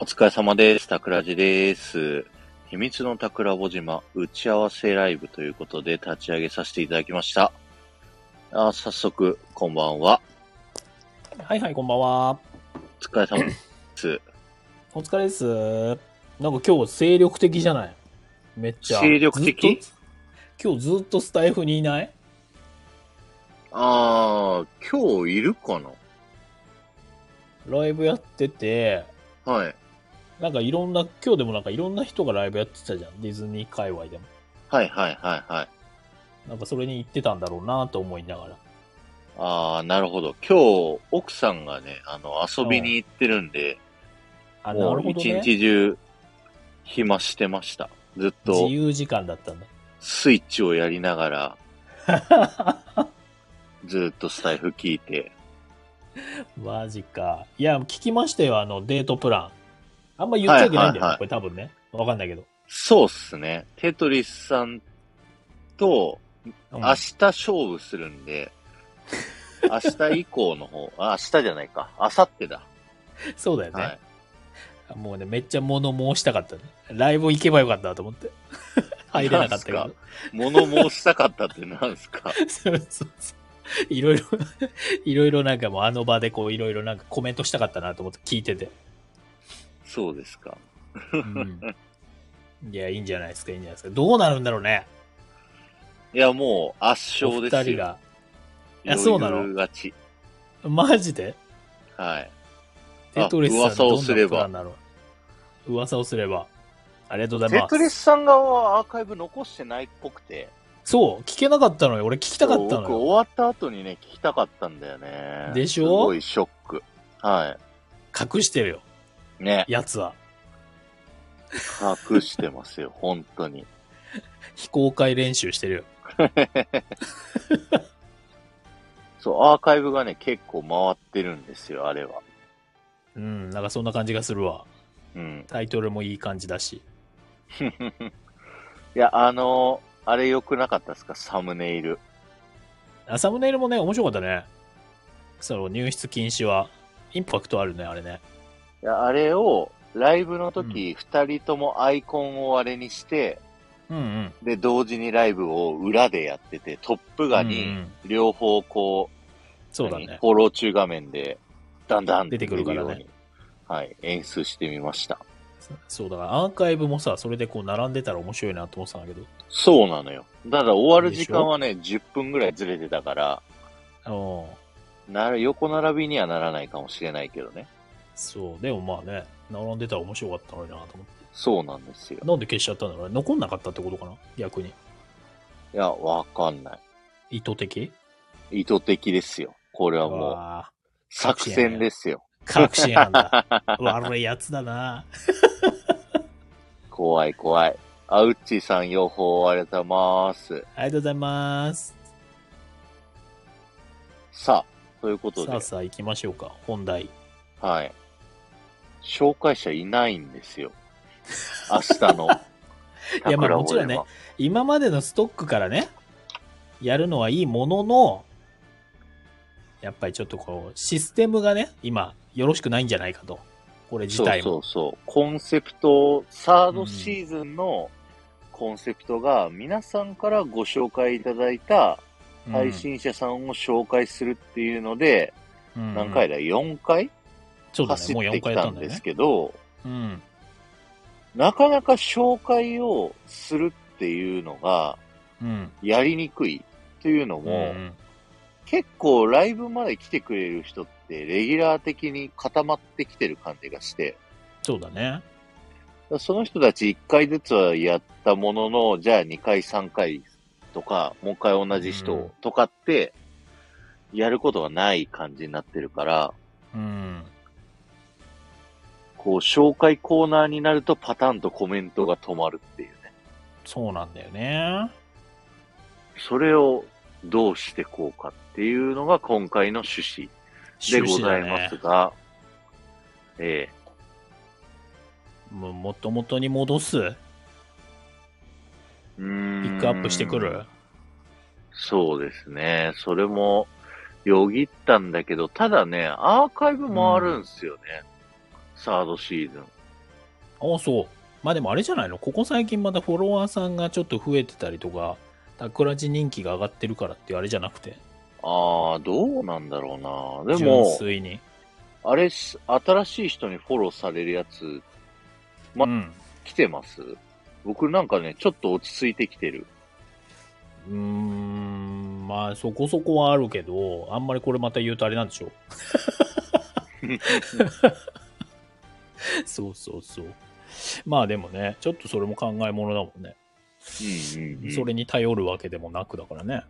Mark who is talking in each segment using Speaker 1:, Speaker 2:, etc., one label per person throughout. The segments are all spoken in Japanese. Speaker 1: お疲れ様です。タクラジです。秘密のタクラボ島打ち合わせライブということで立ち上げさせていただきました。あー早速、こんばんは。
Speaker 2: はいはい、こんばんは。
Speaker 1: お疲れ様です。
Speaker 2: お疲れです。なんか今日精力的じゃないめっちゃ。
Speaker 1: 精力的
Speaker 2: ずっと今日ずっとスタイフにいない
Speaker 1: あー、今日いるかな
Speaker 2: ライブやってて、
Speaker 1: はい。
Speaker 2: なんかいろんな、今日でもなんかいろんな人がライブやってたじゃん。ディズニー界隈でも。
Speaker 1: はいはいはいはい。
Speaker 2: なんかそれに行ってたんだろうなと思いながら。
Speaker 1: あー、なるほど。今日、奥さんがね、あの、遊びに行ってるんで、
Speaker 2: あ、な
Speaker 1: も
Speaker 2: る
Speaker 1: う
Speaker 2: ほど
Speaker 1: 一
Speaker 2: ね。
Speaker 1: 日中、暇してました。ずっ
Speaker 2: 自
Speaker 1: と、
Speaker 2: 由時間だったんだ。
Speaker 1: スイッチをやりながら、 ずっとスタイフ聞いて。
Speaker 2: マジか。いや、聞きましたよ、あの、デートプラン。あんま言っちゃいけないん
Speaker 1: は
Speaker 2: だよ、
Speaker 1: いはいはい
Speaker 2: これ多分ね。わかんないけど。
Speaker 1: そうっすね。テトリスさんと
Speaker 2: うん
Speaker 1: 明日勝負するん で、明日以降の方、あ、明日じゃないか。明後日だ。
Speaker 2: そうだよね。
Speaker 1: はい。
Speaker 2: もうね、めっちゃ物申したかったね。ライブ行けばよかったと 思って。入れなかったけ
Speaker 1: なん
Speaker 2: ど
Speaker 1: す。物申したかったってなんすか
Speaker 2: そうそうそう。いろいろ、 いろいろなんかもうあの場でこういろいろなんかコメントしたかったなと思って聞いてて。
Speaker 1: そうですか。
Speaker 2: うん、いや、いいんじゃないですか、いいんじゃないですか。どうなるんだろうね。
Speaker 1: いや、もう圧
Speaker 2: お
Speaker 1: 勝ですよ。
Speaker 2: 二人が。いや
Speaker 1: 余裕
Speaker 2: そうなの
Speaker 1: 勝ち。
Speaker 2: マジで
Speaker 1: はい。あ
Speaker 2: テトリスさん
Speaker 1: 噂をすれば
Speaker 2: どんなプランなの噂をすれば。ありがとうござい
Speaker 1: テ
Speaker 2: ま
Speaker 1: トリス
Speaker 2: す。
Speaker 1: さん側はアーカイブ残してないっぽくて。
Speaker 2: そう、聞けなかったのよ。俺聞きたかったの
Speaker 1: 僕
Speaker 2: よ。
Speaker 1: 終わった後にね、聞きたかったんだよね。
Speaker 2: でしょ
Speaker 1: すごいショック。は
Speaker 2: 隠してるよ、
Speaker 1: い。ね。
Speaker 2: やつは。
Speaker 1: 隠してますよ、 本当に。
Speaker 2: 非公開練習してるよ。
Speaker 1: そう、アーカイブがね、結構回ってるんですよ、あれは。
Speaker 2: うん、なんかそんな感じがするわ。
Speaker 1: うん。
Speaker 2: タイトルもいい感じだし。
Speaker 1: いや、あのあれ良くなかったですかサムネイル。
Speaker 2: あサムネイルもね、面白かったね。そう、入室禁止は。インパクトあるね、あれね。
Speaker 1: いや、あれを、ライブの時、二、人ともアイコンをあれにして、
Speaker 2: うんうん。
Speaker 1: で、同時にライブを裏でやってて、トップガ
Speaker 2: うんう
Speaker 1: に、
Speaker 2: ん
Speaker 1: 両方こう、
Speaker 2: そうだね。
Speaker 1: フォロー中画面で、だんだん
Speaker 2: 出てくるからね
Speaker 1: 出ようにはい、演出してみました。
Speaker 2: そうだから、アーカイブもさ、それでこう、並んでたら面白いなと思ってたんだけど。
Speaker 1: そうなのよ。ただ終わる時間はね、10分ぐらいずれてたから、
Speaker 2: うん。
Speaker 1: なる横並びにはならないかもしれないけどね。
Speaker 2: そう、でもまあね、並んでたら面白かったのになと思って。
Speaker 1: そうなんですよ。
Speaker 2: なんで消しちゃったんだろうね。残んなかったってことかな逆に。
Speaker 1: いや、わかんない。
Speaker 2: 意図的
Speaker 1: 意図的ですよ。これは
Speaker 2: う
Speaker 1: もう、
Speaker 2: わ
Speaker 1: 作戦ですよ。
Speaker 2: ー隠しなんだ。悪いやつだな。
Speaker 1: 怖い怖い。あ、うっちーさん、予報ありがとうございます。
Speaker 2: ありがとうございます。
Speaker 1: さあ、ということで
Speaker 2: さあ、さあ行きましょうか、本題。。
Speaker 1: はい。紹介者いないんですよ。明日の
Speaker 2: いやまあ
Speaker 1: 桜
Speaker 2: もちろんね
Speaker 1: では
Speaker 2: 今までのストックからね、やるのはいいものの、やっぱりちょっとこう、システムがね、今、よろしくないんじゃないかと。これ自体
Speaker 1: そ
Speaker 2: も。
Speaker 1: うそうそう。コンセプト、サードシーズンのコンセプトが、皆さんからご紹介いただいた
Speaker 2: うん
Speaker 1: 配信者さんを紹介するっていうので、
Speaker 2: うん
Speaker 1: 何回だ ?4 回
Speaker 2: そうだね、
Speaker 1: 走
Speaker 2: もう
Speaker 1: ってき
Speaker 2: 4回やった
Speaker 1: ん
Speaker 2: たんだ
Speaker 1: で
Speaker 2: よ
Speaker 1: す
Speaker 2: ね。
Speaker 1: けど、
Speaker 2: うん。
Speaker 1: なかなか紹介をするっていうのが
Speaker 2: うん。
Speaker 1: やりにくいというの
Speaker 2: うんう
Speaker 1: も、
Speaker 2: ん
Speaker 1: 結構ライブまで来てくれる人ってレギュラー的に固まってきてる感じがして、
Speaker 2: そうだね。
Speaker 1: その人たち1回ずつはやったものの、じゃあ2回、3回とか、もう一回同じ人
Speaker 2: うん
Speaker 1: をとかって、やることがない感じになってるから、
Speaker 2: うん。
Speaker 1: こう、紹介コーナーになるとパタンとコメントが止まるっていうね。
Speaker 2: そうなんだよね。
Speaker 1: それをどうしてこうかっていうのが今回の趣旨でございます
Speaker 2: 趣旨だね
Speaker 1: が、ええ
Speaker 2: もう元々に戻す
Speaker 1: ピ
Speaker 2: ピックアップしてくる
Speaker 1: そうですね。それも、よぎったんだけど、ただね、アーカイブ回るんすよね。サードシーズン。
Speaker 2: ああ、そう。まあでもあれじゃないのここ最近またフォロワーさんがちょっと増えてたりとか、タクラジ人気が上がってるからっていうあれじゃなくて。
Speaker 1: ああ、どうなんだろうな。で
Speaker 2: 純
Speaker 1: も、
Speaker 2: 粋に。
Speaker 1: あれっす、新しい人にフォローされるやつ、ま
Speaker 2: うん。
Speaker 1: 来てます僕なんかね、ちょっと落ち着いてきてる。
Speaker 2: うーん、まあそこそこはあるけど、あんまりこれまた言うとあれなん でしょう。そうそうそう。まあでもね、ちょっとそれも考えものだもんね。
Speaker 1: うんうんうん、
Speaker 2: それに頼るわけでもなくだからね。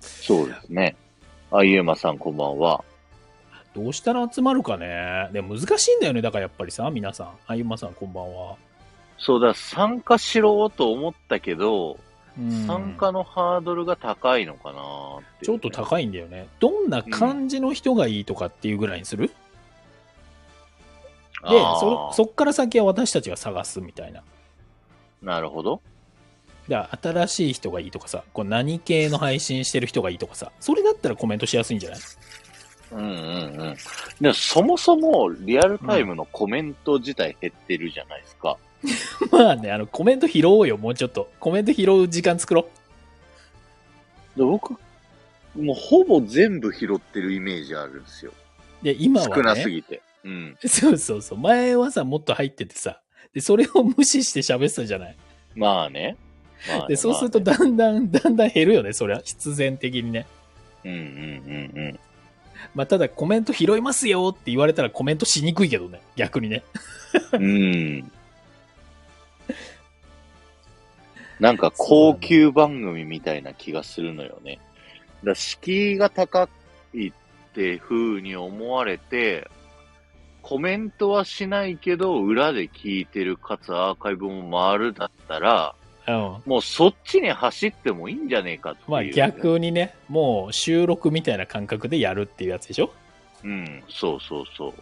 Speaker 1: そうですね。あゆうまさんこんばんは。
Speaker 2: どうしたら集まるかね。でも難しいんだよね。だからやっぱりさ、皆さん。あゆまさんこんばんは。
Speaker 1: そうだ、参加しろと思ったけど、
Speaker 2: うん
Speaker 1: 参加のハードルが高いのかなって
Speaker 2: ちょっと
Speaker 1: い
Speaker 2: 高いんだよね。どんな感じの人がいいとかっていうぐらいにする、
Speaker 1: うね。
Speaker 2: で
Speaker 1: あー
Speaker 2: そ、そっから先は私たちが探すみたいな。
Speaker 1: なるほど。
Speaker 2: だから新しい人がいいとかさ、こう何系の配信してる人がいいとかさ、それだったらコメントしやすいんじゃ ない
Speaker 1: うんうんうん。でもそもそもリアルタイムのコメント自体減ってるじゃないですか。
Speaker 2: まあね、あの、コメント拾おうよ、もうちょっと。コメント拾う時間作ろ
Speaker 1: で僕、もうほぼ全部拾ってるイメージあるんですよ。
Speaker 2: う。で、今は、ね。
Speaker 1: 少なすぎて。うん。
Speaker 2: そうそうそう。前はさ、もっと入っててさ、で、それを無視して喋ってたじゃない。
Speaker 1: まあね。まあね
Speaker 2: で、そうすると
Speaker 1: まあ
Speaker 2: だんだん、だんだん減るよね、そりゃ。必然的にね。
Speaker 1: ねうんうんうんうん。
Speaker 2: まあ、ただコメント拾いますよって言われたらコメントしにくいけどね、逆にね。
Speaker 1: うん。なんか高級番組みたいな気がするのよね。だから敷居が高いって風に思われて、コメントはしないけど、裏で聞いてる、かつアーカイブも回るだったら、
Speaker 2: うん。
Speaker 1: もうそっちに走ってもいいんじゃねえかっていう。
Speaker 2: まあ、。逆にね、もう収録みたいな感覚でやるっていうやつでしょ
Speaker 1: うん、そうそうそう。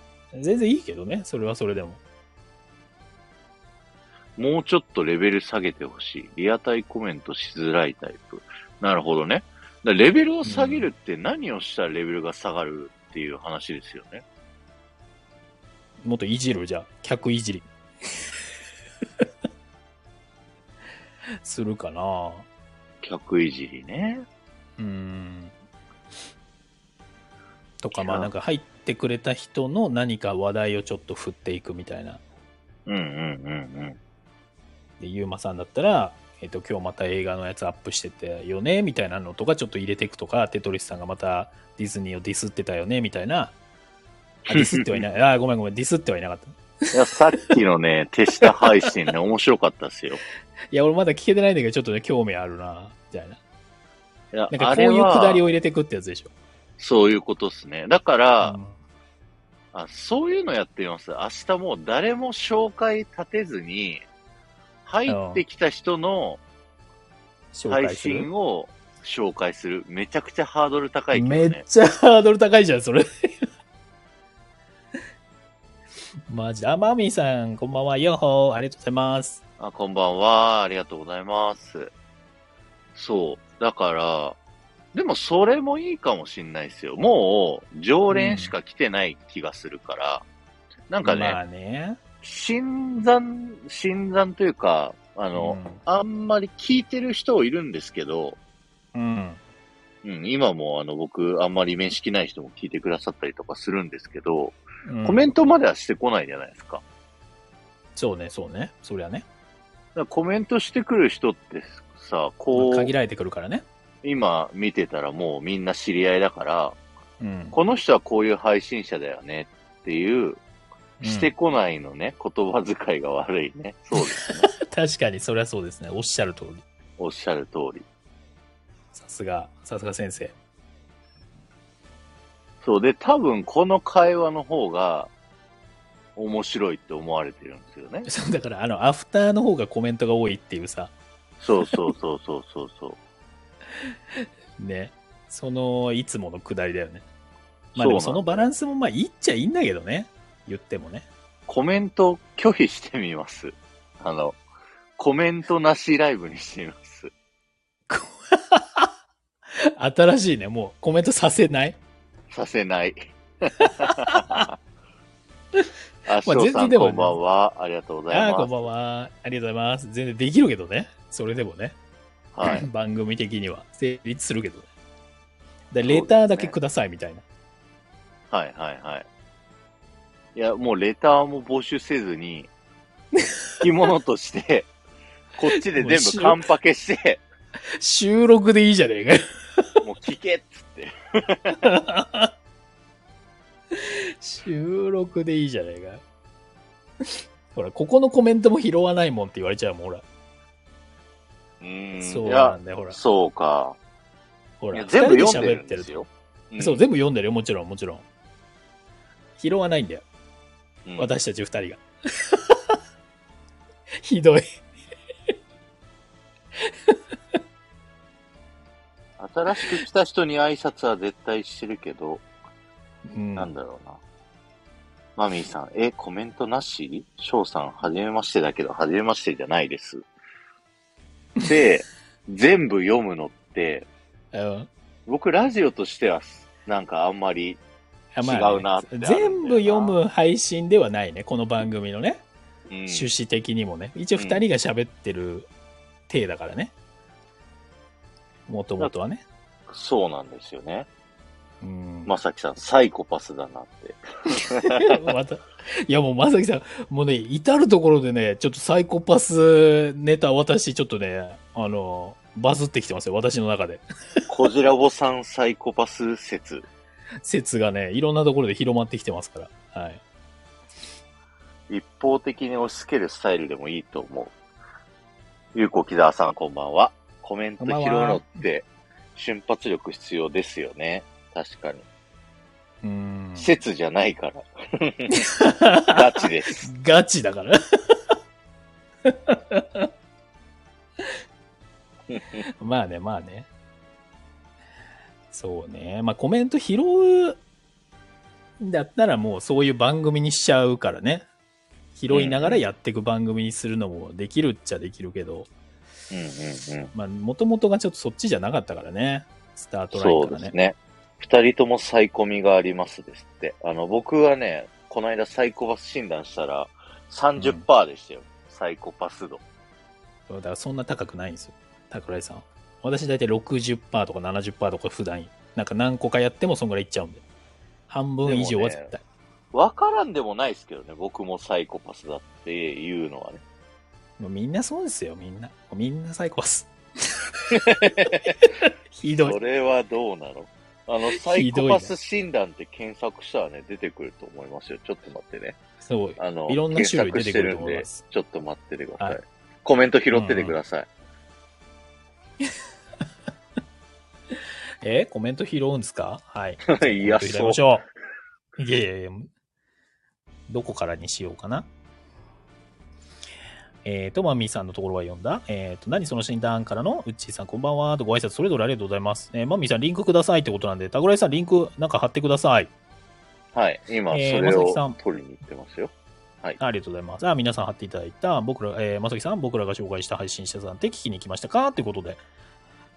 Speaker 2: 全然いいけどね、それはそれでも。
Speaker 1: もうちょっとレベル下げてほしい。リアタイコメントしづらいタイプ。なるほどね。だからレベルを下げるって何をしたらレベルが下がるっていう話ですよね。
Speaker 2: もっといじるじゃあ客いじり するかな
Speaker 1: 客いじりね。
Speaker 2: うーんとか
Speaker 1: いや
Speaker 2: まあなんか入ってくれた人の何か話題をちょっと振っていくみたいな
Speaker 1: うんうんうん
Speaker 2: でゆうまさんだったらえっと今日また映画のやつアップしてたよねみたいなのとかちょっと入れていくとかテトリスさんがまたディズニーをディスってたよねみたいなあディスってはいな いあーごめんごめんディスってはいなかった
Speaker 1: うん。 いや、さっきのね、手下配信ね、面白かったですよ。
Speaker 2: いや俺まだ聞けてないんだけどちょっとね興味あるなみたいない
Speaker 1: や
Speaker 2: なん
Speaker 1: あ
Speaker 2: かこ
Speaker 1: れ
Speaker 2: ういうくだり
Speaker 1: は、
Speaker 2: を入れていくってやつでしょ。
Speaker 1: そういうことですね。だから、
Speaker 2: うん
Speaker 1: あ、そういうのやってみます。明日もう誰も紹介立てずに、入ってきた人の、
Speaker 2: 紹
Speaker 1: 配
Speaker 2: 介する
Speaker 1: 信。を紹介する。めちゃくちゃハードル高いけど
Speaker 2: めっ
Speaker 1: ね。
Speaker 2: ちゃハードル高いじゃん、それ。 マジで。あ、マミーさん、こんばんは。ヨッホー、ありがとうございます。
Speaker 1: あ、こんばんは。ありがとうございます。そう。だから、でもそれもいいかもしんないですよ。もう、常連しか来てない気がするから。なんかね、
Speaker 2: まあね。
Speaker 1: 新参、新参というか、あの、あんまり聞いてる人いるんですけど、
Speaker 2: うん。うん。
Speaker 1: うん、今もあの僕、あんまり面識ない人も聞いてくださったりとかするんですけど、
Speaker 2: うん
Speaker 1: コメントまではしてこないじゃないですか。
Speaker 2: そうね、そうね。そりゃ
Speaker 1: だ
Speaker 2: ね。
Speaker 1: からコメントしてくる人ってさ、こう、
Speaker 2: まあ限られてくるからね。
Speaker 1: 今見てたらもうみんな知り合いだから、
Speaker 2: うん。
Speaker 1: この人はこういう配信者だよねっていう、
Speaker 2: うん
Speaker 1: してこないのね、言葉遣いが悪いね。そうですね。
Speaker 2: 確かに、そりゃそうですね。おっしゃる通り。
Speaker 1: おっしゃる通り。
Speaker 2: さすが、さすが先生。
Speaker 1: そうで、多分この会話の方が面白いって思われてるんですよね。
Speaker 2: そうだから、あの、アフターの方がコメントが多いっていうさ。
Speaker 1: そうそうそうそうそうそう。
Speaker 2: ね。その、いつものくだりだよね。まあでも
Speaker 1: そ
Speaker 2: そう
Speaker 1: な
Speaker 2: の
Speaker 1: ん
Speaker 2: バランスもまあいいっちゃいいんだけどね。言ってもね。
Speaker 1: コメント拒否してみます。あの、コメントなしライブにしてみます。
Speaker 2: 新しい ね、もうコメントさせない。
Speaker 1: させない。あ、
Speaker 2: まあ
Speaker 1: 翔
Speaker 2: 全
Speaker 1: さ
Speaker 2: 然
Speaker 1: ん、
Speaker 2: でも
Speaker 1: こんばんは。ありがとうござ
Speaker 2: あ
Speaker 1: い
Speaker 2: ーこ
Speaker 1: ま
Speaker 2: ん
Speaker 1: す。
Speaker 2: ばんは。ありがとうございます。全然できるけどね。それでもね。
Speaker 1: はい。
Speaker 2: 番組的には成立するけどね。
Speaker 1: そ
Speaker 2: で
Speaker 1: うですね
Speaker 2: レターだけくださいみたいな。
Speaker 1: はい、はい、はい。いや、もうレターも募集せず に、着物として、こっちで全部カンパケして、
Speaker 2: 収録でいいじゃねえかよ。
Speaker 1: もう聞けっつって。
Speaker 2: 収録でいいじゃねえかよ。ほら、ここのコメントも拾わないもんって言われちゃうもん、ほら。
Speaker 1: うーん。
Speaker 2: そう
Speaker 1: い
Speaker 2: な
Speaker 1: や、
Speaker 2: んだよ、ほら。
Speaker 1: そうか。
Speaker 2: ほ
Speaker 1: い
Speaker 2: ら
Speaker 1: や、全部
Speaker 2: 二人
Speaker 1: 読んでるん
Speaker 2: 喋
Speaker 1: で
Speaker 2: っ
Speaker 1: す
Speaker 2: てる
Speaker 1: よ。
Speaker 2: とそう、全部読んでるよ、もちろん、もちろん。拾わないんだよ、
Speaker 1: うん、
Speaker 2: 私たち二人が。 ひどい。
Speaker 1: 新しく来た人に挨拶は絶対してるけど、
Speaker 2: うん
Speaker 1: なんだろうな。マミーさん、え、コメントなし翔さん、はじめましてだけど、はじめましてじゃないです。で、 全部読むのって、
Speaker 2: うん
Speaker 1: 僕ラジオとしては、なんかあんまり、
Speaker 2: あまあ
Speaker 1: 違うなってあるんだよな
Speaker 2: 全部読む配信ではないね、この番組のね、
Speaker 1: うん、
Speaker 2: 趣旨的にもね。一応、二人が喋ってる体だからね。もともとはね。
Speaker 1: そうなんですよね。
Speaker 2: うん
Speaker 1: まさきさん、サイコパスだなって。
Speaker 2: ま た、いやもうまさきさん、もうね、至るところでね、ちょっとサイコパスネタ、私ちょっとね、あの、バズってきてますよ、私の中で。
Speaker 1: こじらぼさん、サイコパス説。
Speaker 2: 説がね、いろんなところで広まってきてますから。はい。
Speaker 1: 一方的に押し付けるスタイルでもいいと思う。ゆうこ木沢さん、こんばんは。コメント拾うのって瞬発力必要ですよね。確かに。
Speaker 2: うーん。
Speaker 1: 説じゃない から。ガチです。
Speaker 2: ガチ だから。まあね、まあね。そうね。まあコメント拾うんだったらもうそういう番組にしちゃうからね。拾いながらやっていく番組にするのもできるっちゃできるけど、
Speaker 1: うんうんうん。
Speaker 2: まあもともとがちょっとそっちじゃなかったからね。スタートライン
Speaker 1: そ
Speaker 2: か
Speaker 1: う
Speaker 2: ら
Speaker 1: で
Speaker 2: ね。
Speaker 1: すね。二人ともサイコミがありますですって。あの、僕はね、この間サイコパス診断したら30%でしたよ。サイコパス度。
Speaker 2: だからそんな高くないんですよ。桜井さん。私大体60%とか70%とか普段、なんか何個かやってもそんぐらいいっちゃうんで。半分以上は絶対。
Speaker 1: わからんでもないですけどね。僕もサイコパスだっていうのはね。
Speaker 2: もうみんなそうですよ、みんな。みんなサイ コパス。ひどい
Speaker 1: そ。れはどうなのあの、サイコパス診断って検索したらね、出てくると思いますよ。ちょっと待ってね。
Speaker 2: そう。
Speaker 1: あの、
Speaker 2: いろんな種類出てくると思いま
Speaker 1: 検索して
Speaker 2: す
Speaker 1: るんで、ちょっと待っててください。
Speaker 2: はい
Speaker 1: コメント拾っててください。
Speaker 2: えコメント拾うんですかはい。
Speaker 1: いや
Speaker 2: コメント拾いましょう。いやいやいや。どこからにしようかな。えーと、マミーさんのところは読んだ。えーと、何その診断からの、うっちーさんこんばんは。とご挨拶それぞれありがとうございます。えーマミーさんリンクくださいってことなんで、タグライさんリンクなんか貼ってください。
Speaker 1: はい。今、そ
Speaker 2: えー
Speaker 1: れ
Speaker 2: まさきさん
Speaker 1: を取りに行ってますよ。
Speaker 2: ありがとうございます。あ、皆さん貼っていただいた、僕ら、えー、まさきさん、僕らが紹介した配信者さんって聞きに行きましたかってことで。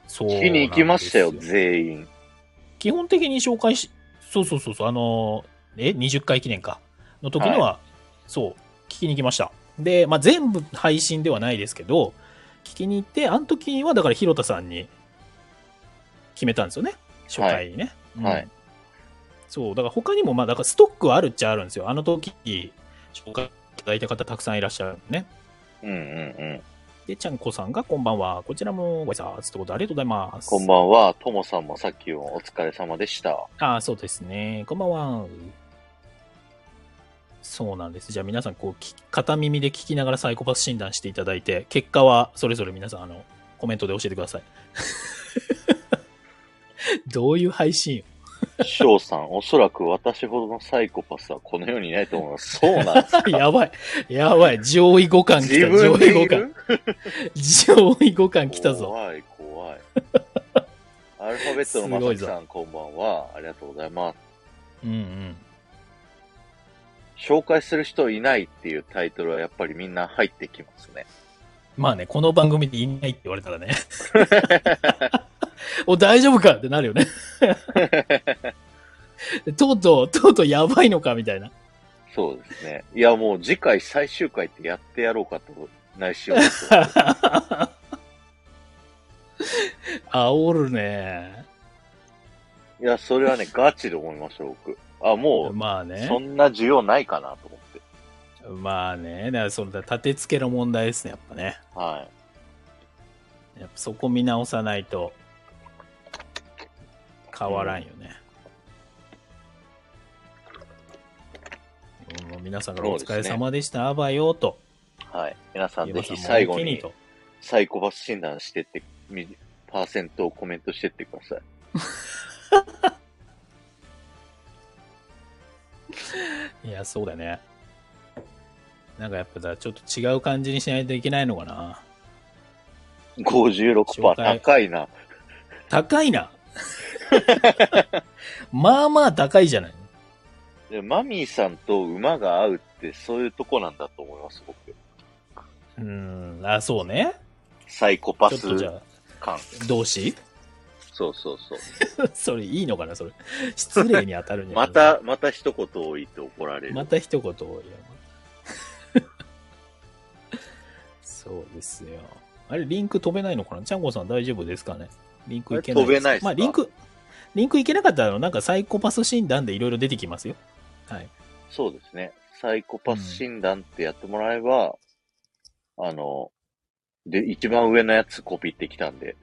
Speaker 2: そうなん
Speaker 1: 聞
Speaker 2: で
Speaker 1: き
Speaker 2: す。
Speaker 1: に行きましたよ、全員。
Speaker 2: 基本的に紹介し、そうそうそうそう、あのー、え、20回記念か。の時には、そう、聞きに行きました。で、まあ、全部配信ではないですけど、聞きに行って、あの時は、だから、広田さんに決めたんですよね。初回にね。うん
Speaker 1: はい
Speaker 2: そう、だから他にも、まあ、だからストックはあるっちゃあるんですよ。あの時、紹介いただいた方たくさんいらっしゃるんでね。
Speaker 1: うんうんうん。
Speaker 2: で、ちゃんこさんが、こんばんは。こちらもご挨拶ってことでありがとうございます。
Speaker 1: こんばんは、ともさんもさっきもお疲れ様でした。
Speaker 2: ああ、そうですね。こんばんは。そうなんです。じゃあ皆さん、こう、き片耳で聞きながらサイコパス診断していただいて、結果はそれぞれ皆さん、あの、コメントで教えてください。 どういう配信よ
Speaker 1: 翔さん、お そらく私ほどのサイコパスはこの世にいないと思います。そうなんですか
Speaker 2: やばい。やばい。上位互換来
Speaker 1: 自
Speaker 2: た。上
Speaker 1: 分
Speaker 2: 位
Speaker 1: で
Speaker 2: 互
Speaker 1: いる
Speaker 2: 換。上位互換 来たぞ。
Speaker 1: 怖い、怖い。 アルファベットのまさきさん、こんばんは。ありがとうございます。
Speaker 2: うんうん。
Speaker 1: 紹介する人いないっていうタイトルはやっぱりみんな入ってきますね。
Speaker 2: まあね、この番組でいないって言われたらね。 お、大丈夫かってな るよね。とうとう、とうとうやばいのかみたいな。
Speaker 1: そうですね。いや、もう次回最終回ってやってやろうかと、内心思って ます
Speaker 2: 煽るね。
Speaker 1: いや、それはね、ガチで思いました、僕。あ、も
Speaker 2: まあ
Speaker 1: う、
Speaker 2: ね
Speaker 1: そ。んな需要ないかなと思って。
Speaker 2: まあね。だからその立て付けの問題ですね、やっぱね。
Speaker 1: は
Speaker 2: やっぱそこ見直さないと変わらんよね。もう皆さんからお疲れ様でした、あばよと。
Speaker 1: い。はい。皆さん、
Speaker 2: ゆ
Speaker 1: ぜ
Speaker 2: まさん
Speaker 1: ひ
Speaker 2: も
Speaker 1: 最後
Speaker 2: お気
Speaker 1: に
Speaker 2: と。
Speaker 1: サイコパス診断してって、みパーセントをコメントしてってください。
Speaker 2: いや、そうだね。なんかやっぱさ、ちょっと違う感じにしないといけないのかな。
Speaker 1: 56%
Speaker 2: 了解
Speaker 1: 高いな。
Speaker 2: 高い なまあまあ高いじゃない。
Speaker 1: でマミーさんと馬が合うってそういうとこなんだと思います、僕。
Speaker 2: うーん、あ、そうね。
Speaker 1: サイコパ
Speaker 2: ちょっ
Speaker 1: ス
Speaker 2: とじゃあ、
Speaker 1: 感。
Speaker 2: 同志
Speaker 1: そうそうそう。
Speaker 2: それいいのかな、それ。失礼に当たるに
Speaker 1: また、また一言多いって怒られる。
Speaker 2: また一言を言えば そうですよ。あれ、リンク飛べないのかなちゃんこさん大丈夫ですかねリンクいけない
Speaker 1: あれ飛べないっすか
Speaker 2: まあ、リンク、リンクいけなかったら、なんかサイコパス診断でいろいろ出てきますよ。はい。
Speaker 1: そうですね。サイコパス診断ってやってもらえば、あの、で、一番上のやつコピーってきたんで、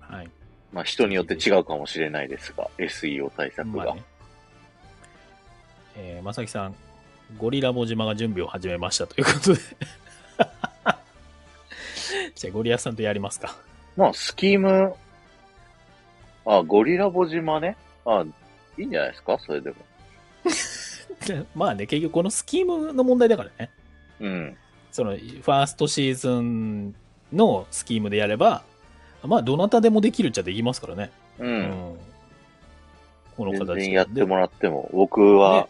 Speaker 2: はい。
Speaker 1: まあ人によって違うかもしれないですが、SEO 対策
Speaker 2: ま
Speaker 1: が。
Speaker 2: あね。えーまさきさん、ゴリラボ島が準備を始めましたということで。 じゃあ、ゴリラさんとやりますか。
Speaker 1: まあ、スキーム、あ、ゴリラボ島ね。あ、いいんじゃないですかそれでも。
Speaker 2: まあね、結局このスキームの問題だからね。
Speaker 1: うん。
Speaker 2: そのファーストシーズンのスキームでやれば、まあ、どなたでもできるっちゃできますからね。
Speaker 1: う。
Speaker 2: うんこの
Speaker 1: 全
Speaker 2: 形
Speaker 1: 然
Speaker 2: で。
Speaker 1: やってもらっても。僕は、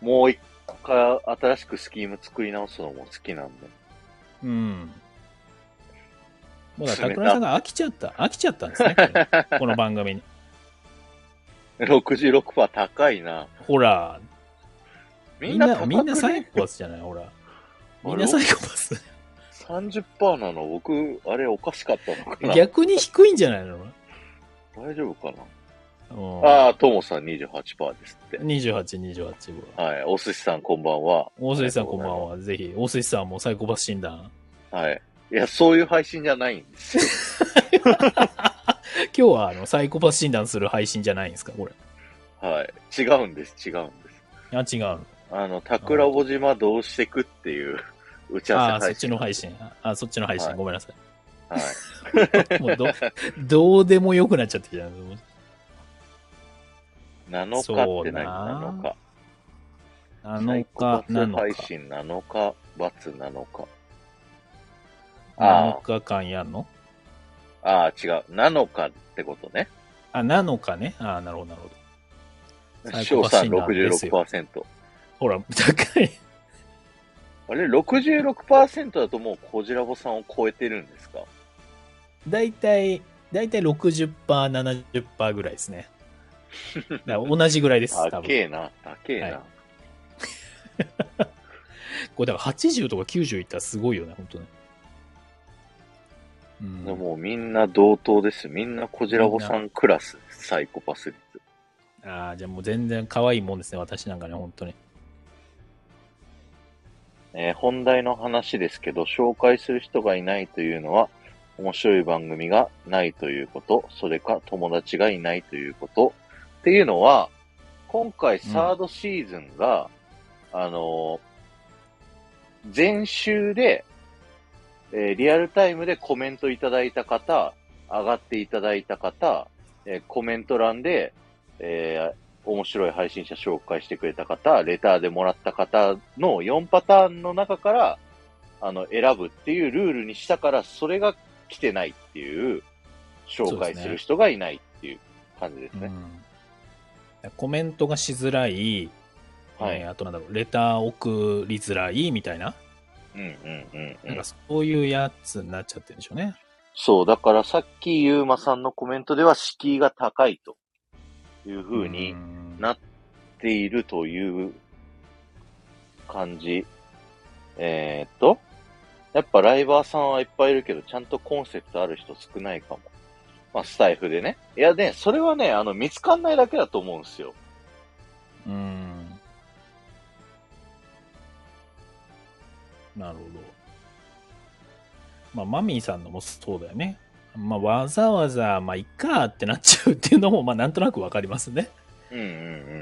Speaker 1: もう一回新しくスキーム作り直すのも好きなんで。
Speaker 2: うん。もうだから、拓郎さんが飽きちゃった、飽きちゃったんで すね。このこの番組に。
Speaker 1: 66%高いな。
Speaker 2: ほら、
Speaker 1: み
Speaker 2: み
Speaker 1: ん
Speaker 2: ん
Speaker 1: な高
Speaker 2: な、
Speaker 1: く、ね、
Speaker 2: みんなサイコパスじゃない、ほら。みんなサイコパス。
Speaker 1: 30%なの僕、あれおかしかったのかな
Speaker 2: 逆に低いんじゃないの
Speaker 1: 大丈夫かな、
Speaker 2: うん
Speaker 1: ああ、ともさん28%ですって。
Speaker 2: 28、28は。
Speaker 1: はい。お寿司さんこんばんは。
Speaker 2: 大杉さんこんばんは。ぜひ、大杉さんもサイコパス診断。
Speaker 1: はい。いや、そういう配信じゃないんですよ。
Speaker 2: 今日はあのサイコパス診断する配信じゃないんですか、これ。
Speaker 1: はい。違うんです、違うんです。
Speaker 2: あ、違うの。
Speaker 1: あの、桜ぼ島どうしてくっていう打ち合
Speaker 2: あ
Speaker 1: わ
Speaker 2: あ、
Speaker 1: せ
Speaker 2: そっ
Speaker 1: 配
Speaker 2: ち
Speaker 1: 信。
Speaker 2: の配信。あ、そっちの配信。
Speaker 1: はい
Speaker 2: ごめんなさい。
Speaker 1: はい。
Speaker 2: もうど、 どうでもよくなっちゃってるじゃん。
Speaker 1: 7日って何 ?7 日。
Speaker 2: 7日、
Speaker 1: サイコパス配
Speaker 2: 7日。
Speaker 1: 信7日、罰7日。あ
Speaker 2: 7日間やんの
Speaker 1: ああ、違う。7日ってことね。
Speaker 2: あ、7日ね。ああ、なるほど、なるほど。サイ
Speaker 1: 翔
Speaker 2: コパ
Speaker 1: さ
Speaker 2: ス
Speaker 1: ん
Speaker 2: 診断ですよ
Speaker 1: 66%。
Speaker 2: ほら、 高い。
Speaker 1: あれ、66%だともうコジラボさんを超えてるんですか
Speaker 2: だいたい、だいたい60%、70%ぐらいですね。だから同じぐらいです、多
Speaker 1: 高
Speaker 2: 分。
Speaker 1: えな、高えな、
Speaker 2: はいこれだから80とか90いったらすごいよね、本当ね。うん
Speaker 1: でももうみんな同等です。みんなコジラボさんクラス、サイコパス率。
Speaker 2: ああ、じゃあもう全然可愛いもんですね、私なんかね、本当に。
Speaker 1: えー本題の話ですけど、紹介する人がいないというのは、面白い番組がないということ、それか友達がいないということ。っていうのは、今回サードシーズンが、あのー前週で、えーリアルタイムでコメントいただいた方、上がっていただいた方、えーコメント欄で、えー面白い配信者紹介してくれた方、レターでもらった方の4パターンの中から、あの、選ぶっていうルールにしたから、それが来てないっていう、紹
Speaker 2: そうで
Speaker 1: 介
Speaker 2: すね
Speaker 1: する人がいないっていう感じです
Speaker 2: う
Speaker 1: ね。
Speaker 2: ん、コメントがしづらい、
Speaker 1: はい
Speaker 2: えーあとなんだろう、レター送りづらいみたいな、
Speaker 1: うんうんうんう
Speaker 2: なん
Speaker 1: ん
Speaker 2: かそういうやつになっちゃってるんでしょうね。
Speaker 1: そう、だからさっきゆうまさんのコメントでは敷居が高いという風に
Speaker 2: ん
Speaker 1: なっているという感じ。えー、っと、やっぱライバーさんはいっぱいいるけど、ちゃんとコンセプトある人少ないかも。まあ、スタイフでね。いやね、それはね、あの、見つかんないだけだと思うんですよ。
Speaker 2: うん。なるほど。まあ、マミーさんのもそうだよね。まあ、わざわざ、まあ、いっかってなっちゃうっていうのも、まあ、なんとなくわかりますね。
Speaker 1: うんうんう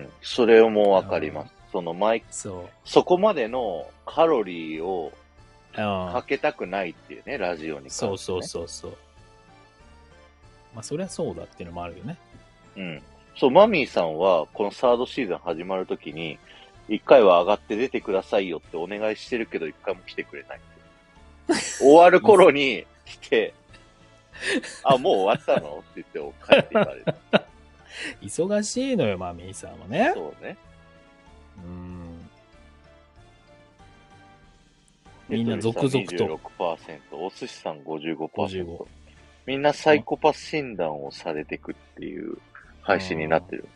Speaker 1: ん。それもわかります。その、毎、
Speaker 2: そう。
Speaker 1: そこまでのカロリーを
Speaker 2: あ
Speaker 1: か
Speaker 2: あ
Speaker 1: けたくないっていうね、ラジオに関して、ね。
Speaker 2: そうそうそうそう。まあ、そりゃそうだっていうのもあるよね。
Speaker 1: うん。そう、マミーさんは、このサードシーズン始まるときに、一回は上がって出てくださいよってお願いしてるけど、一回も来てくれ ない。終わる頃に来て、あ、もう終わったのって言って帰っていかれ た。
Speaker 2: 忙しいのよ、マミーさんはね。
Speaker 1: そうね。
Speaker 2: うん。みんな続々
Speaker 1: テトリ
Speaker 2: と。
Speaker 1: スさん26%、お寿司さん55%
Speaker 2: 55。
Speaker 1: みんなサイコパス診断をされてくっていう配信になってる。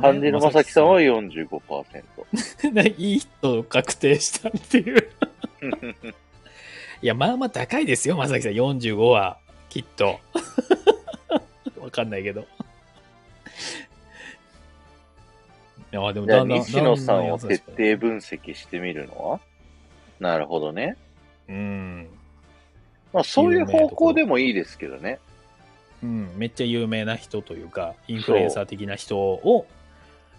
Speaker 1: 漢字のまさきさんは45%。
Speaker 2: ねいい人を確定したっていう。 いや、まあまあ高いですよ、まさきさん。45は、きっと。 わかんないけど。いや、でも
Speaker 1: じゃ
Speaker 2: だ
Speaker 1: あ、
Speaker 2: んだん。
Speaker 1: 西野さんを
Speaker 2: だだ
Speaker 1: 徹
Speaker 2: 優しく
Speaker 1: 底分析してみるのはなるほどね。
Speaker 2: うん。
Speaker 1: まあ、そういう方向でもいいですけどね。
Speaker 2: うん、めっちゃ有名な人というか、インフルエンサー的な人を、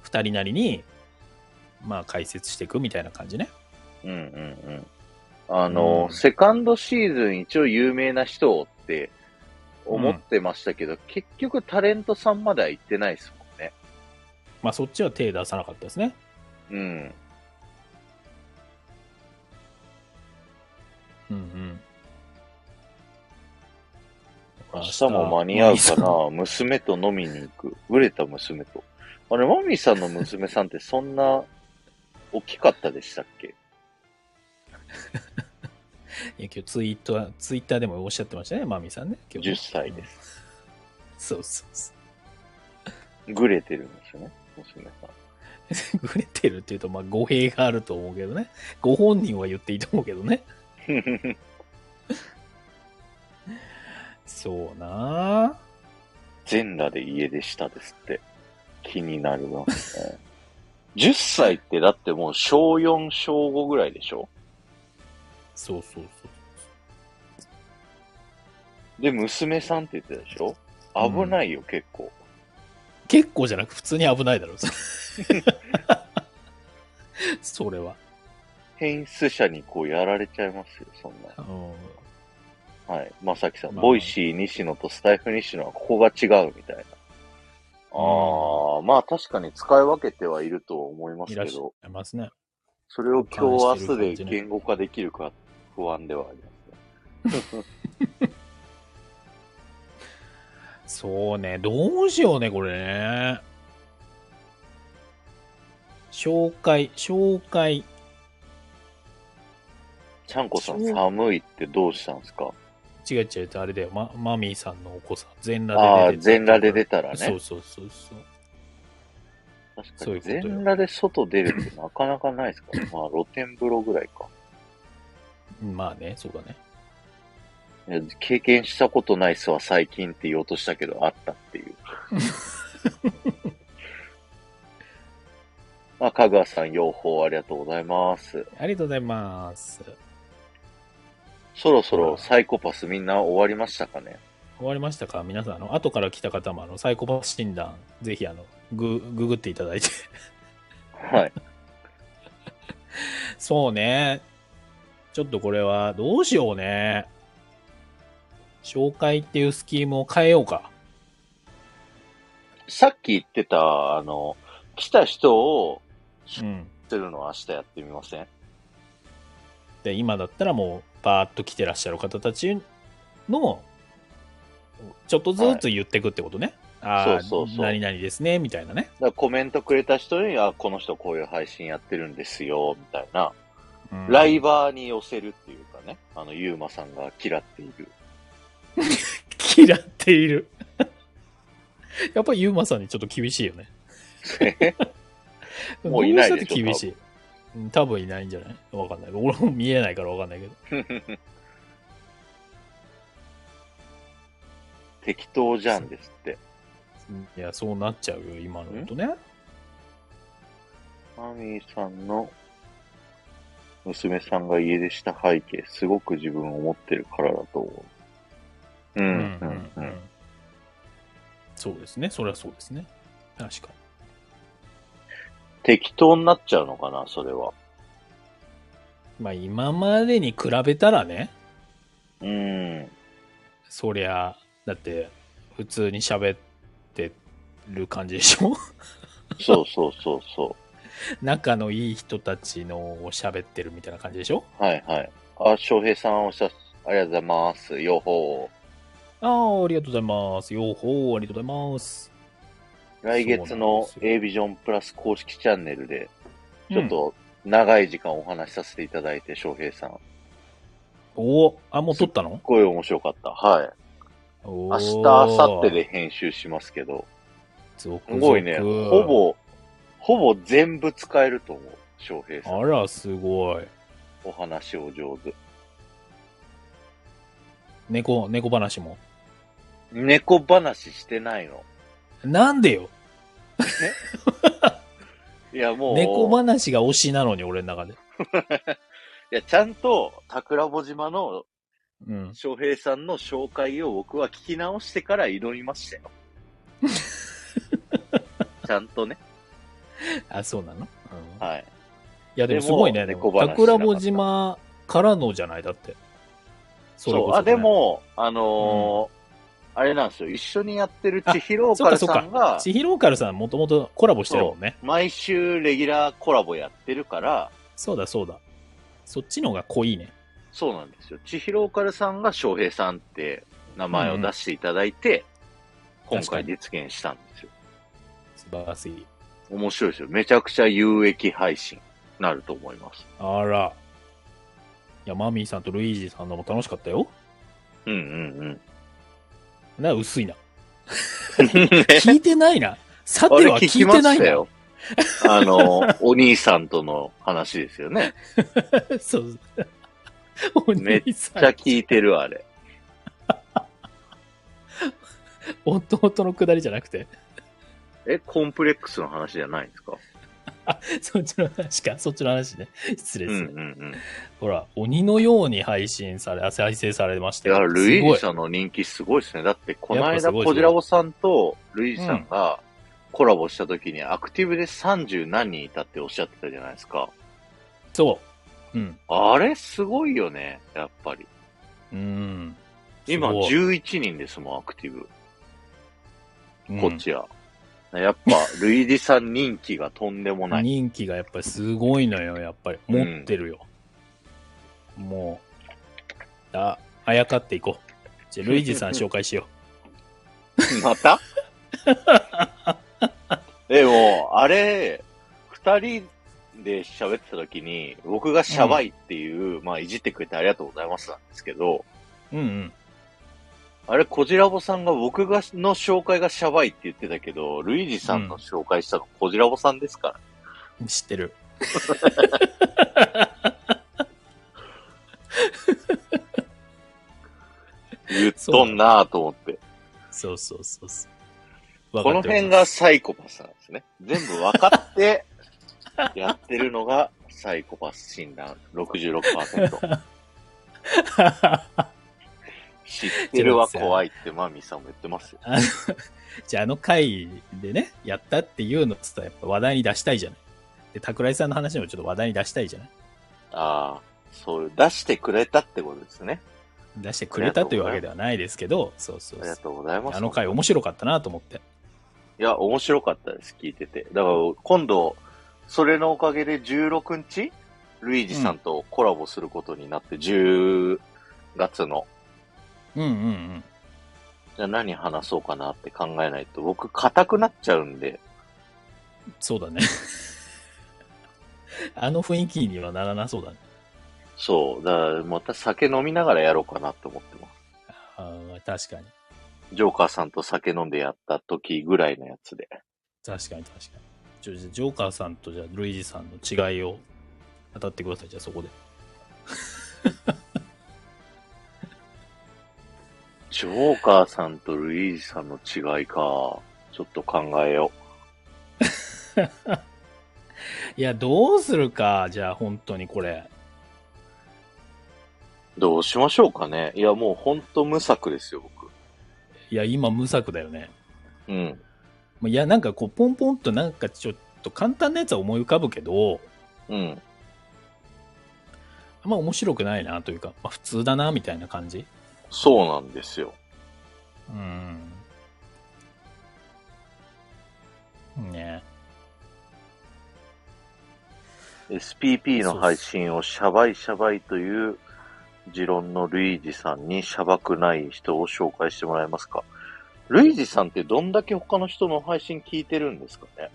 Speaker 2: 二人なりに、まあ解説していくみたいな感じね。
Speaker 1: うんうんうん。あの、
Speaker 2: うん
Speaker 1: セカンドシーズン一応有名な人をって思ってましたけど、結局タレントさんまでは行ってないですもんね。
Speaker 2: まあそっちは手出さなかったですね。
Speaker 1: うん。
Speaker 2: うんうん。
Speaker 1: 明日も間に合うかな娘と飲みに行く。ブレた娘と。あれ、マミーさんの娘さんってそんな大きかったでしたっけ
Speaker 2: いや今日ツイートは、ツイッターでもおっしゃってましたね、マミさんね。今日
Speaker 1: ?10 歳です。
Speaker 2: そうそう そ
Speaker 1: グレてるんですよね、娘さん。
Speaker 2: う。グレてるっていうと、まあ語弊があると思うけどね。ご本人は言っていいと思うけどね。そうなぁ。
Speaker 1: 全裸で家出したですって。気になるわ。10歳ってだってもう小4、小5ぐらいでしょ
Speaker 2: そうそうそう。
Speaker 1: で、娘さんって言ってたでしょ危ないよ、結構。
Speaker 2: 結構じゃなく普通に危ないだ ろう。それそれは。
Speaker 1: 変質者にこうやられちゃいますよ、そんな。
Speaker 2: うん
Speaker 1: はい。まさきさん、
Speaker 2: まあ
Speaker 1: ボイシー西野とスタイフ西野はここが違うみたいな。ああ、まあ確かに使い分けてはいると思います
Speaker 2: い
Speaker 1: け
Speaker 2: らっし
Speaker 1: ど、
Speaker 2: ゃいますね。
Speaker 1: それを今日明日で
Speaker 2: 感じね
Speaker 1: 言語化できるか不安ではありますね。
Speaker 2: そうね、どうしようね、これね。紹介、紹介。
Speaker 1: ちゃんこさん、寒いってどうしたんですか
Speaker 2: 違う違う、あれだよ、ま、マミーさんのお子さん。全
Speaker 1: あ
Speaker 2: 裸
Speaker 1: あー、
Speaker 2: で出て
Speaker 1: 全裸で出たら
Speaker 2: そ
Speaker 1: ね
Speaker 2: う。そうそうそう。
Speaker 1: 確か
Speaker 2: そう
Speaker 1: に
Speaker 2: いうことよ
Speaker 1: 全裸で外出るってなかなかないです から、まあ露天風呂ぐらいか。
Speaker 2: まあね、そうだね。
Speaker 1: いや経験したことないっすわ、最近って言おうとしたけど、あったって いう。まあ、かぐわさん、養蜂ありがとうございます。
Speaker 2: ありがとうございます。
Speaker 1: そろそろサイコパスみんな終わりましたかね
Speaker 2: 終わりましたか皆さん、あの、後から来た方も、あの、サイコパス診断、ぜひ、あの、グ、ググっていただいて。
Speaker 1: はい。
Speaker 2: そうね。ちょっとこれは、どうしようね。紹介っていうスキームを変えようか。
Speaker 1: さっき言ってた、あの、来た人を
Speaker 2: うん。
Speaker 1: 知ってるのを明日やってみません
Speaker 2: で、今だったらもう、バーッと来てらっしゃる方たちの、ちょっとずつ言ってくってことね。ああ、
Speaker 1: そうそうそう
Speaker 2: 何々ですね、みたいなね。
Speaker 1: だからコメントくれた人に、あ、この人こういう配信やってるんですよ、みたいな。
Speaker 2: うん
Speaker 1: ライバーに寄せるっていうかね。あの、ゆうまさんが嫌ってい る。
Speaker 2: 嫌っている。 やっぱりユーマさんにちょっと厳しいよね。
Speaker 1: もういないでしょ
Speaker 2: どうしたって厳しい。うん多分いないんじゃないわかんない。俺も見えないからわかんないけど。
Speaker 1: 適当じゃんですって。
Speaker 2: うんいや、そうなっちゃうよ、今のことね。
Speaker 1: マミーさんの娘さんが家出した背景、すごく自分を持ってるからだと思う。う、
Speaker 2: うん
Speaker 1: うん、うん。
Speaker 2: そうですね、それはそうですね。確か
Speaker 1: 適当になっちゃうのかな、それは。
Speaker 2: に。まあ、今までに比べたらね、
Speaker 1: うん。
Speaker 2: そりゃ、だって、普通に喋ってる感じでしょ
Speaker 1: そうそうそうそ
Speaker 2: 仲のいい人たちのを喋ってるみたいな感じでしょ
Speaker 1: う。はいはい。あ、翔平さんおっしゃっありがとうございます。よほ
Speaker 2: ああ、ありがとうございます。よほー、ありがとうございます。
Speaker 1: う。来月の
Speaker 2: そうなんですよ
Speaker 1: A ビジョンプラス公式チャンネルで、ちょっと長い時間お話しさせていただいて、翔平さん。すっ
Speaker 2: おお、あ、もう撮ったの
Speaker 1: ごい面白かった。はい。
Speaker 2: お
Speaker 1: 明
Speaker 2: ー
Speaker 1: 日、明後日で。編集しますけど、
Speaker 2: 続
Speaker 1: す
Speaker 2: 々
Speaker 1: ごいね。ほ。ぼ、ほぼ全部使えると思う。翔平さん。
Speaker 2: あら、すごい。
Speaker 1: お話を上手。
Speaker 2: 猫、猫話も。
Speaker 1: 猫話してないの。
Speaker 2: なんでよ
Speaker 1: いや、もう。
Speaker 2: 猫話が推しなのに、俺の中で。
Speaker 1: いや、ちゃんと、桜穂島の
Speaker 2: うん。
Speaker 1: 翔平さんの紹介を僕は聞き直してから挑みました よ。ちゃんとね。
Speaker 2: あ、そうなの、うん、い
Speaker 1: はい。
Speaker 2: や、でも
Speaker 1: ですも
Speaker 2: ごいね。でも
Speaker 1: 猫話しなかった
Speaker 2: 桜穂島からのじゃないだって。
Speaker 1: そ、
Speaker 2: そうれこそね
Speaker 1: あ、で、も、あのーあれなんですよ。一緒にやってる千尋岡
Speaker 2: そっ
Speaker 1: さ
Speaker 2: か
Speaker 1: ん
Speaker 2: そっ
Speaker 1: が
Speaker 2: か。、千尋オカルさんもともとコラボしてるもんね。
Speaker 1: 毎週レギュラーコラボやってるから、
Speaker 2: そうだ、そうだ。そっちの方が濃いね。
Speaker 1: そうなんですよ。千尋岡さんが翔平さんって名前を出していただいて、
Speaker 2: うん
Speaker 1: 今回実現したんですよ。
Speaker 2: 素晴らしい。
Speaker 1: 面白いですよ。めちゃくちゃ有益配信になると思います。
Speaker 2: あら。いや、マミーさんとルイージーさんのも楽しかったよ。
Speaker 1: うんうん うん。
Speaker 2: な、薄いな。
Speaker 1: え
Speaker 2: 聞いてないな。さて
Speaker 1: あれ
Speaker 2: は
Speaker 1: 聞
Speaker 2: 聞
Speaker 1: き
Speaker 2: い
Speaker 1: ま
Speaker 2: てな
Speaker 1: し
Speaker 2: い
Speaker 1: た
Speaker 2: な。
Speaker 1: よ。あの、お兄さんとの話ですよね。
Speaker 2: そう。お
Speaker 1: めっ
Speaker 2: 兄さ
Speaker 1: めっちゃ
Speaker 2: ん、
Speaker 1: 聞いてる、あれ。
Speaker 2: 弟のくだりじゃなくて、
Speaker 1: え、コンプレックスの話じゃないんですか
Speaker 2: そっちの話か、そっちの話ね。失礼
Speaker 1: うん
Speaker 2: で
Speaker 1: う
Speaker 2: す、ね
Speaker 1: ん
Speaker 2: ほら、鬼のように配信され、あ再生されまし
Speaker 1: うん。い
Speaker 2: たよ
Speaker 1: や、ルイージ
Speaker 2: すごい
Speaker 1: さんの人気すごいですね。だって、この
Speaker 2: やっぱす
Speaker 1: 間、
Speaker 2: ごい
Speaker 1: コジラボさんとルイージさんがコラボした時に、アクティブで30何人いたっておっしゃってたじゃないですか。
Speaker 2: そう。うん。
Speaker 1: あれ、すごいよね、やっぱり。
Speaker 2: うん。
Speaker 1: 今、
Speaker 2: すごい
Speaker 1: 11人ですもん、アクティブ。
Speaker 2: うん
Speaker 1: こっちは。やっぱ、ルイージさん人気がとんでもない。
Speaker 2: 人気がやっぱりすごいのよ、やっぱり。
Speaker 1: うん
Speaker 2: 持ってるよ。もう、あ、あやかっていこう。じゃあ、ルイージさん紹介しよ
Speaker 1: またでも、あれ、二人で喋ってた時に、僕がシャバいっていう、まあ、いじってくれてありがとうございますなんですけど、
Speaker 2: う。うんうん。
Speaker 1: あれ、コジラボさんが僕がの紹介がシャバいって言ってたけど、ルイージさんの紹介したのコジラボさんですから。
Speaker 2: 知ってる。
Speaker 1: 言っとんなぁと思って。
Speaker 2: そうそうそうそう。
Speaker 1: この辺がサイコパスなんですね。全部分かって、 やってるのがサイコパス診断66%。
Speaker 2: わかってます
Speaker 1: 知ってるは怖いってマミさんも言ってますよ。
Speaker 2: あの、 じゃああの回でね、やったっていうのっつったらやっぱ話題に出したいじゃない。で、桜井さんの話もちょっと話題に出したいじゃない。
Speaker 1: ああ、そういう、出してくれたってことですね。
Speaker 2: 出してくれたというわけではないですけど、そうそ
Speaker 1: あ
Speaker 2: う
Speaker 1: りが
Speaker 2: そう。
Speaker 1: とうございます。
Speaker 2: あの回面白かったなと思って。
Speaker 1: いや、面白かったです、聞いてて。だから、今度、それのおかげで16日、ルイージさんとコラボすることになって、10月の、
Speaker 2: うんうんうん。
Speaker 1: じゃあ何話そうかなって考えないと、僕、硬くなっちゃうんで、
Speaker 2: そうだね。 あの雰囲気にはならなそうだね。
Speaker 1: そう、だから、また酒飲みながらやろうかなって思ってます。
Speaker 2: あー確かに。
Speaker 1: ジョーカーさんと酒飲んでやった時ぐらいのやつで。
Speaker 2: 確かに確かに。ちょじゃあジョーカーさんとじゃあルイージさんの違いを当たってください、じゃあそこで。
Speaker 1: ジョーカーさんとルイージさんの違いか。ちょっと考えよ
Speaker 2: いや、どうするか、じゃあ本当にこれ。
Speaker 1: う。どうしましょうかね。いや、もうほんと無策ですよ、僕。
Speaker 2: いや、今無策だよね。
Speaker 1: うん。
Speaker 2: まあいや、なんかこう、ポンポンとなんかちょっと簡単なやつは思い浮かぶけど、
Speaker 1: うん。
Speaker 2: あんま面白くないなというか、まあ普通だなみたいな感じ。
Speaker 1: そうなんですよ。
Speaker 2: うん。ね
Speaker 1: SPP の配信をシャバいシャバいという持論のルイージさんにシャバくない人を紹介してもらえますかルイージさんってどんだけ他の人の配信聞いてるんですか ね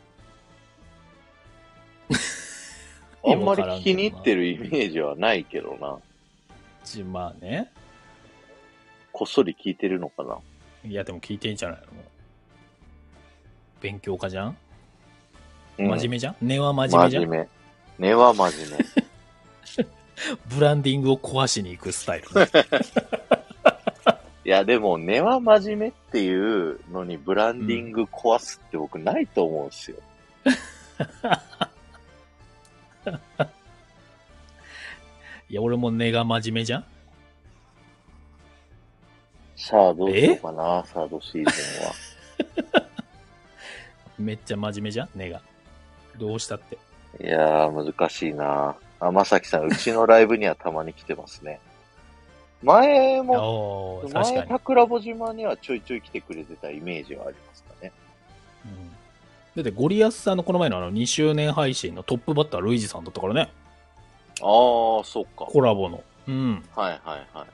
Speaker 1: あんまり聞きに入ってるイメージはないけどな。
Speaker 2: じまあね。
Speaker 1: こっそり聞いてるのかない
Speaker 2: や、でも聞いてんじゃないの勉強家じゃん
Speaker 1: うん
Speaker 2: 真面目じゃん、根は真面目じゃん
Speaker 1: 真面目。根は真 面目。
Speaker 2: ブランディングを壊しに行くスタイル。
Speaker 1: いや、でも根は真面目っていうのにブランディング壊すって僕ないと思うんですよ。
Speaker 2: いや、俺も根が真面目じゃん
Speaker 1: さあ、どうしようかな、サードシーズンは。
Speaker 2: めっちゃ真面目じゃん根が。どうしたって。
Speaker 1: いやー、難しいなあ、まさきさん、うちのライブにはたまに来てますね。前も、
Speaker 2: おー確
Speaker 1: 前、
Speaker 2: かに、
Speaker 1: 桜穂島にはちょいちょい来てくれてたイメージはありますかね。
Speaker 2: うんだってゴリアスさんのこの前のあの2周年配信のトップバッタールイージさんだったからね。
Speaker 1: あー、そっか。
Speaker 2: コラボの。うん。
Speaker 1: はいはいはい。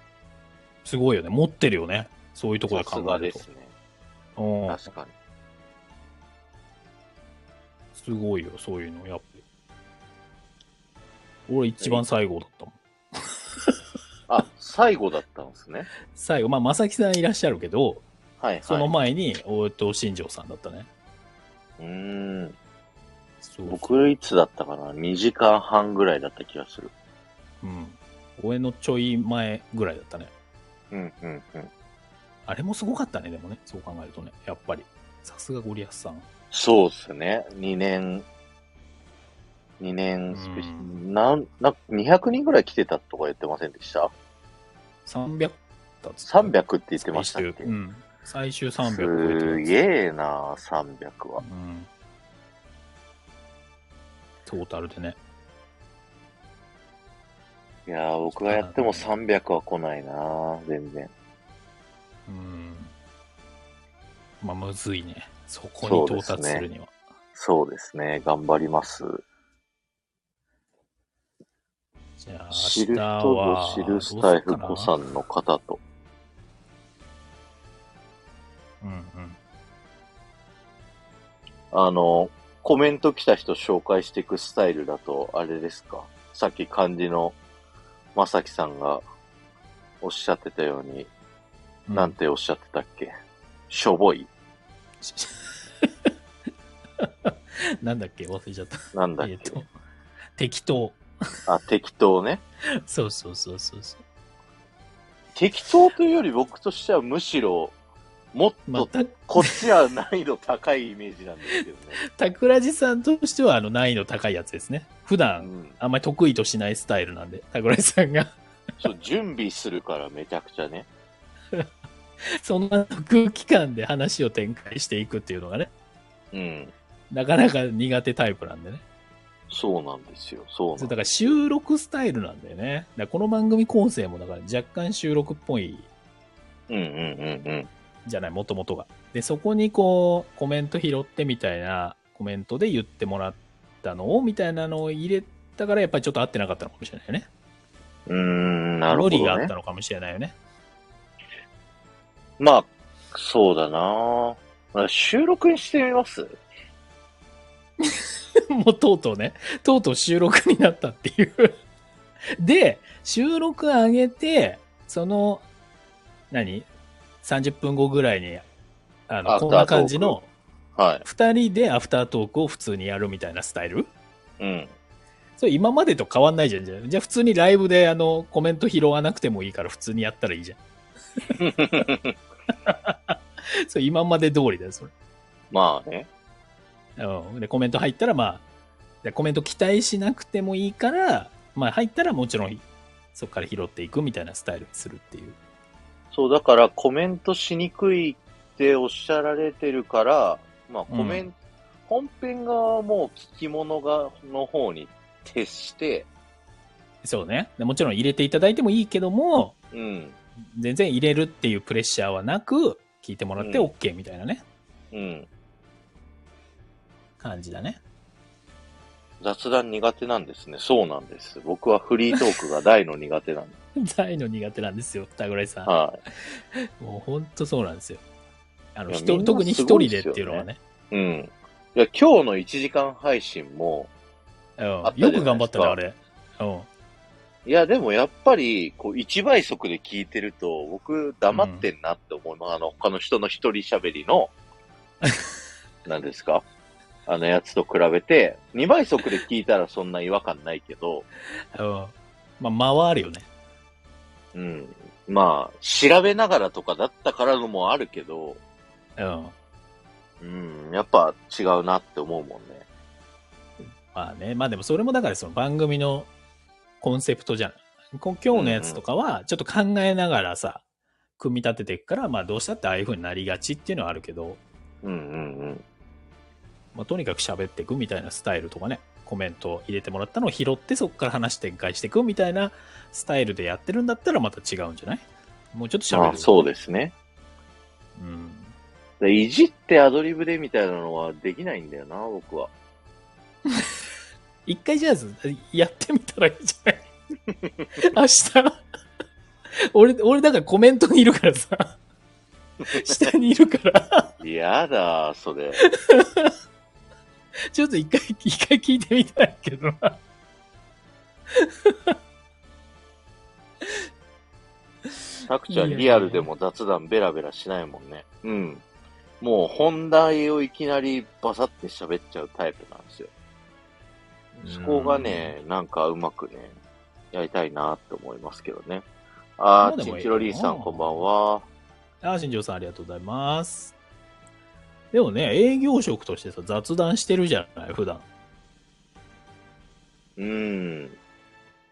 Speaker 2: すごいよね。持ってるよね。そういうところで
Speaker 1: さす
Speaker 2: 考
Speaker 1: が
Speaker 2: える
Speaker 1: で
Speaker 2: と
Speaker 1: す。ね。
Speaker 2: うん。
Speaker 1: 確かに。
Speaker 2: すごいよ、そういうの。やっぱり。俺一番最後だったもん。
Speaker 1: あ、最後だったんですね。
Speaker 2: 最後、まあ、まさきさんいらっしゃるけど、
Speaker 1: はいはい。
Speaker 2: その前に、おーっと、新庄さんだったね。
Speaker 1: うーん。
Speaker 2: そう
Speaker 1: 僕いつだったかな ?2 時間半ぐらいだった気がする。
Speaker 2: うん。俺のちょい前ぐらいだったね。
Speaker 1: うんうんうん。
Speaker 2: あれもすごかったね、でもね。そう考えるとね。やっぱり。さすがゴリアスさん。
Speaker 1: そうですね。2年、2年スペシ
Speaker 2: う
Speaker 1: なん、なんか200人ぐらい来てたとか言ってませんでした
Speaker 2: 300だっつった
Speaker 1: ?300 って言ってましたっけ
Speaker 2: 最終うん。最終300超
Speaker 1: す
Speaker 2: えて
Speaker 1: げえな300
Speaker 2: た
Speaker 1: は。
Speaker 2: うん。トータルでね。
Speaker 1: いやー、僕がやっても300は来ないな全然。
Speaker 2: うん。まあ、むずいね。そこに到達するには。
Speaker 1: そうですね。頑張ります。
Speaker 2: じゃあ、
Speaker 1: 知
Speaker 2: 明
Speaker 1: る
Speaker 2: 日
Speaker 1: 人
Speaker 2: は
Speaker 1: ぞ知るスタイフ
Speaker 2: どう
Speaker 1: 子
Speaker 2: すっか
Speaker 1: さんの方と。
Speaker 2: なうんうん。
Speaker 1: あの、コメント来た人紹介していくスタイルだと、あれですかさっき漢字のまさきさんがおっしゃってたように、
Speaker 2: う
Speaker 1: なんておっしゃってたっけしょぼい
Speaker 2: し なんだっけ忘れちゃった。
Speaker 1: なんだっ
Speaker 2: えっ
Speaker 1: け
Speaker 2: と、適当。
Speaker 1: あ、適当ね。
Speaker 2: そうそうそうそうそう。
Speaker 1: 適当というより僕としてはむしろ、もっ
Speaker 2: まあ、
Speaker 1: と
Speaker 2: た、
Speaker 1: こっちは難易度高いイメージなんですけどね。
Speaker 2: たくらじさんとしては、あの、難易度高いやつですね。普
Speaker 1: う
Speaker 2: 段、
Speaker 1: ん、
Speaker 2: あんまり得意としないスタイルなんで、たくらじさんが、
Speaker 1: そう準備するからめちゃくちゃね。
Speaker 2: その空気感で話を展開していくっていうのがね、
Speaker 1: うん。
Speaker 2: なかなか苦手タイプなんでね。
Speaker 1: そうなんですよ。そうな
Speaker 2: そうんだ
Speaker 1: で
Speaker 2: から収録スタイルなんだよね。だからこの番組構成も、だから若干収録っぽい
Speaker 1: す。うんうんうんうん。
Speaker 2: じゃない、もともとが。で、そこにこう、コメント拾ってみたいな、コメントで言ってもらったのを、みたいなのを入れたから、やっぱりちょっと合ってなかったのかもしれないよね。
Speaker 1: うーん、なるほど、
Speaker 2: 無
Speaker 1: ね。
Speaker 2: 理があったのかもしれないよね。
Speaker 1: まあ、そうだなあ収録にしてみます
Speaker 2: もうとうとうね、とうとう収録になったっていう。 で、収録上げて、その、何 ?30 分後ぐらいに、あの、
Speaker 1: アフタートーク
Speaker 2: こんな感じの、
Speaker 1: は
Speaker 2: 2人でアフタートークを普通にやるみたいなスタイル
Speaker 1: い。うん。
Speaker 2: それ今までと変わんないじゃんじゃあじゃあ普通にライブであのコメント拾わなくてもいいから普通にやったらいいじゃん それ今まで通りだよそれ、
Speaker 1: まあね。
Speaker 2: うん、でコメント入ったらまあでコメント期待しなくてもいいからまあ入ったらもちろんそこから拾っていくみたいなスタイルにするっていう
Speaker 1: そう、だからコメントしにくいっておっしゃられてるから、まあコメン、
Speaker 2: う
Speaker 1: 本編側はもう聞き物が、の方に徹して、
Speaker 2: そうねでもちろん入れていただいてもいいけども
Speaker 1: うん、
Speaker 2: 全然入れるっていうプレッシャーはなく聞いてもらって
Speaker 1: うん
Speaker 2: OK みたいなね、
Speaker 1: うん。
Speaker 2: 感じだね
Speaker 1: 雑談苦手なんですね。そうなんです。僕はフリートークが大の苦手なんです。
Speaker 2: 大の苦手なんですよ、田倉さん。
Speaker 1: は
Speaker 2: もう本当そうなんですよ。あの、
Speaker 1: いやみ
Speaker 2: 一人、
Speaker 1: んな
Speaker 2: 特に一
Speaker 1: すごい
Speaker 2: 人
Speaker 1: っすよね
Speaker 2: でっていうのはね。
Speaker 1: い。うん。いや、今日の1時間配信も、あった
Speaker 2: うん。
Speaker 1: じゃな
Speaker 2: よ
Speaker 1: いですか
Speaker 2: く頑張ったね、あれ。うん。
Speaker 1: いや、でもやっぱり、こう、1倍速で聞いてると、僕、黙ってんなって思うのは、あの、他の人の一人喋りの、なんですかあのやつと比べて、2倍速で聞いたらそんな違和感ないけど、
Speaker 2: うん。まあ、間はあるよね。
Speaker 1: うん。まあ、調べながらとかだったからのもあるけど、
Speaker 2: うん。
Speaker 1: うん、やっぱ違うなって思うもんね。
Speaker 2: まあね、まあでもそれもだからその番組のコンセプトじゃん。こ今日のやつとかは、ちょっと考えながらさ、組み立てていくから、まあどうしたってああいう風になりがちっていうのはあるけど、
Speaker 1: うんうんうん。
Speaker 2: まあ、とにかく喋っていくみたいなスタイルとかね、コメントを入れてもらったのを拾って、そこから話展開していくみたいなスタイルでやってるんだったらまた違うんじゃないもうちょっと喋る。
Speaker 1: あそうですね。
Speaker 2: うん。
Speaker 1: でいじってアドリブでみたいなのはできないんだよな、僕は。
Speaker 2: 一回じゃあ、やってみたらいいじゃない明日、俺、俺だからコメントにいるからさ、下にいるから、
Speaker 1: やだ、それ。
Speaker 2: ちょっと一回、一回聞いてみたいけどな。
Speaker 1: タクちゃんリアルでも雑談ベラベラしないもんね。うん。もう本題をいきなりバサって喋っちゃうタイプなんですよ。そこがね、なんかうまくね、やりたいなって思いますけどね。あ
Speaker 2: まあ
Speaker 1: ー、
Speaker 2: で
Speaker 1: チ
Speaker 2: も
Speaker 1: ンチロリーさんこんばんは。
Speaker 2: あー、新庄さんありがとうございます。でもね、営業職としてさ、雑談してるじゃない、普段。
Speaker 1: うん。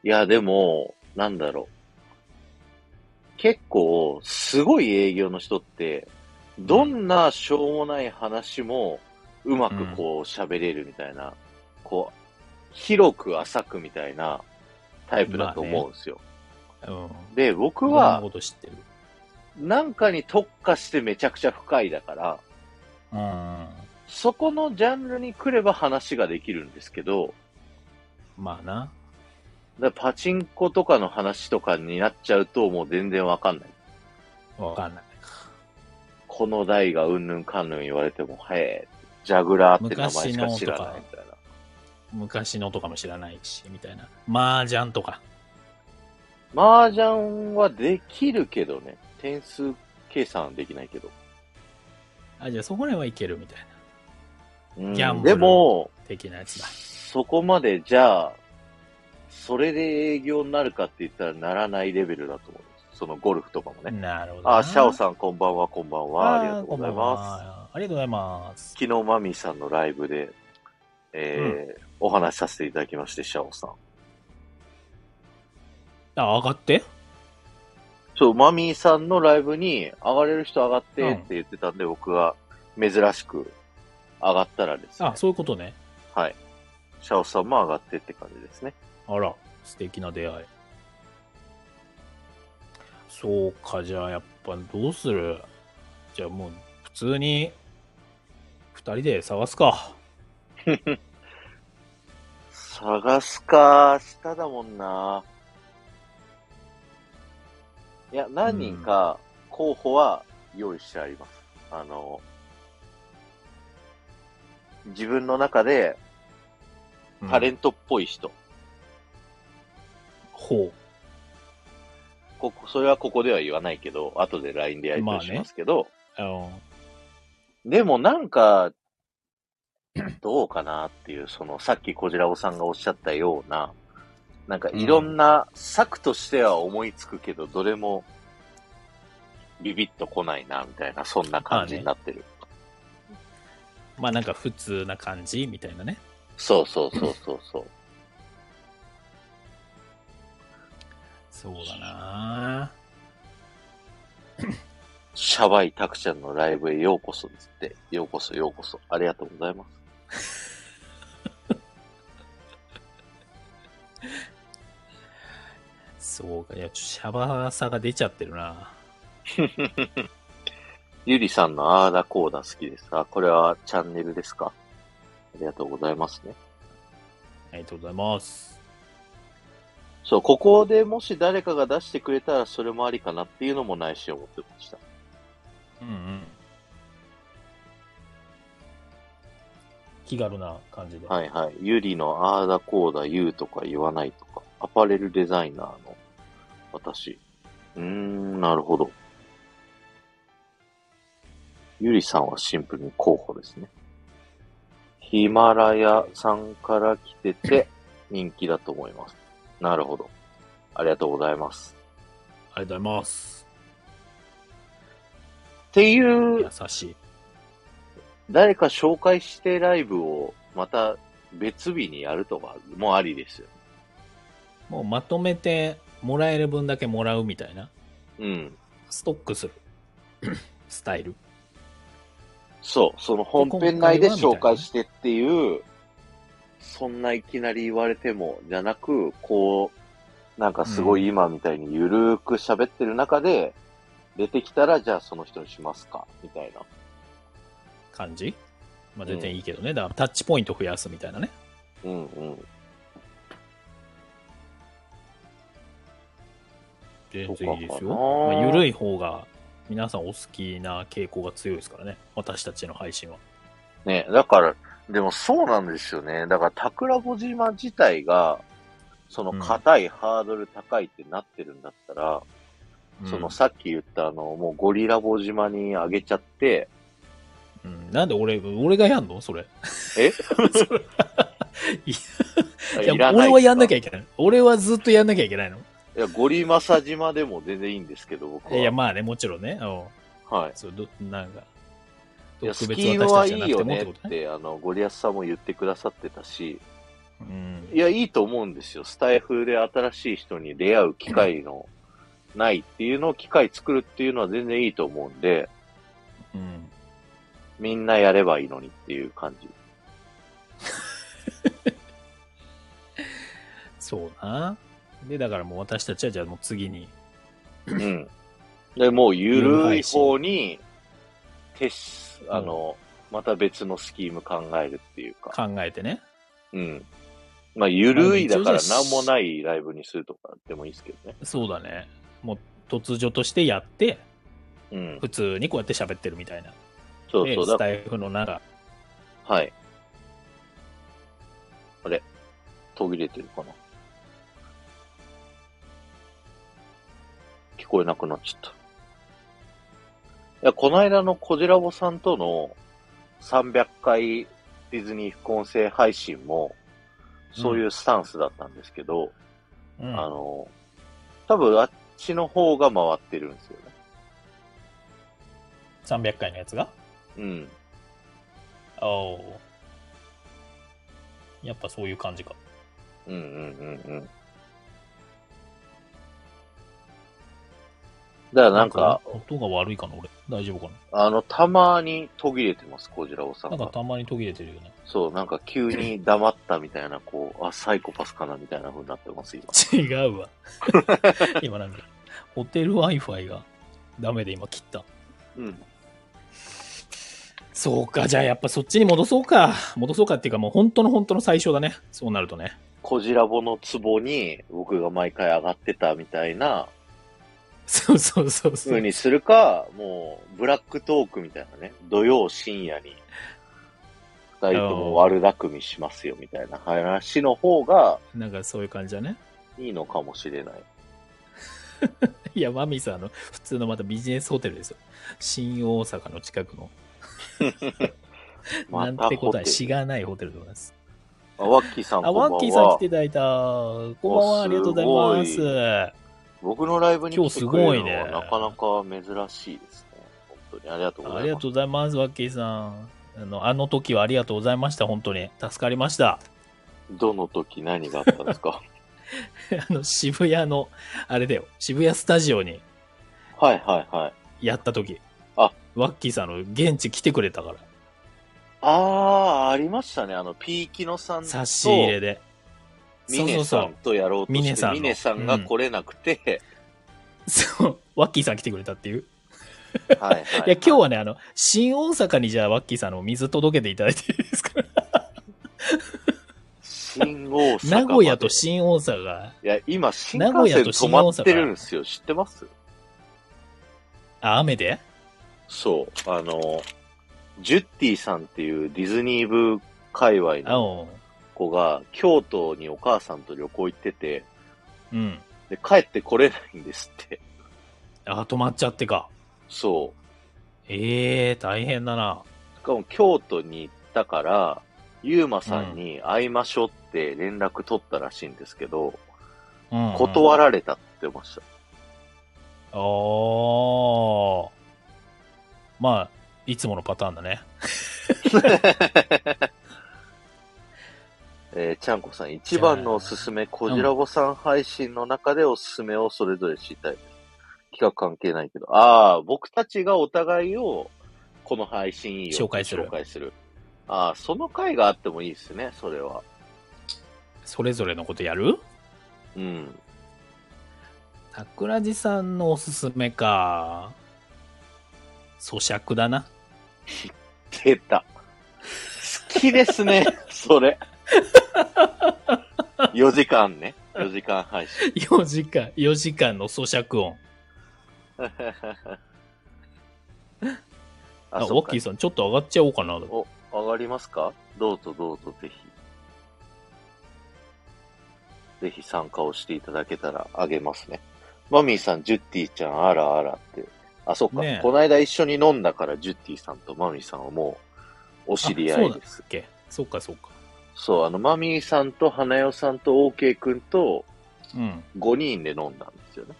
Speaker 1: いや、でも、なんだろう。結構、すごい営業の人って、どんなしょうもない話も、うまくこう喋れるみたいな、こう、広く浅くみたいなタイプだと思うんですよ。
Speaker 2: うん。
Speaker 1: で、僕
Speaker 2: いろんな
Speaker 1: は
Speaker 2: こ、と知ってる。
Speaker 1: なんかに特化してめちゃくちゃ深いだから、
Speaker 2: うん。
Speaker 1: そこのジャンルに来れば話ができるんですけど、
Speaker 2: まあな。
Speaker 1: だからパチンコとかの話とかになっちゃうと、もう全然わかんない。
Speaker 2: わかんない。
Speaker 1: この台がうんぬんかんぬん言われても、へえ、ジャグラーって名前しか知らないみたいな。
Speaker 2: 昔のとかも知らないし、みたいな。麻雀とか。
Speaker 1: 麻雀はできるけどね、点数計算はできないけど。
Speaker 2: あ、じゃあそこら辺はいけるみたいな。
Speaker 1: うん
Speaker 2: ギャンブ
Speaker 1: で
Speaker 2: ル
Speaker 1: も、
Speaker 2: 的なやつだ。
Speaker 1: そこまでじゃあ、それで営業になるかって言ったらならないレベルだと思う。そのゴルフとかもね。
Speaker 2: なるほどな。
Speaker 1: あ、シャオ
Speaker 2: ん
Speaker 1: さんこんばんは、こんばんは。ありがとうございます。
Speaker 2: す。ありがとうございます。
Speaker 1: 昨日マミーさんのライブで、えーお話しさせていただきまして、シャオさん。
Speaker 2: あ、上がって
Speaker 1: そう、マミーさんのライブに上がれる人上がってって言ってたんで、僕が珍しく上がったらですね
Speaker 2: あ、、そういうことね。
Speaker 1: はい。シャオさんも上がってって感じですね。
Speaker 2: あら、素敵な出会い。そうか、じゃあやっぱどうするじゃあもう普通に二人で探すか。
Speaker 1: 探すか、明日だもんな。いや、何人か候補は用意してあります。あの、自分の中で
Speaker 2: うん
Speaker 1: タレントっぽい人、
Speaker 2: ほ
Speaker 1: ここ、それはここでは言わないけど、後で LINE でやり
Speaker 2: まあ
Speaker 1: と
Speaker 2: ね
Speaker 1: しますけど、
Speaker 2: う。あの
Speaker 1: でもなんか、どうかなっていう、その、さっきこじらおさんがおっしゃったような、なんかいろんな策としては思いつくけど、どれもビビッと来ないな、みたいな、そんな感じになってる。
Speaker 2: まあなんか普通な感じみたいなね。
Speaker 1: そうそうそうそうそう。
Speaker 2: そうだな
Speaker 1: シャバイタクちゃんのライブへようこそっつって、ようこそようこそ、ありがとうございます。
Speaker 2: そうか。いや、ちょシャバさが出ちゃってるな
Speaker 1: ゆりさんのあーだこーだ好きです。あ、これはチャンネルですかありがとうございますね。
Speaker 2: ありがとうございます。
Speaker 1: そう、ここでもし誰かが出してくれたらそれもありかなっていうのもないし思ってました。
Speaker 2: うんうん。気軽な感じで。
Speaker 1: はいはい。ゆりのあーだこーだ言うとか言わないとか、アパレルデザイナーの私。うーん、なるほど。ゆりさんはシンプルに候補ですね。ヒマラヤさんから来てて人気だと思います。なるほど。ありがとうございます。
Speaker 2: ありがとうございます。
Speaker 1: っていう
Speaker 2: 優、しい。
Speaker 1: 誰か紹介してライブをまた別日にやるとかもありですよ。
Speaker 2: もうまとめてもらえる分だけもらうみたいな。
Speaker 1: うん。
Speaker 2: ストックする。 スタイル。
Speaker 1: そう、その本編内で紹介してっていう、そんないきなり言われても、じゃなく、こう、なんかすごい今みたいにゆるーく喋ってる中で、出てきたら、じゃあその人にしますか、みたいな。
Speaker 2: 感じまあ全然いいけどね。だからタッチポイント増やすみたいなね。
Speaker 1: うんうん。
Speaker 2: 全然いいですよ。
Speaker 1: そうか
Speaker 2: まあ、緩い方が皆さんお好きな傾向が強いですからね。私たちの配信は。
Speaker 1: ね、だから、でもそうなんですよね。だから、桜子島自体が、その硬い、ハードル高いってなってるんだったら、
Speaker 2: うん
Speaker 1: そのさっき言ったあの、もうゴリラボ島にあげちゃって、
Speaker 2: うん、なんで俺、俺がやんのそれ。
Speaker 1: え
Speaker 2: いや俺はやんなきゃいけない。俺はずっとやんなきゃいけないの。
Speaker 1: いや、ゴリマサ島でも全然いいんですけど、僕
Speaker 2: い
Speaker 1: は。
Speaker 2: や、まあね、もちろんね。うん
Speaker 1: はい。
Speaker 2: そう、ど、なんか、
Speaker 1: いや、
Speaker 2: 特
Speaker 1: スキ
Speaker 2: 別
Speaker 1: ーム
Speaker 2: 私
Speaker 1: は
Speaker 2: たち
Speaker 1: い
Speaker 2: じ
Speaker 1: よ
Speaker 2: ゃないくてもっ
Speaker 1: ね
Speaker 2: て
Speaker 1: っ
Speaker 2: ことね。
Speaker 1: て、あの、ゴリアスさんも言ってくださってたし、
Speaker 2: うん
Speaker 1: いや、いいと思うんですよ。スタイフで新しい人に出会う機会のないっていうのを機会作るっていうのは全然いいと思うんで、
Speaker 2: うん。
Speaker 1: みんなやればいいのにっていう感じ。
Speaker 2: そうな。で、だからもう私たちはじゃあもう次に。
Speaker 1: うん。で、もう、ゆるい方に、決し、あの、また別のスキーム考えるっていうか。
Speaker 2: 考えてね。
Speaker 1: うん。まあ、ゆるいだか
Speaker 2: まあ
Speaker 1: ら
Speaker 2: 一応
Speaker 1: 何もないライブにするとかでもいいですけどね。
Speaker 2: そうだね。もう突如としてやって、
Speaker 1: うん。
Speaker 2: 普通にこうやって喋ってるみたいな。
Speaker 1: そう
Speaker 2: で
Speaker 1: そう。
Speaker 2: ス
Speaker 1: だ
Speaker 2: タイフの中。
Speaker 1: はい。あれ途切れてるかな聞こえなくなっちゃった。いや、この間のコジラボさんとの300回ディズニー副音声配信も、そういうスタンスだったんですけど、
Speaker 2: うん
Speaker 1: あの、多分あっちの方が回ってるんですよね。
Speaker 2: 300回のやつが
Speaker 1: うん。
Speaker 2: おおやっぱそういう感じか。
Speaker 1: うんうんうんうん。だからなんか、
Speaker 2: 音が悪いかな、俺。大丈夫か
Speaker 1: あの、たまに途切れてます、こじらおさ
Speaker 2: な。
Speaker 1: ん
Speaker 2: な
Speaker 1: が
Speaker 2: んか。たまに途切れてるよね。
Speaker 1: そう、なんか急 に黙ったみたいな、こう、あ、サイコパスかなみたいな風になってます、今。
Speaker 2: 違うわ。今なんか、ホテル Wi-Fi がダメで今切った。
Speaker 1: うん。
Speaker 2: そうか、じゃあやっぱそっちに戻そうか。戻そうかっていうかもう本当の本当の最初だね。そうなるとね。
Speaker 1: こじらぼの壺に僕が毎回上がってたみたいな
Speaker 2: そうそうそうそう
Speaker 1: 風。にするか、もう、ブラックトークみたいなね、土曜深夜に、二人とも悪巧みしますよみたいな話の方が
Speaker 2: なんかそういう感じだね。
Speaker 1: いいのかもしれない。
Speaker 2: いや、マミさん、あの、普通のまたビジネスホテルですよ。新大阪の近くの。
Speaker 1: ま
Speaker 2: なん
Speaker 1: た
Speaker 2: て
Speaker 1: ホ
Speaker 2: ことは、
Speaker 1: テ
Speaker 2: し
Speaker 1: ル。
Speaker 2: がないホテルでございます。
Speaker 1: あワッキーさん、
Speaker 2: あ、
Speaker 1: こんば
Speaker 2: ワ
Speaker 1: ん
Speaker 2: ッ
Speaker 1: は。
Speaker 2: キーさん来ていただいた。こんばんは、ありがとうございます
Speaker 1: す。ご僕のライブに来てくれるのはなかなか珍しいですね。本当にありがとうご
Speaker 2: あ
Speaker 1: ざい
Speaker 2: りが
Speaker 1: ま
Speaker 2: と
Speaker 1: す。
Speaker 2: うございます、ワッキーさん。あのあの時はありがとうございました、本当に。助かりました。
Speaker 1: どの時何があったんです か
Speaker 2: あの渋谷の、あれだよ、渋谷スタジオに
Speaker 1: はいはいはい。
Speaker 2: やった時
Speaker 1: あ
Speaker 2: ワッキーさんの現地来てくれたから、
Speaker 1: あー、ありましたね。あの、ピーキノさんと、
Speaker 2: 差し入れで。
Speaker 1: ミ
Speaker 2: そうそ
Speaker 1: ネ
Speaker 2: う
Speaker 1: さ
Speaker 2: そ
Speaker 1: んとやろうと
Speaker 2: ミネ
Speaker 1: し
Speaker 2: さん
Speaker 1: て、
Speaker 2: の
Speaker 1: ミネさんが来れなくて、
Speaker 2: う。そう、ワッキーさん来てくれたっていう。
Speaker 1: はいはい
Speaker 2: いや、今日はね、あの、新大阪にじゃあ、ワッキーさんのお水届けていただいていいで すか
Speaker 1: 新大阪ま
Speaker 2: 名
Speaker 1: で。
Speaker 2: 古屋と新大阪が、
Speaker 1: いや、今、新
Speaker 2: 名古
Speaker 1: 幹
Speaker 2: 屋
Speaker 1: 線
Speaker 2: と
Speaker 1: 止
Speaker 2: 新大阪
Speaker 1: まってるんですよ。知ってます
Speaker 2: あ、雨で
Speaker 1: そう。あの、ジュッティさんっていうディズニー部界隈
Speaker 2: あ
Speaker 1: の
Speaker 2: お
Speaker 1: 子が、京都にお母さんと旅行行ってて、
Speaker 2: う。うん。
Speaker 1: で、帰ってこれないんですって。
Speaker 2: あ、止まっちゃってか。
Speaker 1: そ
Speaker 2: ええー、大変だな。
Speaker 1: う。しかも京都に行ったから、ゆうまさんに会いましょうって連絡取ったらしいんですけど、
Speaker 2: うん、
Speaker 1: 断
Speaker 2: ら。
Speaker 1: られたって言ってました。
Speaker 2: あーまあ、いつものパターンだね。
Speaker 1: えーちゃんこさん、一番のおすすめ、こじらぼさん配信の中でおすすめをそれぞれ知りたいです。企画関係ないけど。ああ、僕たちがお互いを、この配信いいよ。
Speaker 2: 紹介する
Speaker 1: 紹介する。ああ、その回があってもいいですね、それは。
Speaker 2: それぞれのことやる
Speaker 1: うん。
Speaker 2: 桜地さんのおすすめか。咀嚼だな。
Speaker 1: 出た。好きです ね、それ。4時間ね。4時間配信。
Speaker 2: 4時間、4時間の咀嚼音。あ、
Speaker 1: そ
Speaker 2: ワ
Speaker 1: っ
Speaker 2: ッ
Speaker 1: か
Speaker 2: キーさん、ちょっと上がっちゃおうかな。
Speaker 1: お、上がりますかどうぞどうぞ、ぜひ。ぜひ参加をしていただけたらあげますね。マミーさん、ジュッティちゃん、あらあらって。あ、そっか。
Speaker 2: ねえ
Speaker 1: こないだ一緒に飲んだから、ジュッティさんとマミーさんはもう、お知り合
Speaker 2: あそう
Speaker 1: い
Speaker 2: なん
Speaker 1: で。
Speaker 2: ですすっけ。そうか、そうか。
Speaker 1: そうあの、マミーさんと花代さんと OK くんと
Speaker 2: うん。
Speaker 1: 5人で飲んだんですよね。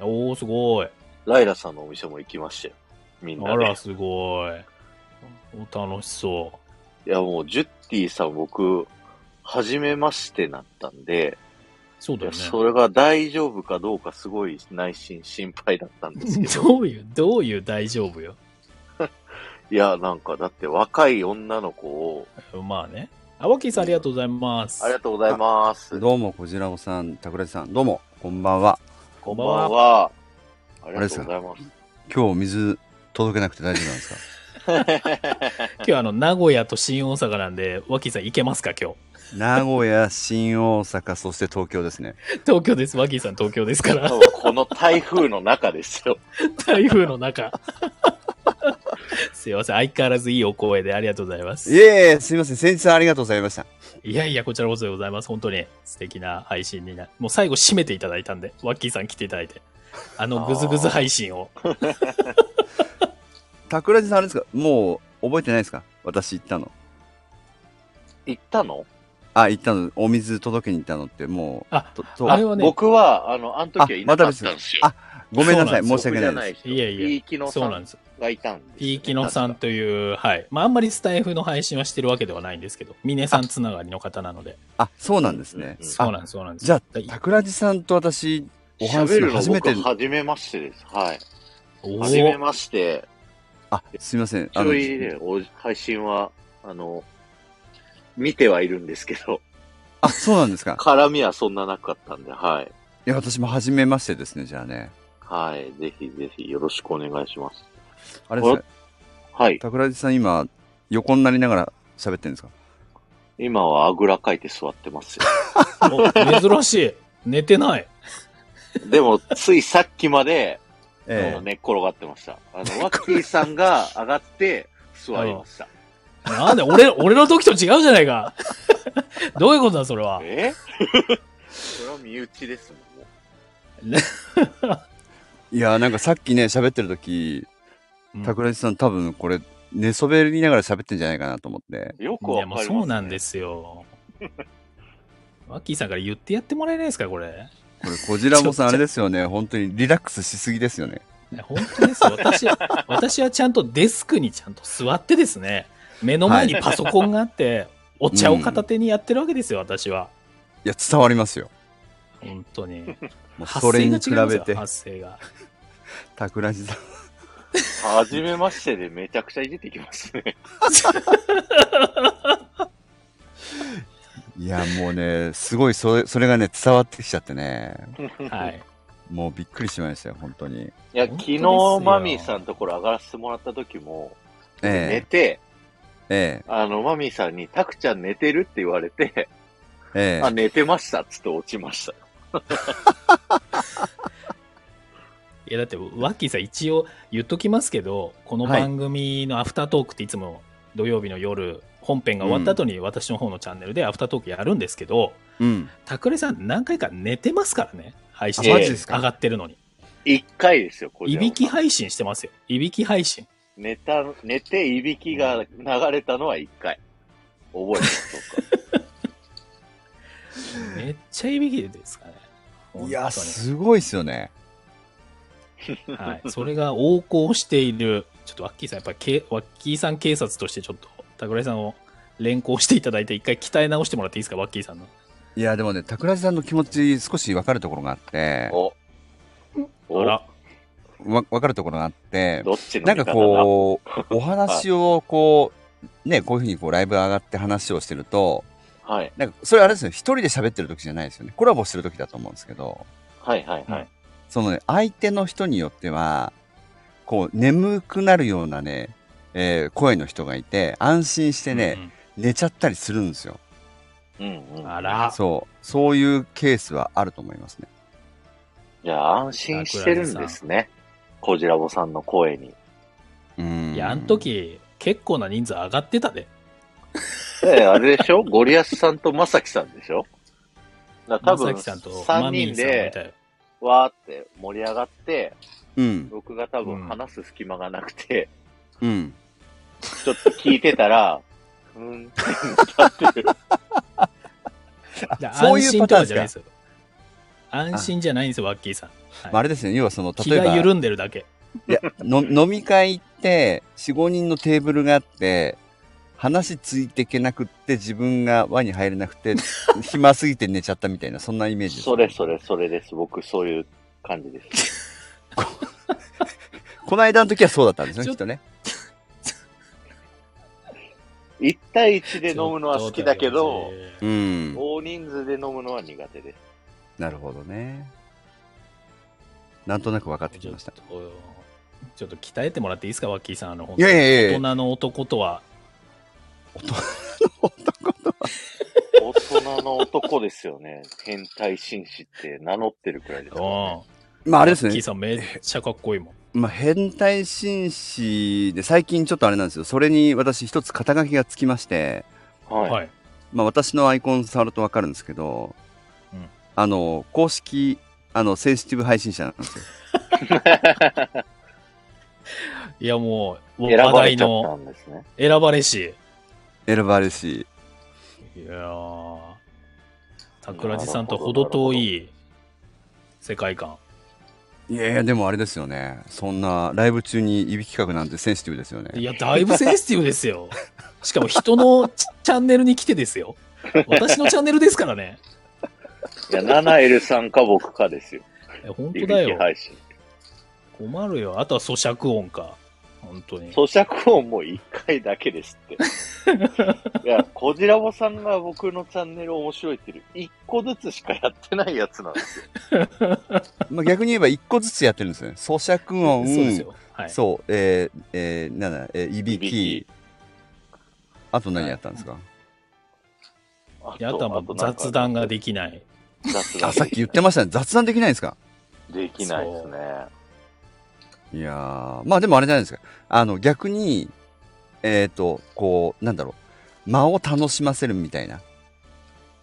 Speaker 2: おー、すごい。
Speaker 1: ライラさんのお店も行きましたよ。みんな
Speaker 2: あ
Speaker 1: で。
Speaker 2: ら、すごい。お楽しそ
Speaker 1: いや、もう、ジュッティさん僕、初めましてなったんで、
Speaker 2: う。そう
Speaker 1: い
Speaker 2: だよ
Speaker 1: や
Speaker 2: ね。
Speaker 1: それが大丈夫かどうかすごい内心心配だったんですけど。
Speaker 2: どういう、どういう大丈夫よ。
Speaker 1: いや、なんかだって若い女の子を、
Speaker 2: まあね。あ、ワッキーさん、ありがとうございます。
Speaker 1: ありがとうございます。
Speaker 3: どうも、こじらぼさん、たくらじさん、どうも、こんばんは。
Speaker 2: こ
Speaker 1: こん
Speaker 2: んば
Speaker 1: ば
Speaker 2: んは
Speaker 1: んは。ありがとうございます。
Speaker 3: 今日水届けなくて大丈夫なんですか
Speaker 2: 今日、あの、名古屋と新大阪なんで、ワッキーさん、行けますか、今日。
Speaker 3: 名古屋、新大阪、そして東京ですね。
Speaker 2: 東京です。ワッキーさん、東京ですか
Speaker 1: 多
Speaker 2: ら。
Speaker 1: 分この台風の中ですよ。
Speaker 2: 台風の中。すいません。相変わらずいいお声でありがとうございます。
Speaker 3: いえいえ、すいません、先日はありがとうございました。
Speaker 2: いやいや、こちらこそでございます。本当に素敵な配信にな。もう最後締めていただいたんで、ワッキーさん来ていただいて。あのグズグズ配信を。
Speaker 3: たくらじさん、あれですかもう覚えてないですか私行ったの。
Speaker 1: 行ったの
Speaker 3: あ、行ったの、お水届けに行ったのって、もう、
Speaker 2: あ
Speaker 3: とと
Speaker 2: あれはね、
Speaker 1: 僕は、あの、あの時はいなかったんですよ。
Speaker 3: あごめんなさい、
Speaker 2: そうなん
Speaker 3: 申
Speaker 2: で
Speaker 1: 僕
Speaker 2: す
Speaker 3: し訳
Speaker 1: じ
Speaker 3: な
Speaker 1: ゃ
Speaker 3: い
Speaker 1: ない
Speaker 3: です。
Speaker 1: ですよ。
Speaker 2: いやいや
Speaker 1: ピーキノ
Speaker 2: そ
Speaker 1: さ
Speaker 2: うなん
Speaker 1: ん
Speaker 2: です。
Speaker 1: がいたんですよね。
Speaker 2: ピーキノさんという、はい。まあ、あんまりスタイフの配信はしてるわけではないんですけど、ミネさんつながりの方なので。
Speaker 3: あ、そうなんですね
Speaker 1: う。ん
Speaker 2: そう
Speaker 3: あ、
Speaker 2: なんです、そうなんです。
Speaker 3: じゃあ、
Speaker 2: い
Speaker 3: たくらじさんと私、お話しす
Speaker 1: 喋
Speaker 3: る
Speaker 1: る
Speaker 3: の
Speaker 1: の
Speaker 3: 初め
Speaker 1: 僕
Speaker 3: て、
Speaker 1: 初めましてです。はい。
Speaker 2: お
Speaker 1: 初め
Speaker 2: ー
Speaker 1: まして。
Speaker 3: あ、すいません。
Speaker 1: ち
Speaker 3: あの
Speaker 1: ょいね、お配信は、あの、見てはいるんですけど、
Speaker 3: あ、そうなんですか。
Speaker 1: 絡みはそんななかったんで、はい。
Speaker 3: いや、私も初めましてですね、じゃあね。
Speaker 1: はい。ぜひぜひよろしくお願いします。
Speaker 3: あれです
Speaker 1: あ
Speaker 3: か
Speaker 1: はい。
Speaker 3: 桜地さん今、横になりながら喋ってるんですか
Speaker 1: 今はあぐらかいて座って ますよ。
Speaker 2: お珍しい。寝てない。
Speaker 1: でも、ついさっきまで、あ
Speaker 3: え
Speaker 1: の寝っ転がってました。あの、ワッキーさんが上がって座りま した。
Speaker 2: なんで、俺、俺の時と違うじゃないか。どういうことだ、それは。
Speaker 1: え それは身内ですもん。
Speaker 3: えいや、なんかさっきね、喋ってる時、
Speaker 2: うん
Speaker 3: 桜地さん多分これ、寝そべりながら喋ってんじゃないかなと思って。
Speaker 1: よく
Speaker 2: い
Speaker 1: わか
Speaker 2: や
Speaker 1: り
Speaker 2: も
Speaker 1: ま
Speaker 2: う
Speaker 1: す、ね。
Speaker 2: そうなんですよ。ワッキーさんから言ってやってもらえないですか、これ。
Speaker 3: これ、こじらぼさん、あれですよ ね。本当にリラックスしすぎですよね。
Speaker 2: 本当です。私は、私はちゃんとデスクにちゃんと座ってですね、目の前にパソコンがあって、お茶を片手にやってるわけですよ、私は。
Speaker 3: いや、伝わりますよ。
Speaker 2: 本当に。
Speaker 3: もう
Speaker 2: 発
Speaker 3: そ
Speaker 2: 声
Speaker 3: れ
Speaker 2: が違い
Speaker 3: に
Speaker 2: ま
Speaker 3: 比
Speaker 2: すよ
Speaker 3: べて、
Speaker 2: 発声が。
Speaker 3: たくらじさん。
Speaker 1: はじめましてでめちゃくちゃいじってきますね。
Speaker 3: いや、もうね、すごいそれ、それがね、伝わってきちゃってね。
Speaker 2: はい。
Speaker 3: もうびっくりしましたよ、本当
Speaker 1: い
Speaker 3: に。
Speaker 1: や、
Speaker 2: 本当
Speaker 1: 昨
Speaker 2: です
Speaker 1: 日
Speaker 2: よ、
Speaker 1: マミーさんのところ上がらせてもらった時も、寝
Speaker 3: え
Speaker 1: て、
Speaker 3: え、え
Speaker 1: あの、マミーさんに、タクちゃん寝てるって言われて、
Speaker 3: え、え
Speaker 1: あ、寝てましたっつって落ちました。
Speaker 2: いや、だって、ワッキーさん一応言っときますけど、この
Speaker 3: はい
Speaker 2: 番組のアフタートークっていつも土曜日の夜、本編が終わった後に私の方のチャンネルでアフタートークやるんですけど、
Speaker 3: え。うん。
Speaker 2: たくれさん何回か寝てますからね、配信
Speaker 1: あマ
Speaker 2: 上
Speaker 1: ジです
Speaker 3: か
Speaker 2: がってるのに。
Speaker 1: 一回ですよ、これ。
Speaker 2: いびき配信してますよ。いびき配信。
Speaker 1: 寝た、寝て、いびきが流れたのは一回。覚えてます、僕は
Speaker 2: めっちゃいびきですからね。
Speaker 3: いや、すごいっすよね。
Speaker 2: 本当にはい。それが横行している、ちょっとワッキーさん、やっぱりけ、ワッキーさん警察としてちょっと、たくれさんを連行していただいて、一回鍛え直してもらっていいですか、ワッキーさんの。
Speaker 3: いや、でもね、たくらじさんの気持ち、少し分かるところが あって、
Speaker 1: お。お
Speaker 2: あら。
Speaker 3: わ分かるところがあって、
Speaker 1: どっちの
Speaker 3: なん
Speaker 1: 味
Speaker 3: か
Speaker 1: 方だ
Speaker 3: こう、お話をこう、ね、こういうふうにこうライブ上がって話をしてると、
Speaker 1: はい。
Speaker 3: なんかそれあれですよ、一人で喋ってる時じゃないですよね。コラボしてる時だと思うんですけど、
Speaker 1: はいはいはい。
Speaker 3: そのね、相手の人によっては、こう、眠くなるようなね、えー声の人がいて、安心してね、寝ちゃったりするんですよ。
Speaker 1: うんう。
Speaker 2: うんん、あら。
Speaker 3: そう、そういうケースはあると思いますね。
Speaker 1: いや、安心してるんですね。コジラボさんの声に。
Speaker 3: うん。
Speaker 2: いや、あの。時、結構な人数上がってたで。
Speaker 1: え、あれでしょゴリアスさんとマサキさんでしょだから多分、
Speaker 2: まさきさんと
Speaker 1: 3
Speaker 2: マミ
Speaker 1: 人
Speaker 2: ーさんもいた
Speaker 1: で、
Speaker 2: よ。
Speaker 1: わーって盛り上がって、
Speaker 3: うん。
Speaker 1: 僕が多分話す隙間がなくて、
Speaker 3: うん。
Speaker 1: ちょっと聞いてたら、うーんって言ったっていう。
Speaker 2: だから
Speaker 3: そう
Speaker 2: 安
Speaker 3: い
Speaker 2: 心
Speaker 3: うパ
Speaker 2: と
Speaker 3: ターン
Speaker 2: かじゃ
Speaker 3: ですか
Speaker 2: ないですよ。安心じゃないんですよ、ワッキーさん。はい
Speaker 3: まあ、あれですね、要はその、
Speaker 2: 気
Speaker 3: 例え
Speaker 2: が
Speaker 3: ば、
Speaker 2: 緩んでるだけ。
Speaker 3: いやの飲み会行って45人のテーブルがあって話ついていけなくって自分が輪に入れなくて暇すぎて寝ちゃったみたいなそんなイメージです
Speaker 1: それそれそれです。僕そういう感じです。
Speaker 3: この間の時はそうだったんですよ
Speaker 2: ち
Speaker 3: き
Speaker 2: ょ
Speaker 3: っとね
Speaker 1: 1対1で飲むのは好きだけど、
Speaker 3: う
Speaker 2: ちょっと
Speaker 3: ん
Speaker 1: 大人数で飲むのは苦手です。
Speaker 3: なるほどねなんとなく分か
Speaker 2: だ
Speaker 3: って
Speaker 2: け
Speaker 3: き
Speaker 2: ど、
Speaker 3: ました
Speaker 2: ちょっと鍛えてもらっていいですか、ワッキーさん。あの、
Speaker 3: いやいやいやい
Speaker 2: 大
Speaker 3: や
Speaker 2: 人の男とは。
Speaker 1: 大人の男ですよね。変態紳士って名乗ってるくらいです
Speaker 2: う
Speaker 1: か
Speaker 2: ん。
Speaker 1: らね。
Speaker 2: ワ
Speaker 3: まああれです
Speaker 2: ッキー
Speaker 3: ね、
Speaker 2: さんめっちゃかっこいいもん。
Speaker 3: まあ、変態紳士で最近ちょっとあれなんですよそれに私一つ肩書きがつきまして
Speaker 1: はい。
Speaker 2: はい。
Speaker 3: まあ、私のアイコン触ると分かるんですけど、
Speaker 2: うん
Speaker 3: あの公式あのセンシティブ配信者なんですよ
Speaker 2: いや、もう、
Speaker 1: 選ば
Speaker 2: 話
Speaker 1: れ
Speaker 2: 題
Speaker 1: ちゃった
Speaker 2: の
Speaker 1: んですね。
Speaker 2: 選ばれし。
Speaker 3: 選ばれし
Speaker 2: いやー、桜地さんと程遠い世界観。
Speaker 3: いやいやでもあれですよねそんなライブ中にいびきかくなんてセンシティブですよ
Speaker 2: い
Speaker 3: ね
Speaker 2: や、だいぶセンシティブですよ。しかも人のチチャンネルに来てですよ。私のチャンネルですからね。
Speaker 1: いや、ナナエルさんか僕かですよ。
Speaker 2: え本
Speaker 1: いび
Speaker 2: 当だ
Speaker 1: き
Speaker 2: よ。
Speaker 1: 配信。
Speaker 2: 困るよ。あとは咀嚼音か。本当に。
Speaker 1: 咀嚼音も一回だけです って。いや、コジラボさんが僕のチャンネル面白いっていう、一個ずつしかやってないやつなんですよ。
Speaker 3: まあ、逆に言えば一個ずつやってるんですよね咀嚼
Speaker 2: そ
Speaker 3: 音
Speaker 2: うですよ。はい。
Speaker 3: そうえーえーなんだえーいびき
Speaker 1: いびき
Speaker 3: あと何やったんですか、
Speaker 1: あ
Speaker 2: であとはもう雑談ができない。
Speaker 1: き雑
Speaker 3: あさっき言って
Speaker 1: も
Speaker 3: ましたね雑談できないんですか
Speaker 1: できないですね。
Speaker 3: いやーまあでもあれじゃないですかあの逆にえっ、とこうなんだろう間を楽しませるみたいな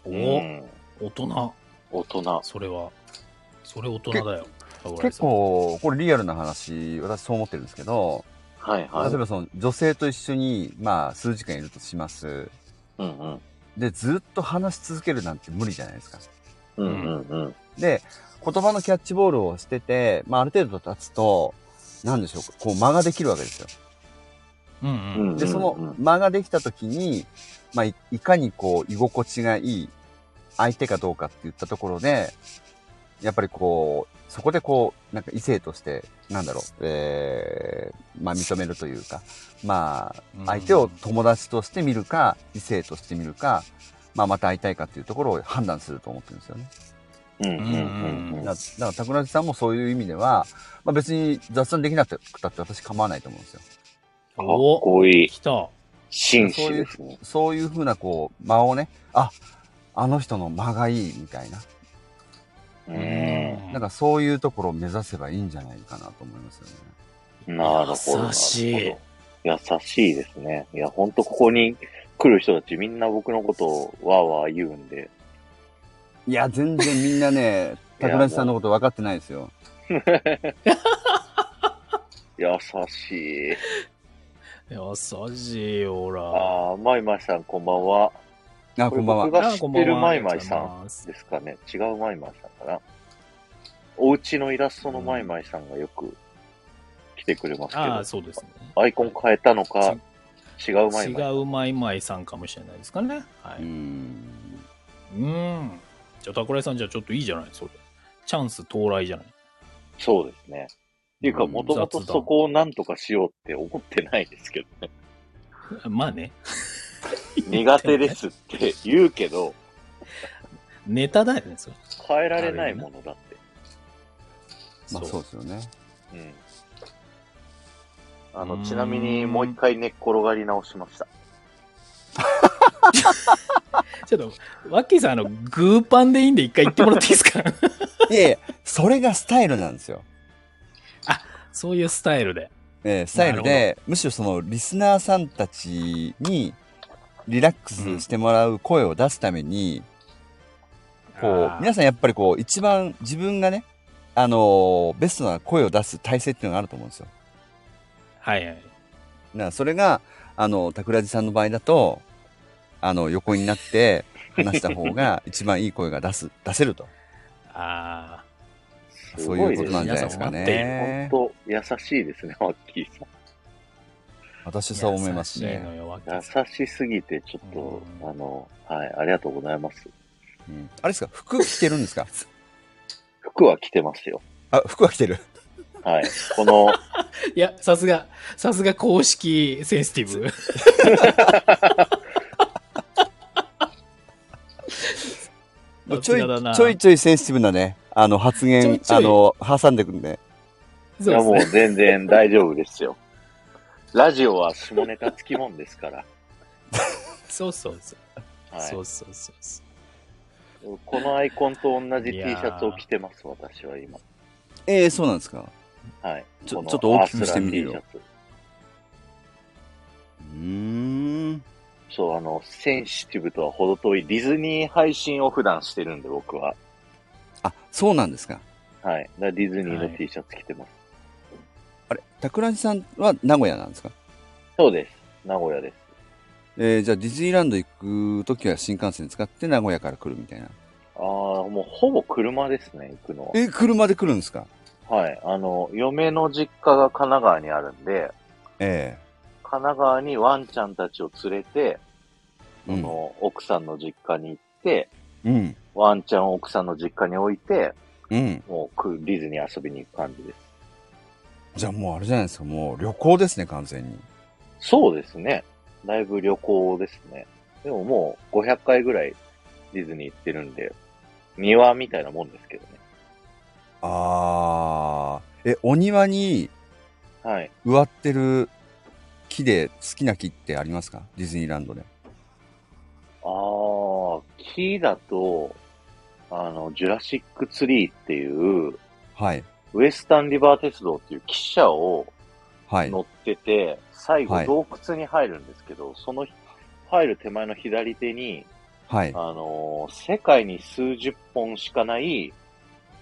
Speaker 2: お
Speaker 1: う
Speaker 2: お、
Speaker 1: ん
Speaker 2: 大人。
Speaker 1: 大人。
Speaker 2: それは。それ大人だよ。桜井
Speaker 3: 結
Speaker 2: さん。
Speaker 3: 構これリアルな話私そう思ってるんですけど
Speaker 1: はいは
Speaker 3: 例
Speaker 1: い
Speaker 3: え。ばその女性と一緒に、まあ、数時間いるとします。
Speaker 1: うんうん。
Speaker 3: で、ずっと話し続けるなんて無理じゃないですか。
Speaker 1: うんうんうん。
Speaker 3: で、言葉のキャッチボールをしてて、まあ、ある程度経つと、なんでしょう、こう間ができるわけですよ。
Speaker 2: うん
Speaker 1: うんうん
Speaker 2: うん。
Speaker 1: うん
Speaker 3: で、その間ができた時に、まあ、いいかにこう、居心地がいい相手かどうかって言ったところで、やっぱりこう、そこでこう、なんか異性として、なんだろう、えー、まあ認めるというか、まあ
Speaker 2: うん、
Speaker 3: 相手を友達として見るか、異性として見るか、まあまた会いたいかっていうところを判断すると思ってるんですよね。
Speaker 1: うんうんうんうん。
Speaker 3: だだから、たくらじさんもそういう意味では、まあ別に雑談できなくたって私構わないと思うんですよ。
Speaker 1: かっ
Speaker 2: お
Speaker 1: こいい。
Speaker 2: 来た。
Speaker 1: 紳士ですね。
Speaker 3: そういうふうなこう、間をね、あ、あの人の間がいいみたいな。
Speaker 1: う。
Speaker 2: うん
Speaker 3: なんかそういうところを目指せばいいんじゃないかなと思いますよね。
Speaker 1: なるほど。
Speaker 2: 優しい
Speaker 1: なるほど優しいですね。いや、ほんとここに来る人たちみんな僕のことをわーわー言うんで。
Speaker 3: いや、全然みんなね、たくらじさんのこと分かってないですよ。
Speaker 1: 優しい。
Speaker 2: 優しいよ、ほら。
Speaker 1: あー、マイマイさんこんばんは。
Speaker 3: あ、
Speaker 1: こ
Speaker 3: こ
Speaker 1: れ
Speaker 3: んばん
Speaker 1: 僕
Speaker 3: は。
Speaker 1: が知ってるマイマイさ
Speaker 2: ありがとうござい
Speaker 1: ん
Speaker 2: ます
Speaker 1: ですかね。違うマイマイさんかな。お家のイラストのマイマイさんがよく来てくれますけ
Speaker 2: ああ、
Speaker 1: ど、
Speaker 2: そうですね。
Speaker 1: アイコン変えたのか、違うマイマイ。
Speaker 2: 違うマイマイさんかもしれないですかね。は
Speaker 3: う
Speaker 2: い。
Speaker 3: ん。
Speaker 2: うん。じゃあ、桜井さん、じゃあちょっといいじゃない、それ。チャンス到来じゃない。
Speaker 1: そうですね。っていうか、
Speaker 3: うん
Speaker 1: もともとそこをなんとかしようって思ってないですけどね。
Speaker 2: まあね。
Speaker 1: 苦手ですって言うけど、
Speaker 2: ネタだよね、それ。
Speaker 1: 変えられないものだって。
Speaker 3: まあそうですよね。
Speaker 1: うん。あ
Speaker 2: うー
Speaker 1: の、
Speaker 2: ん
Speaker 1: ちなみにもう一回寝っ転がり直しました。
Speaker 2: ちょっと、ワッキーさん、あの、グーパンでいいんで一回言ってもらっていいですか
Speaker 3: いやいや、それがスタイルなんですよ。
Speaker 2: そういうスタイルで。
Speaker 3: えースタイル
Speaker 2: な
Speaker 3: で、むしろそのリスナーさんたちにリラックスしてもらう声を出すために、こう、皆
Speaker 2: さ
Speaker 3: さんやっぱりこう、一番自分がね、あのーベストな声を出す体制っていうのがあると思うんですよ。
Speaker 2: ん。はいはい。
Speaker 3: だからそれが、あの、桜地さんの場合だと、あの、横になって話した方が 一番いい声が出す、出せると。
Speaker 2: あ
Speaker 1: す
Speaker 3: そう
Speaker 1: ごい
Speaker 3: い
Speaker 1: う
Speaker 3: こ
Speaker 1: で
Speaker 3: と
Speaker 1: す
Speaker 3: な
Speaker 1: ね。
Speaker 3: んじゃないですかね。
Speaker 1: 本当優しいですね、ワッキーさん。
Speaker 3: 私
Speaker 2: あ。
Speaker 3: そう思います
Speaker 2: 優しい
Speaker 3: ね。
Speaker 2: のよ、ワッキーさん。
Speaker 1: 優しすぎて、ちょっと、
Speaker 2: うん
Speaker 1: あの、はい、ありがとうございます。
Speaker 3: うんあれですか服着てるん ですか
Speaker 1: 服は着てますよ。
Speaker 3: あ、服は着てる。
Speaker 1: はい。この、
Speaker 2: いや、さすが、さすが公式センシティ ブ。
Speaker 3: もうちょい、
Speaker 2: さすがだな
Speaker 3: ちょいちょいセンシティブなね、あの、発言、
Speaker 2: ちょいち
Speaker 3: あの、挟んでくんで。
Speaker 1: い
Speaker 2: そう
Speaker 1: や
Speaker 2: です
Speaker 1: もう
Speaker 2: ね。
Speaker 1: 全然大丈夫ですよ。ラジオは下ネタつきもんですから。
Speaker 2: そうそうそう。
Speaker 1: はい
Speaker 2: そうそうそうそう。
Speaker 1: このアイコンと同じ
Speaker 2: い
Speaker 1: T シ
Speaker 2: やー
Speaker 1: ャツを着てます、私は今。
Speaker 3: ええそうなんですか
Speaker 1: はい。
Speaker 3: ちょ
Speaker 1: この
Speaker 3: ちょっと大きくしてみる
Speaker 1: ア
Speaker 3: よ
Speaker 1: ースラ T シャ
Speaker 3: うーん。
Speaker 1: ツそう、あの、センシティブとは程遠いディズニー配信を普段してるんで、僕は。
Speaker 3: あ、そうなんですか。
Speaker 1: はい。だからディズニー
Speaker 2: は
Speaker 1: の
Speaker 2: い
Speaker 1: T シャツ着てます。
Speaker 3: あれ、桜地さんは名古屋なんですか
Speaker 1: そうです。名古屋です。
Speaker 3: えー、じゃあディズニーランド行くときは新幹線使って名古屋から来るみたいな。
Speaker 1: ああ、もうほぼ車ですね、行くのは。
Speaker 3: え、車で来るんですか
Speaker 1: はい。あの、嫁の実家が神奈川にあるんで、
Speaker 3: え
Speaker 1: 神奈川にワンちゃんたちを連れて、
Speaker 3: え
Speaker 1: その、奥さんの実家に行って、
Speaker 3: うん。うん。
Speaker 1: ワンちゃんを奥さんの実家に置いて、
Speaker 3: うん。
Speaker 1: もうくディズニー遊びに行く感じです。
Speaker 3: じゃあもうあれじゃないですか。もう旅行ですね、完全に。
Speaker 1: そうですね。だいぶ旅行ですね。でももう500回ぐらいディズニー行ってるんで、庭みたいなもんですけどね。
Speaker 3: あー。え、お庭に
Speaker 1: はい。
Speaker 3: 植わってる木で好きな木ってありますかディズニーランドで。
Speaker 1: あー、木だと、あの、ジュラシックツリーっていう、
Speaker 3: はい。
Speaker 1: ウエスタンリバー鉄道っていう汽車を
Speaker 3: はい。
Speaker 1: 乗ってて、最
Speaker 3: は
Speaker 1: 後
Speaker 3: い
Speaker 1: 洞窟に入るんですけど、その入る手前の左手に、
Speaker 3: はい。
Speaker 1: あのー世界に数十本しかない、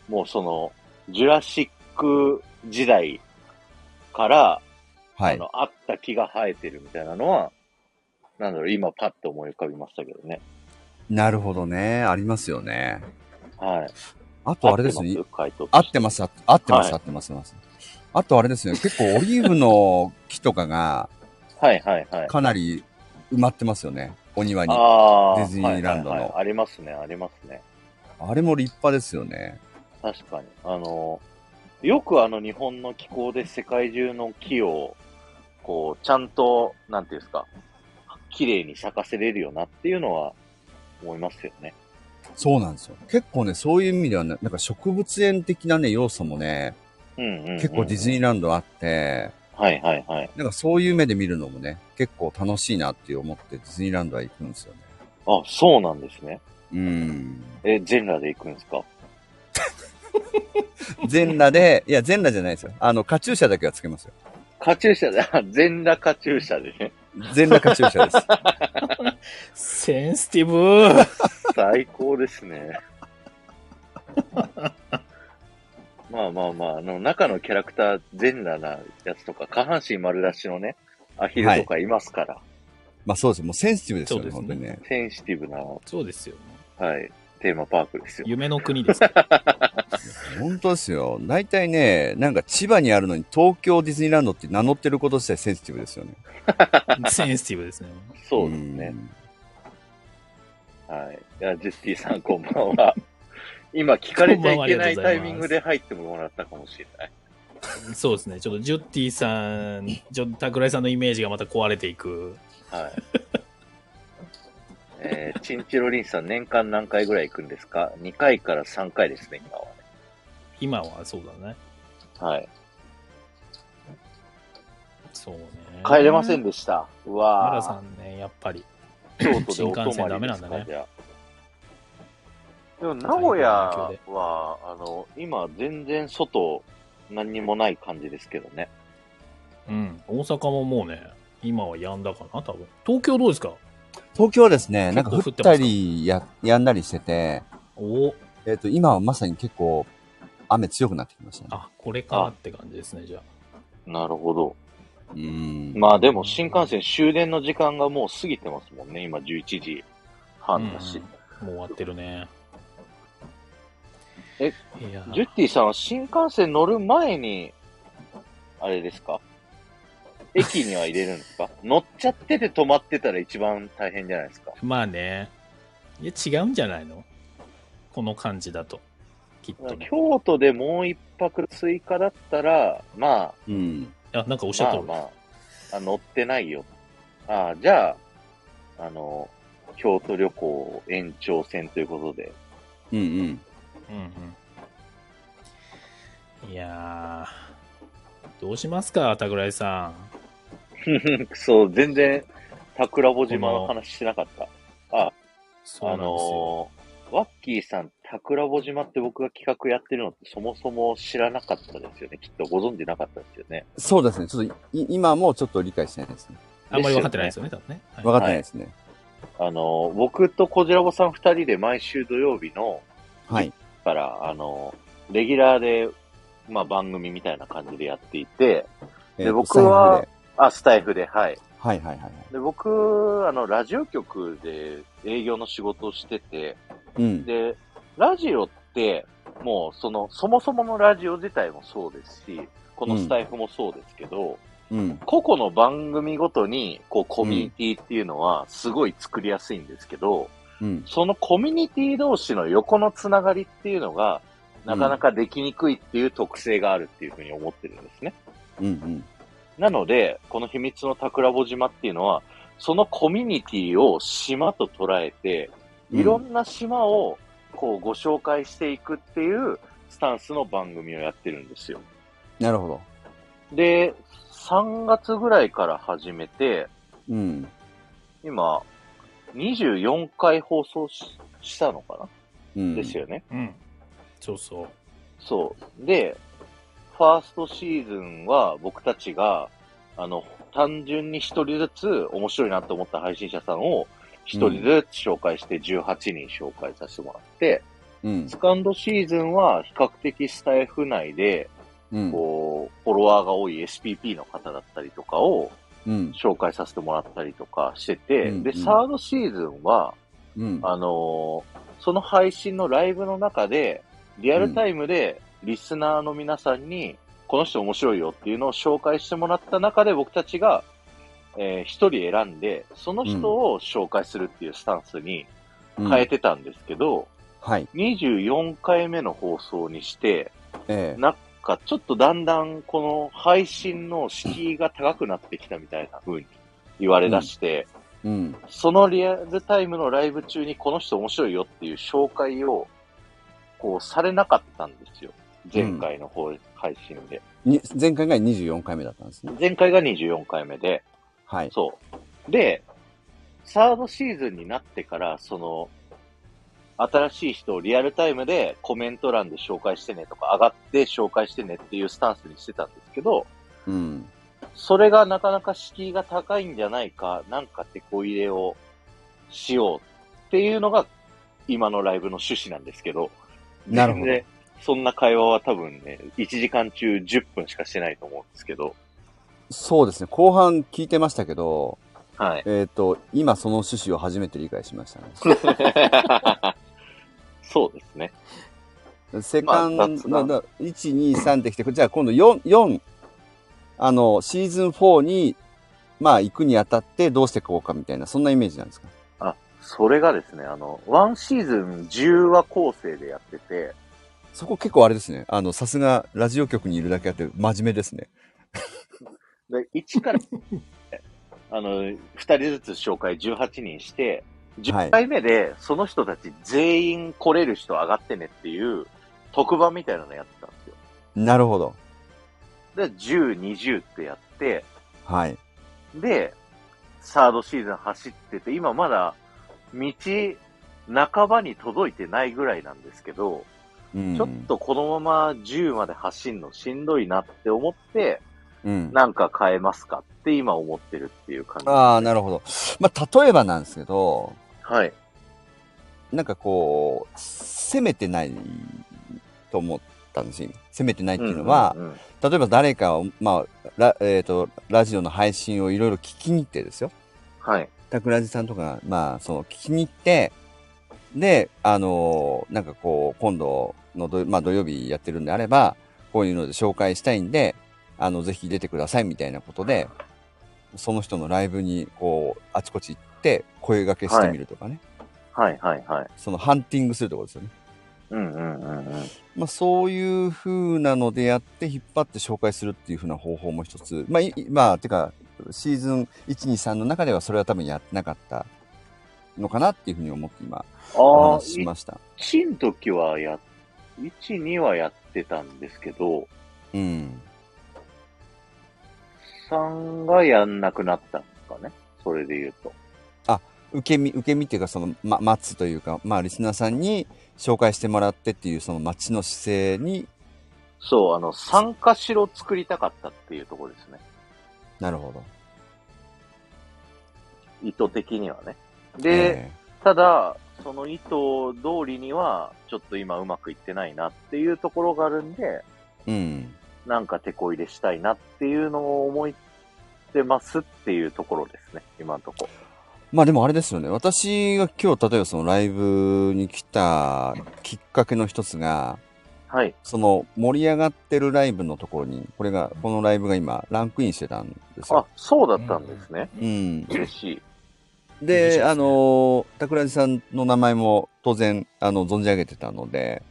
Speaker 1: もうその、ジュラシック時代から、
Speaker 3: は
Speaker 1: あ
Speaker 3: い。
Speaker 1: の、あった木が生えてるみたいなのは、なんだろう、今パッと思い浮かびましたけどね。
Speaker 3: なるほどね。ありますよね。
Speaker 1: はい。
Speaker 3: あとあれですね。
Speaker 1: 回答
Speaker 3: 合ってます、合ってま
Speaker 1: はい
Speaker 3: す、合ってます、合ってます。あとあれですね、結構オリーブの木とかが
Speaker 1: はいはいはい。
Speaker 3: かなり埋まってますよね、お庭に。あ
Speaker 1: ああ、
Speaker 3: ディズニーランドの
Speaker 1: はいはいはいありますね、ありますね。
Speaker 3: れも立派ですよね。
Speaker 1: 確かに。あの、よくあの日本の気候で世界中の木を、こう、ちゃんと、なんていうんですか、綺麗に咲かせれるよなっていうのは思いますよね。
Speaker 3: そうなんですよ。結構ね、そういう意味ではね、なんか植物園的なね、要素もね、
Speaker 1: うんうん、うん。
Speaker 3: 結構ディズニーランドあって、
Speaker 1: はいはいはい。
Speaker 3: なんかそういう目で見るのもね、結構楽しいなって思ってディズニーランドは行くんですよね。
Speaker 1: あ、そうなんですね。
Speaker 3: うん。
Speaker 1: え、全裸で行くんですか
Speaker 3: 全裸で、いや、全裸じゃないですよ。あの、カチューシャだけはつけますよ。
Speaker 1: カチューシャで、あ全裸カチューシャでね。
Speaker 3: 全裸カチューシャ です。
Speaker 2: センシティ ブ
Speaker 1: 最高ですね。まあまあまあ、あの、中のキャラクター全裸なやつとか、下半身丸出しのね、アヒルとかいますから、
Speaker 3: まあそうですよ。もうセンシティブですよね、
Speaker 2: そう
Speaker 3: 本
Speaker 2: で
Speaker 3: 当
Speaker 2: す
Speaker 3: に
Speaker 2: ね
Speaker 3: ね。
Speaker 1: センシティブな、は
Speaker 2: そうですよ。
Speaker 1: い、テーマパークですよ。
Speaker 2: 夢の国ですから。
Speaker 3: 本当ですよ。大体ね、なんか千葉にあるのに東京ディズニーランドって名乗ってること自体センシティブですよね。
Speaker 2: センシティブですね。
Speaker 1: そうですね
Speaker 3: う。ん。
Speaker 1: はい。いや、ジェスティさん、こんばんは。今、聞かれちゃいけない
Speaker 2: こんばんはあ
Speaker 1: タ
Speaker 2: り
Speaker 1: イ
Speaker 2: がとうございます
Speaker 1: ミングで入ってもらったかもしれない。
Speaker 2: そうですね。ちょっとジュッティさん、ちょっと桜井さんのイメージがまた壊れていく。
Speaker 1: はい。えー、チンチロリンさん、年間何回ぐらい行くんですか ?2 回から3回ですね、今は。
Speaker 2: 今はそうだね。
Speaker 1: はい。
Speaker 2: そうね。
Speaker 1: 帰れませんでした。う
Speaker 2: 原
Speaker 1: わぁ、
Speaker 2: さんね、やっぱり。
Speaker 1: 京都でお泊まりです
Speaker 2: 新幹線
Speaker 1: か
Speaker 2: ダメなんだね
Speaker 1: じゃあでも名古屋は、あの、今全然外、何にもない感じですけどね。
Speaker 2: うん。大阪ももうね、今はやんだかな、多分。東京どうですか
Speaker 3: 東京はですね、なんか
Speaker 2: 結構降
Speaker 3: 降っ
Speaker 2: ってま
Speaker 3: た
Speaker 2: すか
Speaker 3: りややんだりしてて、
Speaker 2: お
Speaker 3: えっ、と、今はまさに結構雨強くなってきましたね。
Speaker 2: あ、これかって感じですね、じゃあ。
Speaker 1: なるほど。
Speaker 3: うん。
Speaker 1: まあでも新幹線終電の時間がもう過ぎてますもんね。今11時半だし。
Speaker 2: うんもう終わってるね。
Speaker 1: え
Speaker 2: いや、
Speaker 1: ジュッティさんは新幹線乗る前に、あれですか駅には入れるんですか乗っちゃってて止まってたら一番大変じゃないですか
Speaker 2: まあね。いや、違うんじゃないのこの感じだと。きっとね。
Speaker 1: 京都でもう一泊追加だったら、まあ、
Speaker 3: うん。
Speaker 2: あ、なんかおっしゃっ
Speaker 1: ま
Speaker 2: た
Speaker 1: あまあ、あ乗ってないよ。ああ、じゃあ、あの、京都旅行延長戦ということで。
Speaker 3: うんうん。
Speaker 2: うんうん。いやー、どうしますか、桜井さん。
Speaker 1: そう、全然、桜穂島の話してなかった。あ、
Speaker 2: そうな
Speaker 1: あ
Speaker 2: んですよ。
Speaker 1: のーワッキーさん、桜穂島って僕が企画やってるのってそもそも知らなかったですよね。きっとご存知なかったですよね。
Speaker 3: そうですね。ちょっとい今もちょっと理解してないですね。
Speaker 2: あんまり分かってないですよね、多分ね。はい
Speaker 3: 分かってないですね。
Speaker 1: あのー僕とこじらぼさん二人で毎週土曜日の、
Speaker 3: はい。
Speaker 1: から、あの、レギュラーで、まあ、番組みたいな感じでやっていて、で
Speaker 3: えーと
Speaker 1: 僕は、あ、スタイフで、はい。
Speaker 3: 財布ではいはいはいはい。
Speaker 1: で、僕、あの、ラジオ局で営業の仕事をしてて、
Speaker 3: うん。
Speaker 1: で、ラジオって、もう、その、そもそものラジオ自体もそうですし、このスタイフもそうですけど、
Speaker 3: うん。
Speaker 1: 個々の番組ごとに、こう、コミュニティっていうのは、すごい作りやすいんですけど、
Speaker 3: うん。
Speaker 1: そのコミュニティ同士の横のつながりっていうのが、なかなかできにくいっていう特性があるっていうふうに思ってるんですね。
Speaker 3: うん。うん。
Speaker 1: なので、この秘密の桜穂島っていうのは、そのコミュニティを島と捉えて、いろんな島をこうご紹介していくっていうスタンスの番組をやってるんですよ。
Speaker 3: なるほど。
Speaker 1: で、3月ぐらいから始めて、
Speaker 3: うん。
Speaker 1: 今、24回放送ししたのか
Speaker 3: うん。
Speaker 1: なですよね。
Speaker 2: うん。そうそう。
Speaker 1: そう。で、ファーストシーズンは僕たちが、あの、単純に一人ずつ面白いなと思った配信者さんを一人ずつ紹介して18人紹介させてもらって、
Speaker 3: うん。
Speaker 1: セカンドシーズンは比較的スタイフ内で、
Speaker 3: うん。
Speaker 1: ここう、フォロワーが多い SPP の方だったりとかを
Speaker 3: うん。
Speaker 1: 紹介させてもらったりとかしてて、
Speaker 3: うん
Speaker 1: で、
Speaker 3: うん
Speaker 1: サードシーズンは、
Speaker 3: うん。
Speaker 1: あのーその配信のライブの中で、リアルタイムでリスナーの皆さんに、この人面白いよっていうのを紹介してもらった中で、僕たちが、えー一人選んで、その人を紹介するっていうスタンスに
Speaker 3: うん
Speaker 1: 変えてたんですけど、
Speaker 3: はい。
Speaker 1: 24回目の放送にして、
Speaker 3: ええ
Speaker 1: なんかちょっとだんだんこの配信の敷居が高くなってきたみたいな風に言われだして、
Speaker 3: うん。
Speaker 1: そのリアルタイムのライブ中にこの人面白いよっていう紹介を、こう、されなかったんですよ。前回の方配信で。
Speaker 3: に前回が24回目だったんですね。
Speaker 1: 前回が24回目で、
Speaker 3: はい。
Speaker 1: そう。で、サードシーズンになってから、その、新しい人をリアルタイムでコメント欄で紹介してねとか、上がって紹介してねっていうスタンスにしてたんですけど、
Speaker 3: うん。
Speaker 1: それがなかなか敷居が高いんじゃないか、なんか手こ入れをしようっていうのが今のライブの趣旨なんですけど。
Speaker 3: なるほど
Speaker 1: 全然そんな会話は多分ね、1時間中10分しかしてないと思うんですけど。
Speaker 3: そうですね。後半聞いてましたけど、
Speaker 1: はい。
Speaker 3: えっ、と、今その趣旨を初めて理解しましたね。
Speaker 1: そうですね。
Speaker 3: セカンド、
Speaker 1: まあ雑談
Speaker 3: だだ1、2、3ってきて、じゃあ今度4、4、あの、シーズン4に、まあ行くにあたってどうしていこうかみたいな、そんなイメージなんですか
Speaker 1: あ、それがですね、あの、ワンシーズン10話構成でやってて、
Speaker 3: そこ結構あれですね。あの、さすがラジオ局にいるだけあって真面目ですね。
Speaker 1: で1から、 あの、2人ずつ紹介18人して、
Speaker 3: は
Speaker 1: 10
Speaker 3: い
Speaker 1: 回目で、その人たち全員来れる人上がってねっていう特番みたいなのやってたんですよ。
Speaker 3: なるほど。
Speaker 1: で、10、20ってやって、
Speaker 3: はい。
Speaker 1: で、サードシーズン走ってて、今まだ道半ばに届いてないぐらいなんですけど、
Speaker 3: うん。
Speaker 1: ちょっ、とこのまま10まで走るのしんどいなって思って、
Speaker 3: うん。
Speaker 1: なんか変えますかって今思ってるっていう感じ。
Speaker 3: ああ、なるほど。まあ、例えばなんですけど、
Speaker 1: はい。
Speaker 3: なんかこう、攻めてないと思ったんですよ。今攻めてないっていうのは、
Speaker 1: うんうんうん
Speaker 3: 例えば誰かを、まあ、ラ,、えー、とラジオの配信をいろいろ聞きに行ってですよ。
Speaker 1: はい。
Speaker 3: タクラジさんとかが、まあ、その聞きに行って、で、あのーなんかこう、今度のど、まあ、土曜日やってるんであれば、こういうので紹介したいんで、あの、ぜひ出てくださいみたいなことで、その人のライブに、こう、あちこち行って、声掛けしてみるとかね。
Speaker 1: はいはいはい。
Speaker 3: その、ハンティングするところですよね。
Speaker 1: うんうんうんうん。
Speaker 3: まあ、そういう風なのでやって引っ張って紹介するっていう風な方法も一つ。まあ、いまあ、てか、シーズン1、2、3の中ではそれは多分やってなかったのかなっていう風に思って今、お
Speaker 1: ああ、
Speaker 3: 話ししました。
Speaker 1: 1の時はや、1、2はやってたんですけど、
Speaker 3: うん。
Speaker 1: 3がやんなくなったんですかね。それで言うと。
Speaker 3: 受け身、受け身っていうか、その、ま、待つというか、まあ、リスナーさんに紹介してもらってっていう、その待ちの姿勢に、
Speaker 1: そう、あの、参加しろ作りたかったっていうところですね。
Speaker 3: なるほど。
Speaker 1: 意図的にはね。
Speaker 3: え
Speaker 1: で、
Speaker 3: え
Speaker 1: ただ、その意図通りには、ちょっと今うまくいってないなっていうところがあるんで、
Speaker 3: うん。
Speaker 1: なんか手こ入れしたいなっていうのを思ってますっていうところですね、今のとこ
Speaker 3: まあでもあれですよね。私が今日、例えばそのライブに来たきっかけの一つが、
Speaker 1: はい。
Speaker 3: その盛り上がってるライブのところに、これが、このライブが今、ランクインしてたんです
Speaker 1: あ
Speaker 3: よ。、
Speaker 1: そうだったんですね。
Speaker 3: うん。
Speaker 1: 嬉しい。
Speaker 2: です
Speaker 3: で、
Speaker 2: ね
Speaker 3: あの、桜地さんの名前も当然、あの、存じ上げてたので、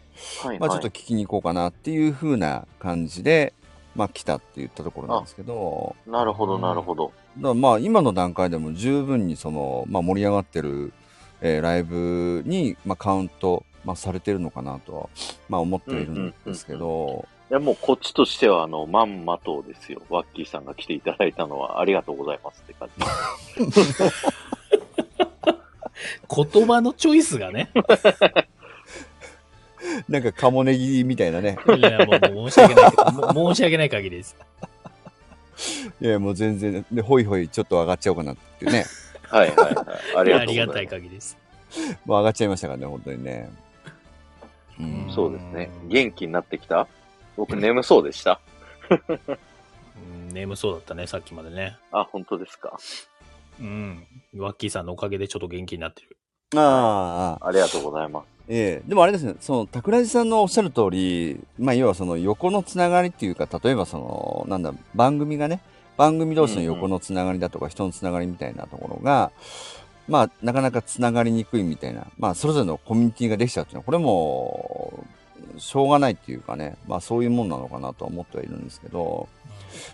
Speaker 1: はい、はい。
Speaker 3: まあちょっと聞きに行こうかなっていう風な感じで、まあ来たって言ったところなんですけど、
Speaker 1: なるほど、なるほど。
Speaker 3: だからまあ今の段階でも十分にその、まあ盛り上がってる、えーライブに、まあカウント、まあされてるのかなとは、まあ思っているんですけど、
Speaker 1: いや、もうこっちとしては、あの、まんまとですよ。ワッキーさんが来ていただいたのは、ありがとうございますって感じ。
Speaker 2: 言葉のチョイスがね。
Speaker 3: なんかカモネギみたいなね、
Speaker 2: いや、もうもう申し訳ないけ ど、もう申し訳ない限りです。
Speaker 3: いや、もう全然、で、ほいほいちょっと上がっちゃおうかなっていうね。
Speaker 1: はいはいはい。あ
Speaker 2: あ
Speaker 1: り
Speaker 2: り
Speaker 1: がとうございます。
Speaker 2: がたい限りです。
Speaker 3: もう上がっちゃいましたからね、本当にね。うん。
Speaker 1: そうですね。元気になってきた僕眠そうでした。
Speaker 2: うん、眠そうだったね、さっきまでね。
Speaker 1: あ、本当ですか。
Speaker 2: うん。ワッキーさんのおかげでちょっと元気になってる。
Speaker 3: ああ、
Speaker 1: ありがとうございます。
Speaker 3: ええでもあれですね、その、桜地さんのおっしゃる通り、まあ、要はその横のつながりっていうか、例えばその、なんだ、番組がね、番組同士の横のつながりだとか、人のつながりみたいなところが、まあ、なかなかつながりにくいみたいな、まあ、それぞれのコミュニティができちゃうっていうのは、これも、しょうがないっていうかね、まあ、そういうもんなのかなとは思ってはいるんですけど、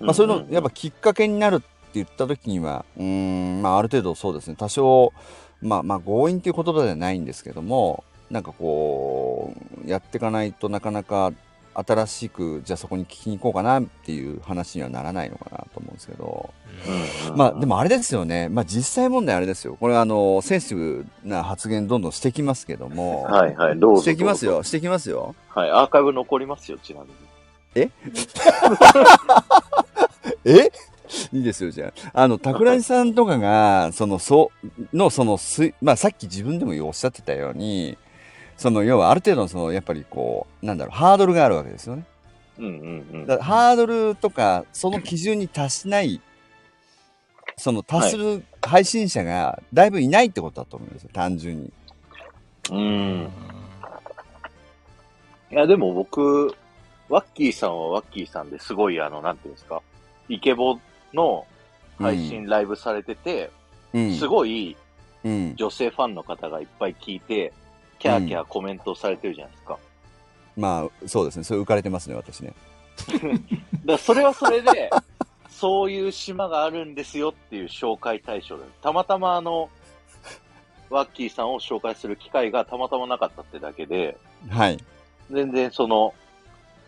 Speaker 3: まあ、そういうの、やっぱきっかけになるって言った時には、うーん、まあ、ある程度そうですね、多少、まあ、まあ、強引っていう言葉ではないんですけども、なんかこう、やっていかないとなかなか新しく、じゃあそこに聞きに行こうかなっていう話にはならないのかなと思うんですけど、
Speaker 1: うんうん
Speaker 3: まあ、でもあれですよね、まあ、実際問題あれですよ、これはあの、センシティブな発言どんどんしてきますけども、
Speaker 1: はいはい、どうぞ。
Speaker 3: してきます
Speaker 1: どう
Speaker 3: よ、
Speaker 1: ぞ。
Speaker 3: してきますよ。
Speaker 1: はい、アーカイブ残りますよ、ちなみに。
Speaker 3: え いいですよ、じゃあ。あの、桜井さんとかが、その、そう、の、その、すい、まあ、さっき自分でもおっしゃってたように、その、要はある程度の、その、やっぱりこう、なんだろう、ハードルがあるわけですよね。
Speaker 1: うんうんうん。
Speaker 3: だハードルとか、その基準に達しない、その、達する配信者が、だいぶいないってことだと思うんですよ、単純に。
Speaker 1: うん。いや、でも僕、ワッキーさんはワッキーさんですごい、あの、なんていうんですか、イケボの配信、ライブされてて、
Speaker 3: うん、
Speaker 1: す
Speaker 3: い。
Speaker 1: ごい
Speaker 3: うん。
Speaker 1: 女性ファンの方がいっぱい聞いて、キャーキャーコメントされてるじゃないですか。
Speaker 3: まあ、そうですね、それ浮かれてますね、私ね。
Speaker 1: だからそれはそれで、 そういう島があるんですよっていう紹介対象で、たまたまあの、ワッキーさんを紹介する機会がたまたまなかったってだけで、
Speaker 3: はい。
Speaker 1: 全然その、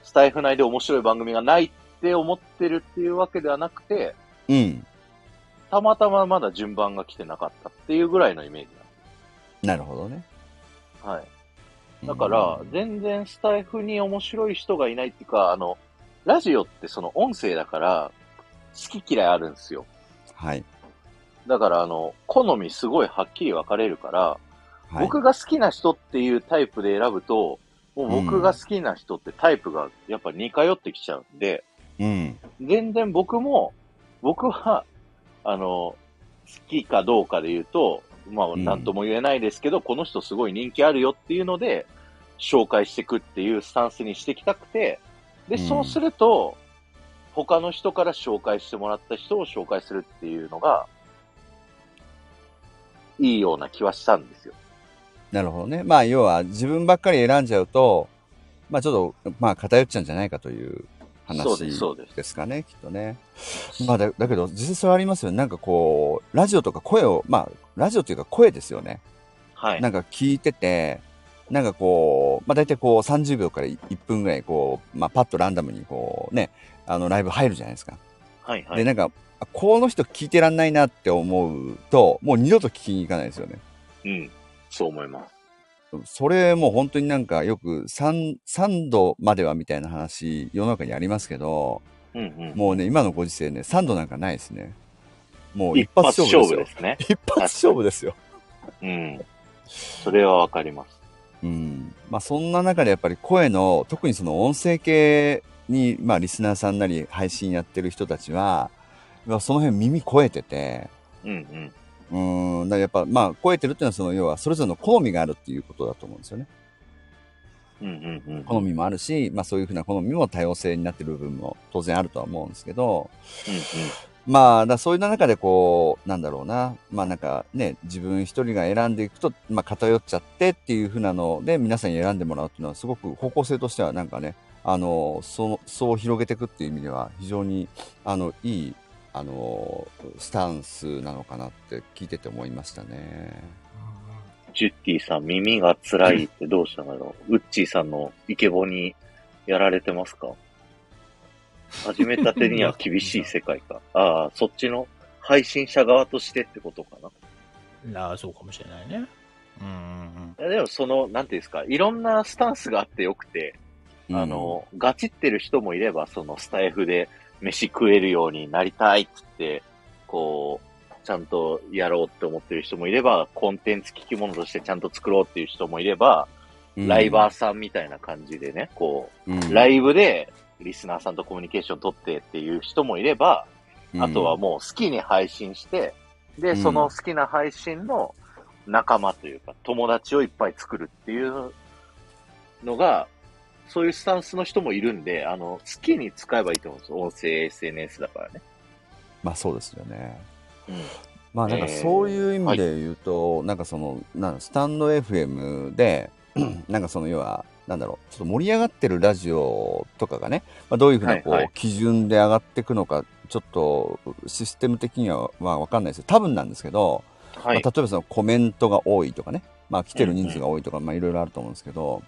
Speaker 1: スタイフ内で面白い番組がないって思ってるっていうわけではなくて、
Speaker 3: うん。
Speaker 1: たまたままだ順番が来てなかったっていうぐらいのイメージ
Speaker 3: なるほどね。
Speaker 1: なんです。はい。だから
Speaker 3: う、ん
Speaker 1: 全然スタイフに面白い人がいないっていうか、あの、ラジオってその音声だから、好き嫌いあるんですよ。
Speaker 3: はい。
Speaker 1: だから、あの、好みすごいはっきり分かれるから、
Speaker 3: はい、
Speaker 1: 僕が好きな人っていうタイプで選ぶと、もう僕が好きな人ってタイプがやっぱ似通ってきちゃうんで、
Speaker 3: うん。
Speaker 1: 全然僕も、僕は、あの、好きかどうかで言うと、まあ、
Speaker 3: ん
Speaker 1: なんとも言えないですけど、この人すごい人気あるよっていうので、紹介してくっていうスタンスにしてきたくて、で、
Speaker 3: うん
Speaker 1: そうすると、他の人から紹介してもらった人を紹介するっていうのが、いいような気はしたんですよ。
Speaker 3: なるほどね。まあ、要は自分ばっかり選んじゃうと、まあ、ちょっと、まあ、偏っちゃうんじゃないかという話
Speaker 1: そうですそうです
Speaker 3: ですかね、きっとね。まあだ、だけど、実際それありますよね。なんかこう、ラジオとか声を、まあ、ラジオというか声ですよね。
Speaker 1: はい。
Speaker 3: なんか聞いてて、なんかこう、まあ、大体こう、30秒から1分ぐらい、こう、まあ、パッとランダムに、こう、ね、あの、ライブ入るじゃないですか。
Speaker 1: はい、は
Speaker 3: で、
Speaker 1: い。
Speaker 3: なんか、あこの人聞いてらんないなって思うと、もう二度と聞きに行かないですよね。
Speaker 1: うん。そう思います。
Speaker 3: それもう本当になんかよく 3, 3度まではみたいな話世の中にありますけど
Speaker 1: うんうん。
Speaker 3: もうね今のご時世ね3度なんかないですねもう
Speaker 1: 一
Speaker 3: 一発
Speaker 1: 発
Speaker 3: 勝
Speaker 1: 勝
Speaker 3: 負
Speaker 1: 負
Speaker 3: で
Speaker 1: です
Speaker 3: よ
Speaker 1: すね。
Speaker 3: 一発勝負ですよ、
Speaker 1: うん。それはわかります。
Speaker 3: うんまあ、そんな中でやっぱり声の特にその音声系に、まあ、リスナーさんなり配信やってる人たちはまあその辺耳超えてて
Speaker 1: うんうん。
Speaker 3: うんだからやっぱまあ超えてるっていうのはその要はそれぞれの好みがあるっていうことだと思うんですよね
Speaker 1: うんうんうん。
Speaker 3: 好みもあるし、まあ、そういうふうな好みも多様性になってる部分も当然あるとは思うんですけど
Speaker 1: う
Speaker 3: まあだそういう中でこうなんだろうなまあなんかね自分一人が選んでいくと、まあ、偏っちゃってっていうふうなので皆さんに選んでもらうっていうのはすごく方向性としてはなんかねあのそのそう広げていくっていう意味では非常にあのいいあのスタンスなのかなって聞いてて思いましたね。
Speaker 1: ん、ジュッティさん、耳が辛いってどうしたのよ。ウッチーさんのイケボにやられてますか始めたてには厳しい世界か。ああ、そっちの配信者側としてってことかな。
Speaker 2: ああ、そうかもしれないね。うんうん
Speaker 1: いやでも、その、なんていうんですか、いろんなスタンスがあってよくて、あの、ガチってる人もいれば、そのスタイフで飯食えるようになりたいっつって、こう、ちゃんとやろうって思ってる人もいれば、コンテンツ聞き物としてちゃんと作ろうっていう人もいれば、
Speaker 3: うん
Speaker 1: ライバーさんみたいな感じでね、こ
Speaker 3: うん
Speaker 1: う、ライブでリスナーさんとコミュニケーション取ってっていう人もいれば、あとはもう好きに配信して、で、
Speaker 3: うん
Speaker 1: その好きな配信の仲間というか、友達をいっぱい作るっていうのが、そういうスタンスの人もいるんで、あの、好きに使えばいいと思うんですよ。音声 SNS だからね。
Speaker 3: まあそうですよね。
Speaker 1: うん
Speaker 3: まあなんか
Speaker 1: えー
Speaker 3: そういう意味で言うと、なんかそのなんだスタンド FM でなんかその要はなんだろうちょっと盛り上がってるラジオとかがね、まあ、どういうふうなこう、
Speaker 1: はいはい
Speaker 3: 基準で上がっていくのかちょっとシステム的にはまあ分かんないですよ多分なんですけど、
Speaker 1: は
Speaker 3: ま
Speaker 1: い
Speaker 3: あ。例えばそのコメントが多いとかね、まあ、来てる人数が多いとか、まあ、いろいろあると思うんですけど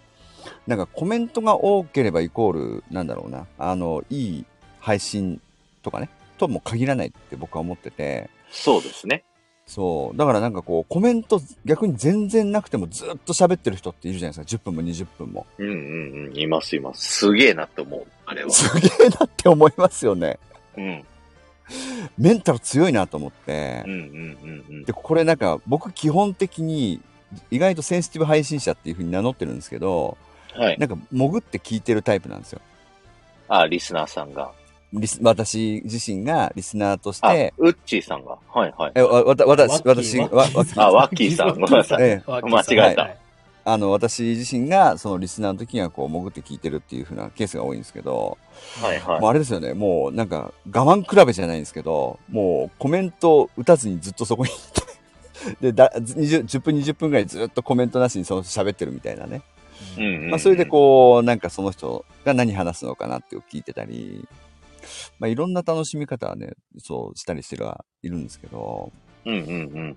Speaker 3: なんかコメントが多ければイコールなんだろうなあのいい配信とかねとも限らないって僕は思ってて。
Speaker 1: そうですね。
Speaker 3: そう。だからなんかこう、コメント逆に全然なくてもずっと喋ってる人っているじゃないですか。10分も20分も。
Speaker 1: うんうんうん。いますいます。すげえなって思う。あれは。
Speaker 3: すげえなって思いますよね。
Speaker 1: うん。
Speaker 3: メンタル強いなと思っ
Speaker 1: う
Speaker 3: て。
Speaker 1: んうんうんうん。
Speaker 3: で、これなんか僕基本的に意外とセンシティブ配信者っていう風に名乗ってるんですけど、
Speaker 1: はい。
Speaker 3: なんか潜って聞いてるタイプなんですよ。
Speaker 1: あ、リスナーさんが。
Speaker 3: リス私自身がリスナーとし
Speaker 1: あ、
Speaker 3: て、
Speaker 1: ウッチーさんが。はいはい。
Speaker 3: え、わ、わた、わた、私、
Speaker 2: ワッキ
Speaker 3: 私、
Speaker 2: ー
Speaker 3: わ、わ、
Speaker 1: あ、ワッキーさん。ごめんなさい。
Speaker 3: ええ
Speaker 2: 間
Speaker 1: 間違えた
Speaker 3: あの、私自身が、そのリスナーの時にはこう潜って聞いてるっていう風なケースが多いんですけど、
Speaker 1: はい
Speaker 3: も
Speaker 1: は
Speaker 3: うあれですよね、もうなんか我慢比べじゃないんですけど、もうコメント打たずにずっとそこにでだ20 10分、20分ぐらいずっとコメントなしにその人喋ってるみたいなね、
Speaker 1: い。うん、うん。
Speaker 3: まあ、それでこう、なんかその人が何話すのかなっていうのを聞いてたり、まあ、いろんな楽しみ方はね、そうしたりしてるはいるんですけど、
Speaker 1: うんうんうん。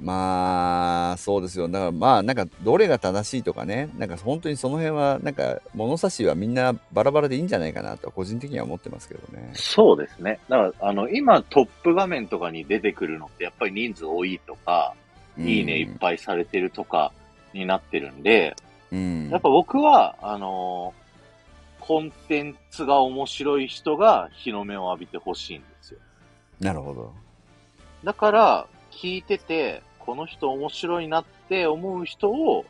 Speaker 3: まあ、そうですよ、だからまあ、なんかどれが正しいとかね、なんか本当にその辺は、なんか物差しはみんなバラバラでいいんじゃないかなと、個人的には思ってますけどね。
Speaker 1: そうですね。だから、あの、今トップ画面とかに出てくるのって、やっぱり人数多いとか、いいねいっぱいされてるとかになってるんで、
Speaker 3: うん。
Speaker 1: やっぱ僕は、あのーコンテンツが面白い人が日の目を浴びてほしいんですよ。
Speaker 3: なるほど。
Speaker 1: だから、聞いてて、この人面白いなって思う人を、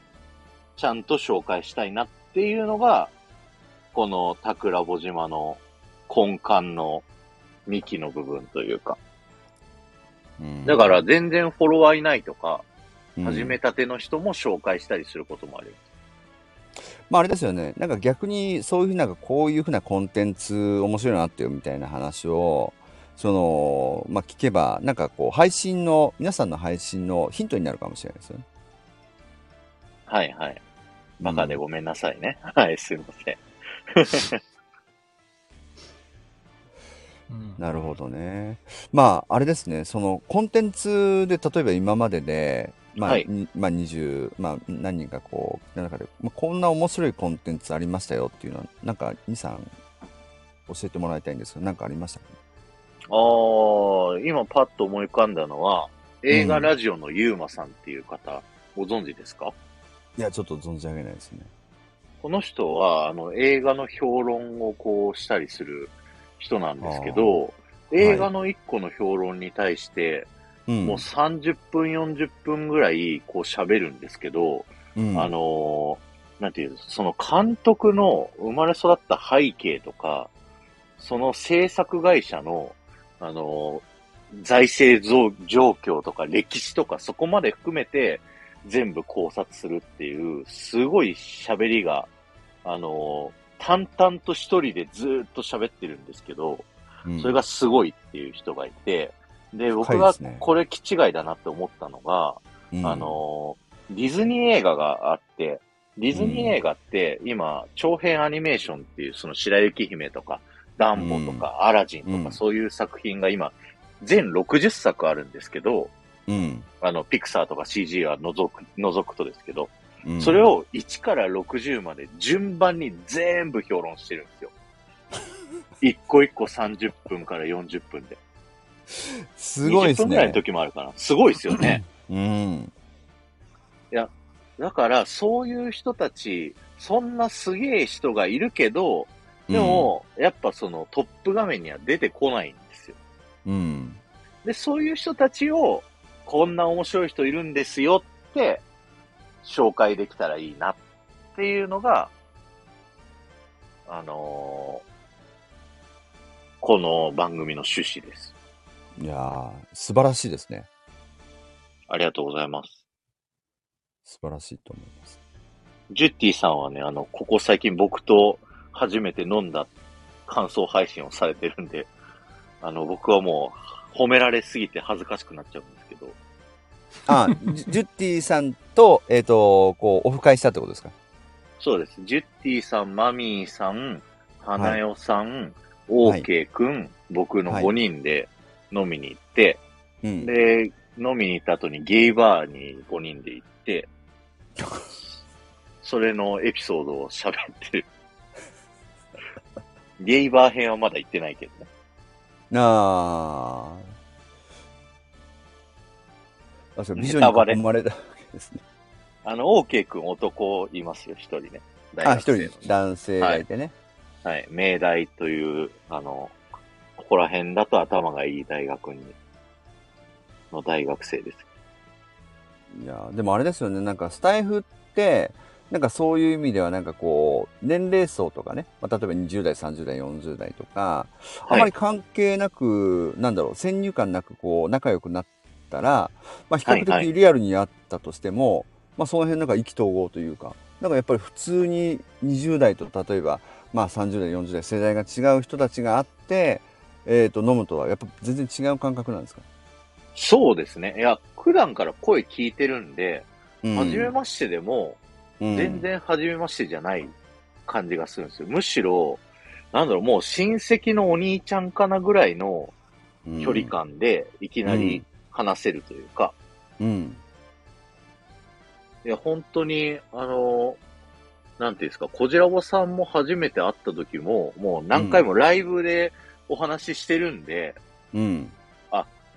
Speaker 1: ちゃんと紹介したいなっていうのが、この桜穂島の根幹の幹の部分というか。
Speaker 3: うん
Speaker 1: だから、全然フォロワーいないとか、
Speaker 3: うん
Speaker 1: 始めたての人も紹介したりすることもある。
Speaker 3: まああれですよね。なんか逆にそういうふうなんかこういうふうなコンテンツ面白いなってよみたいな話を、その、まあ聞けば、なんかこう配信の、皆さんの配信のヒントになるかもしれないですよね。
Speaker 1: はいはい。バカで
Speaker 3: うん
Speaker 1: ごめんなさいね。 はい、すいません。
Speaker 2: うん
Speaker 3: なるほどね。まああれですね、そのコンテンツで例えば今までで、まあ、
Speaker 1: はい
Speaker 3: にまあ20、まあ何人かこう、中で、まあ、こんな面白いコンテンツありましたよっていうのは、なんか2、3教えてもらいたいんですけど、なんかありましたか
Speaker 1: ああ、今パッと思い浮かんだのは、映
Speaker 3: う
Speaker 1: 画
Speaker 3: ん
Speaker 1: ラジオのユーマさんっていう方、ご存知ですか
Speaker 3: いや、ちょっと存じ上げないですね。
Speaker 1: この人は、あの、映画の評論をこうしたりする人なんですけど、
Speaker 3: ーはい
Speaker 1: 映画の一個の評論に対して、
Speaker 3: うん
Speaker 1: もう30分、40分ぐらい、こう喋るんですけど、
Speaker 3: うん
Speaker 1: あのーなんていうの、その監督の生まれ育った背景とか、その制作会社の、あのー財政ぞ状況とか歴史とかそこまで含めて全部考察するっていう、すごい喋りが、あのー淡々と一人でずーっと喋ってるんですけど、
Speaker 3: うん
Speaker 1: それがすごいっていう人がいて、で、
Speaker 3: 深
Speaker 1: 僕
Speaker 3: いで
Speaker 1: が
Speaker 3: すね
Speaker 1: これ気違いだなって思ったのが、
Speaker 3: うん
Speaker 1: あの、ディズニー映画があって、ディズニー映画って今、長編アニメーションっていう、その白雪姫とか、ダンボとか、アラジン
Speaker 3: う
Speaker 1: と
Speaker 3: ん
Speaker 1: か、そういう作品が今、全60作あるんですけど、
Speaker 3: うん
Speaker 1: あの、ピクサーとか CG は除く、除くとですけど、
Speaker 3: うん
Speaker 1: それを1から60まで順番に全部評論してるん ですよ。一個一個30分から40分で。
Speaker 3: すごいで
Speaker 1: 20
Speaker 3: す
Speaker 1: 分ぐらい
Speaker 3: ね
Speaker 1: の。時もあるかな。すごいですよね。
Speaker 3: うん、
Speaker 1: だから、そういう人たち、そんなすげえ人がいるけど、でも、やっぱそのトップ画面には出てこないんですよ。
Speaker 3: うん、
Speaker 1: で、そういう人たちを、こんな面白い人いるんですよって、紹介できたらいいなっていうのが、あのこの番組の趣旨です。
Speaker 3: いやー、素晴らしいですね。
Speaker 1: ありがとうございます。
Speaker 3: 素晴らしいと思います。
Speaker 1: ジュッティさんはね、あの、ここ最近僕と初めて飲んだ感想配信をされてるんで、あの、僕はもう褒められすぎて恥ずかしくなっちゃうんですけど、
Speaker 3: あ、ジュジュッティさんと、えっ、と、こう、オフ会したってことですか
Speaker 1: そうです。ジュッティさん、マミーさん、花代さん、オーケーくん、僕の5人で飲みに行って、
Speaker 3: うん。
Speaker 1: で、飲みに行った後にゲイバーに5人で行 って、それのエピソードを喋ってる。ゲイバー編はまだ行ってないけどね。
Speaker 3: あー。確かに美女に囲まれたわけですね。
Speaker 1: あの、オーケーくん男いますよ、一人ね。大
Speaker 3: あ、
Speaker 1: 学生
Speaker 3: 一人男性がいてね。
Speaker 1: はい。明大という、あの、ここら辺だと頭がいい大学に、の大学生です。
Speaker 3: い、やーでもあれですよね、なんかスタイフって、なんかそういう意味では、なんかこう、年齢層とかね、まあ、例えば20代、30代、40代とか、あまり関係なく、なんだろう、先入観なくこう、仲良くなったら、まあ、比較
Speaker 1: はいはい
Speaker 3: 的リアルにあったとしても、まあ、その辺なんか意気投合というか、なんかやっぱり普通に20代と例えば、まあ、30代、40代、世代が違う人たちがあって、えっ、と、飲むとは、やっぱ全然違う感覚なんですか
Speaker 1: そうですね。いや、普段から声聞いてるんで、
Speaker 3: うん
Speaker 1: 初めましてでも、
Speaker 3: うん
Speaker 1: 全然初めましてじゃない感じがするんですよ。むしろ、なんだろう、もう親戚のお兄ちゃんかなぐらいの距離。感で、いきなり話せるというか、
Speaker 3: うん。
Speaker 1: いや、本当に、あの、なんていうんですか、こじらぼさんも初めて会った時も、もう何回もライブでお話ししてるんで、
Speaker 3: うん。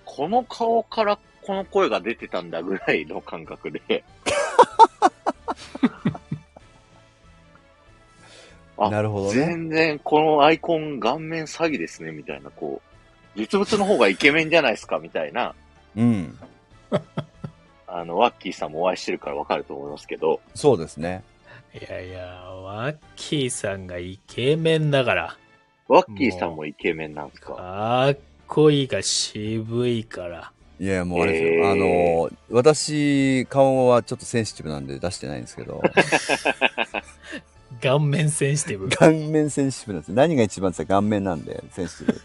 Speaker 1: この顔からこの声が出てたんだぐらいの感覚で。あ
Speaker 3: なるほどね。
Speaker 1: 全然このアイコン顔面詐欺ですね、みたいな、こう、実物の方がイケメンじゃないですか、みたいな、
Speaker 3: うん。
Speaker 1: あの、ワッキーさんもお会いしてるからわかると思いますけど、
Speaker 3: そうですね。
Speaker 2: いやいや、ワッキーさんがイケメンだから。
Speaker 1: ワッキーさんもイケメンなんですか
Speaker 2: かっこいいが渋いから。
Speaker 3: いや、もうあれですよ。
Speaker 1: えー
Speaker 3: あの、私、顔はちょっとセンシティブなんで出してないんですけど、
Speaker 2: 顔面センシティブ。
Speaker 3: 顔面センシティブなんです。何が一番って言ったら顔面なんで、センシティ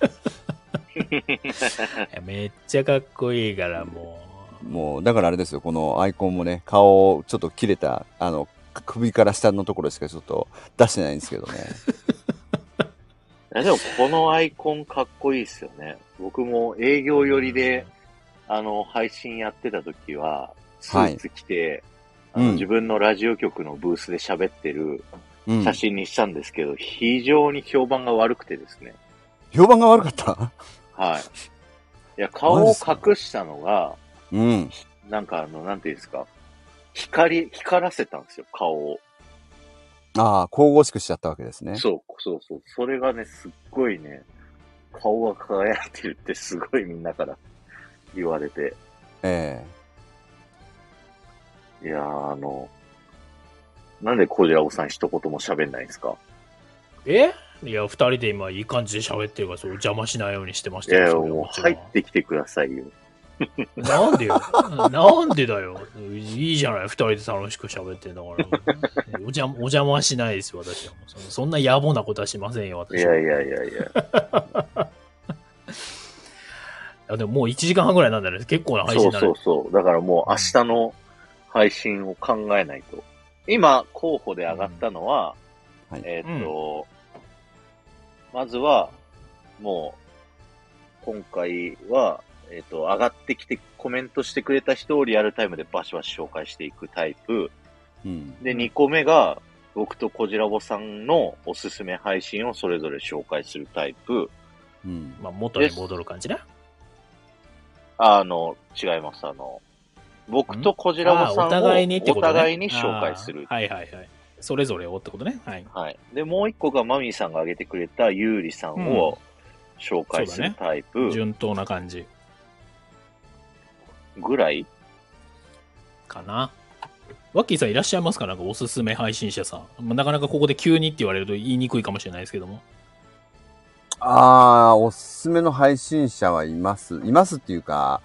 Speaker 2: いやめっちゃかっこいいから、も
Speaker 3: ブ。もう、だからあれですよ。このアイコンもね、顔をちょっと切れた、あの、首から下のところしかちょっと出してないんですけどね。
Speaker 1: いやでも、このアイコンかっこいいですよね。僕も営業
Speaker 2: う。
Speaker 1: 寄りで、あの、配信やってた時は、スーツ着て、
Speaker 3: はい
Speaker 1: あの
Speaker 3: うん
Speaker 1: 自分のラジオ局のブースで喋ってる
Speaker 3: うん
Speaker 1: 写。真にしたんですけど、非常に評判が悪くてですね。
Speaker 3: 評判が悪かった
Speaker 1: はい。いや、顔を隠したのが、
Speaker 3: うん。
Speaker 1: なんかあの、なんていうんですか、光り、光らせたんですよ、顔を。
Speaker 3: ああ、神々しくしちゃったわけですね。
Speaker 1: そう、そうそう。それがね、すっごいね、顔が輝いてるってすごいみんなから言われて。
Speaker 3: え
Speaker 1: いやー、あの、なんでコジラオさん一言も喋んないんですか
Speaker 2: えいや、二人で今いい感じで喋ってるから、そう邪魔しないようにしてまし
Speaker 1: い
Speaker 2: た
Speaker 1: や、
Speaker 2: よ。それは
Speaker 1: も
Speaker 2: も
Speaker 1: う
Speaker 2: ちろん
Speaker 1: 入ってきてくださいよ。
Speaker 2: なんでよ。 なんでだよ。いいじゃない。二人で楽しく喋ってんだから。お邪お邪魔はしないですよ、私は。そそんな野暮なことはしませんよ、
Speaker 1: い
Speaker 2: 私は。
Speaker 1: や
Speaker 2: い
Speaker 1: いやいやいや。
Speaker 2: やでももう1時間半ぐらいなんだね。結構な配
Speaker 1: そ
Speaker 2: 信
Speaker 1: う
Speaker 2: だ
Speaker 1: そ
Speaker 2: ね
Speaker 1: う。そう。だからもう明日の配信を考えないと。今、候補で上がったのは、
Speaker 3: うんはい
Speaker 1: えーっと、まずは、もう、今回は、えーっと、上がってきてコメントしてくれた人をリアルタイムでバシバシ紹介していくタイプ。
Speaker 3: えうん。
Speaker 1: で、2個目が、僕とコジラボさんのおすすめ配信をそれぞれ紹介するタイプ。
Speaker 3: うん。
Speaker 2: まあ、元に戻る感じな。
Speaker 1: あの、違います。あの、僕とコジラボさんを
Speaker 2: あーお互いにってことね。
Speaker 1: お互いに紹介する
Speaker 2: あーはいはいはい。それぞれをってことね。はい。
Speaker 1: はい。で、もう一個がマミーさんが挙げてくれたユーリさんを紹介するタイプ
Speaker 2: 順当な感じ
Speaker 1: ぐらい、
Speaker 2: かな。ワッキーさんいらっしゃいますかなんかおすすめ配信者さん。まあなかなかここで急にって言われると言いにくいかもしれないですけども。
Speaker 3: ああ、おすすめの配信者はいます。いますっていうか、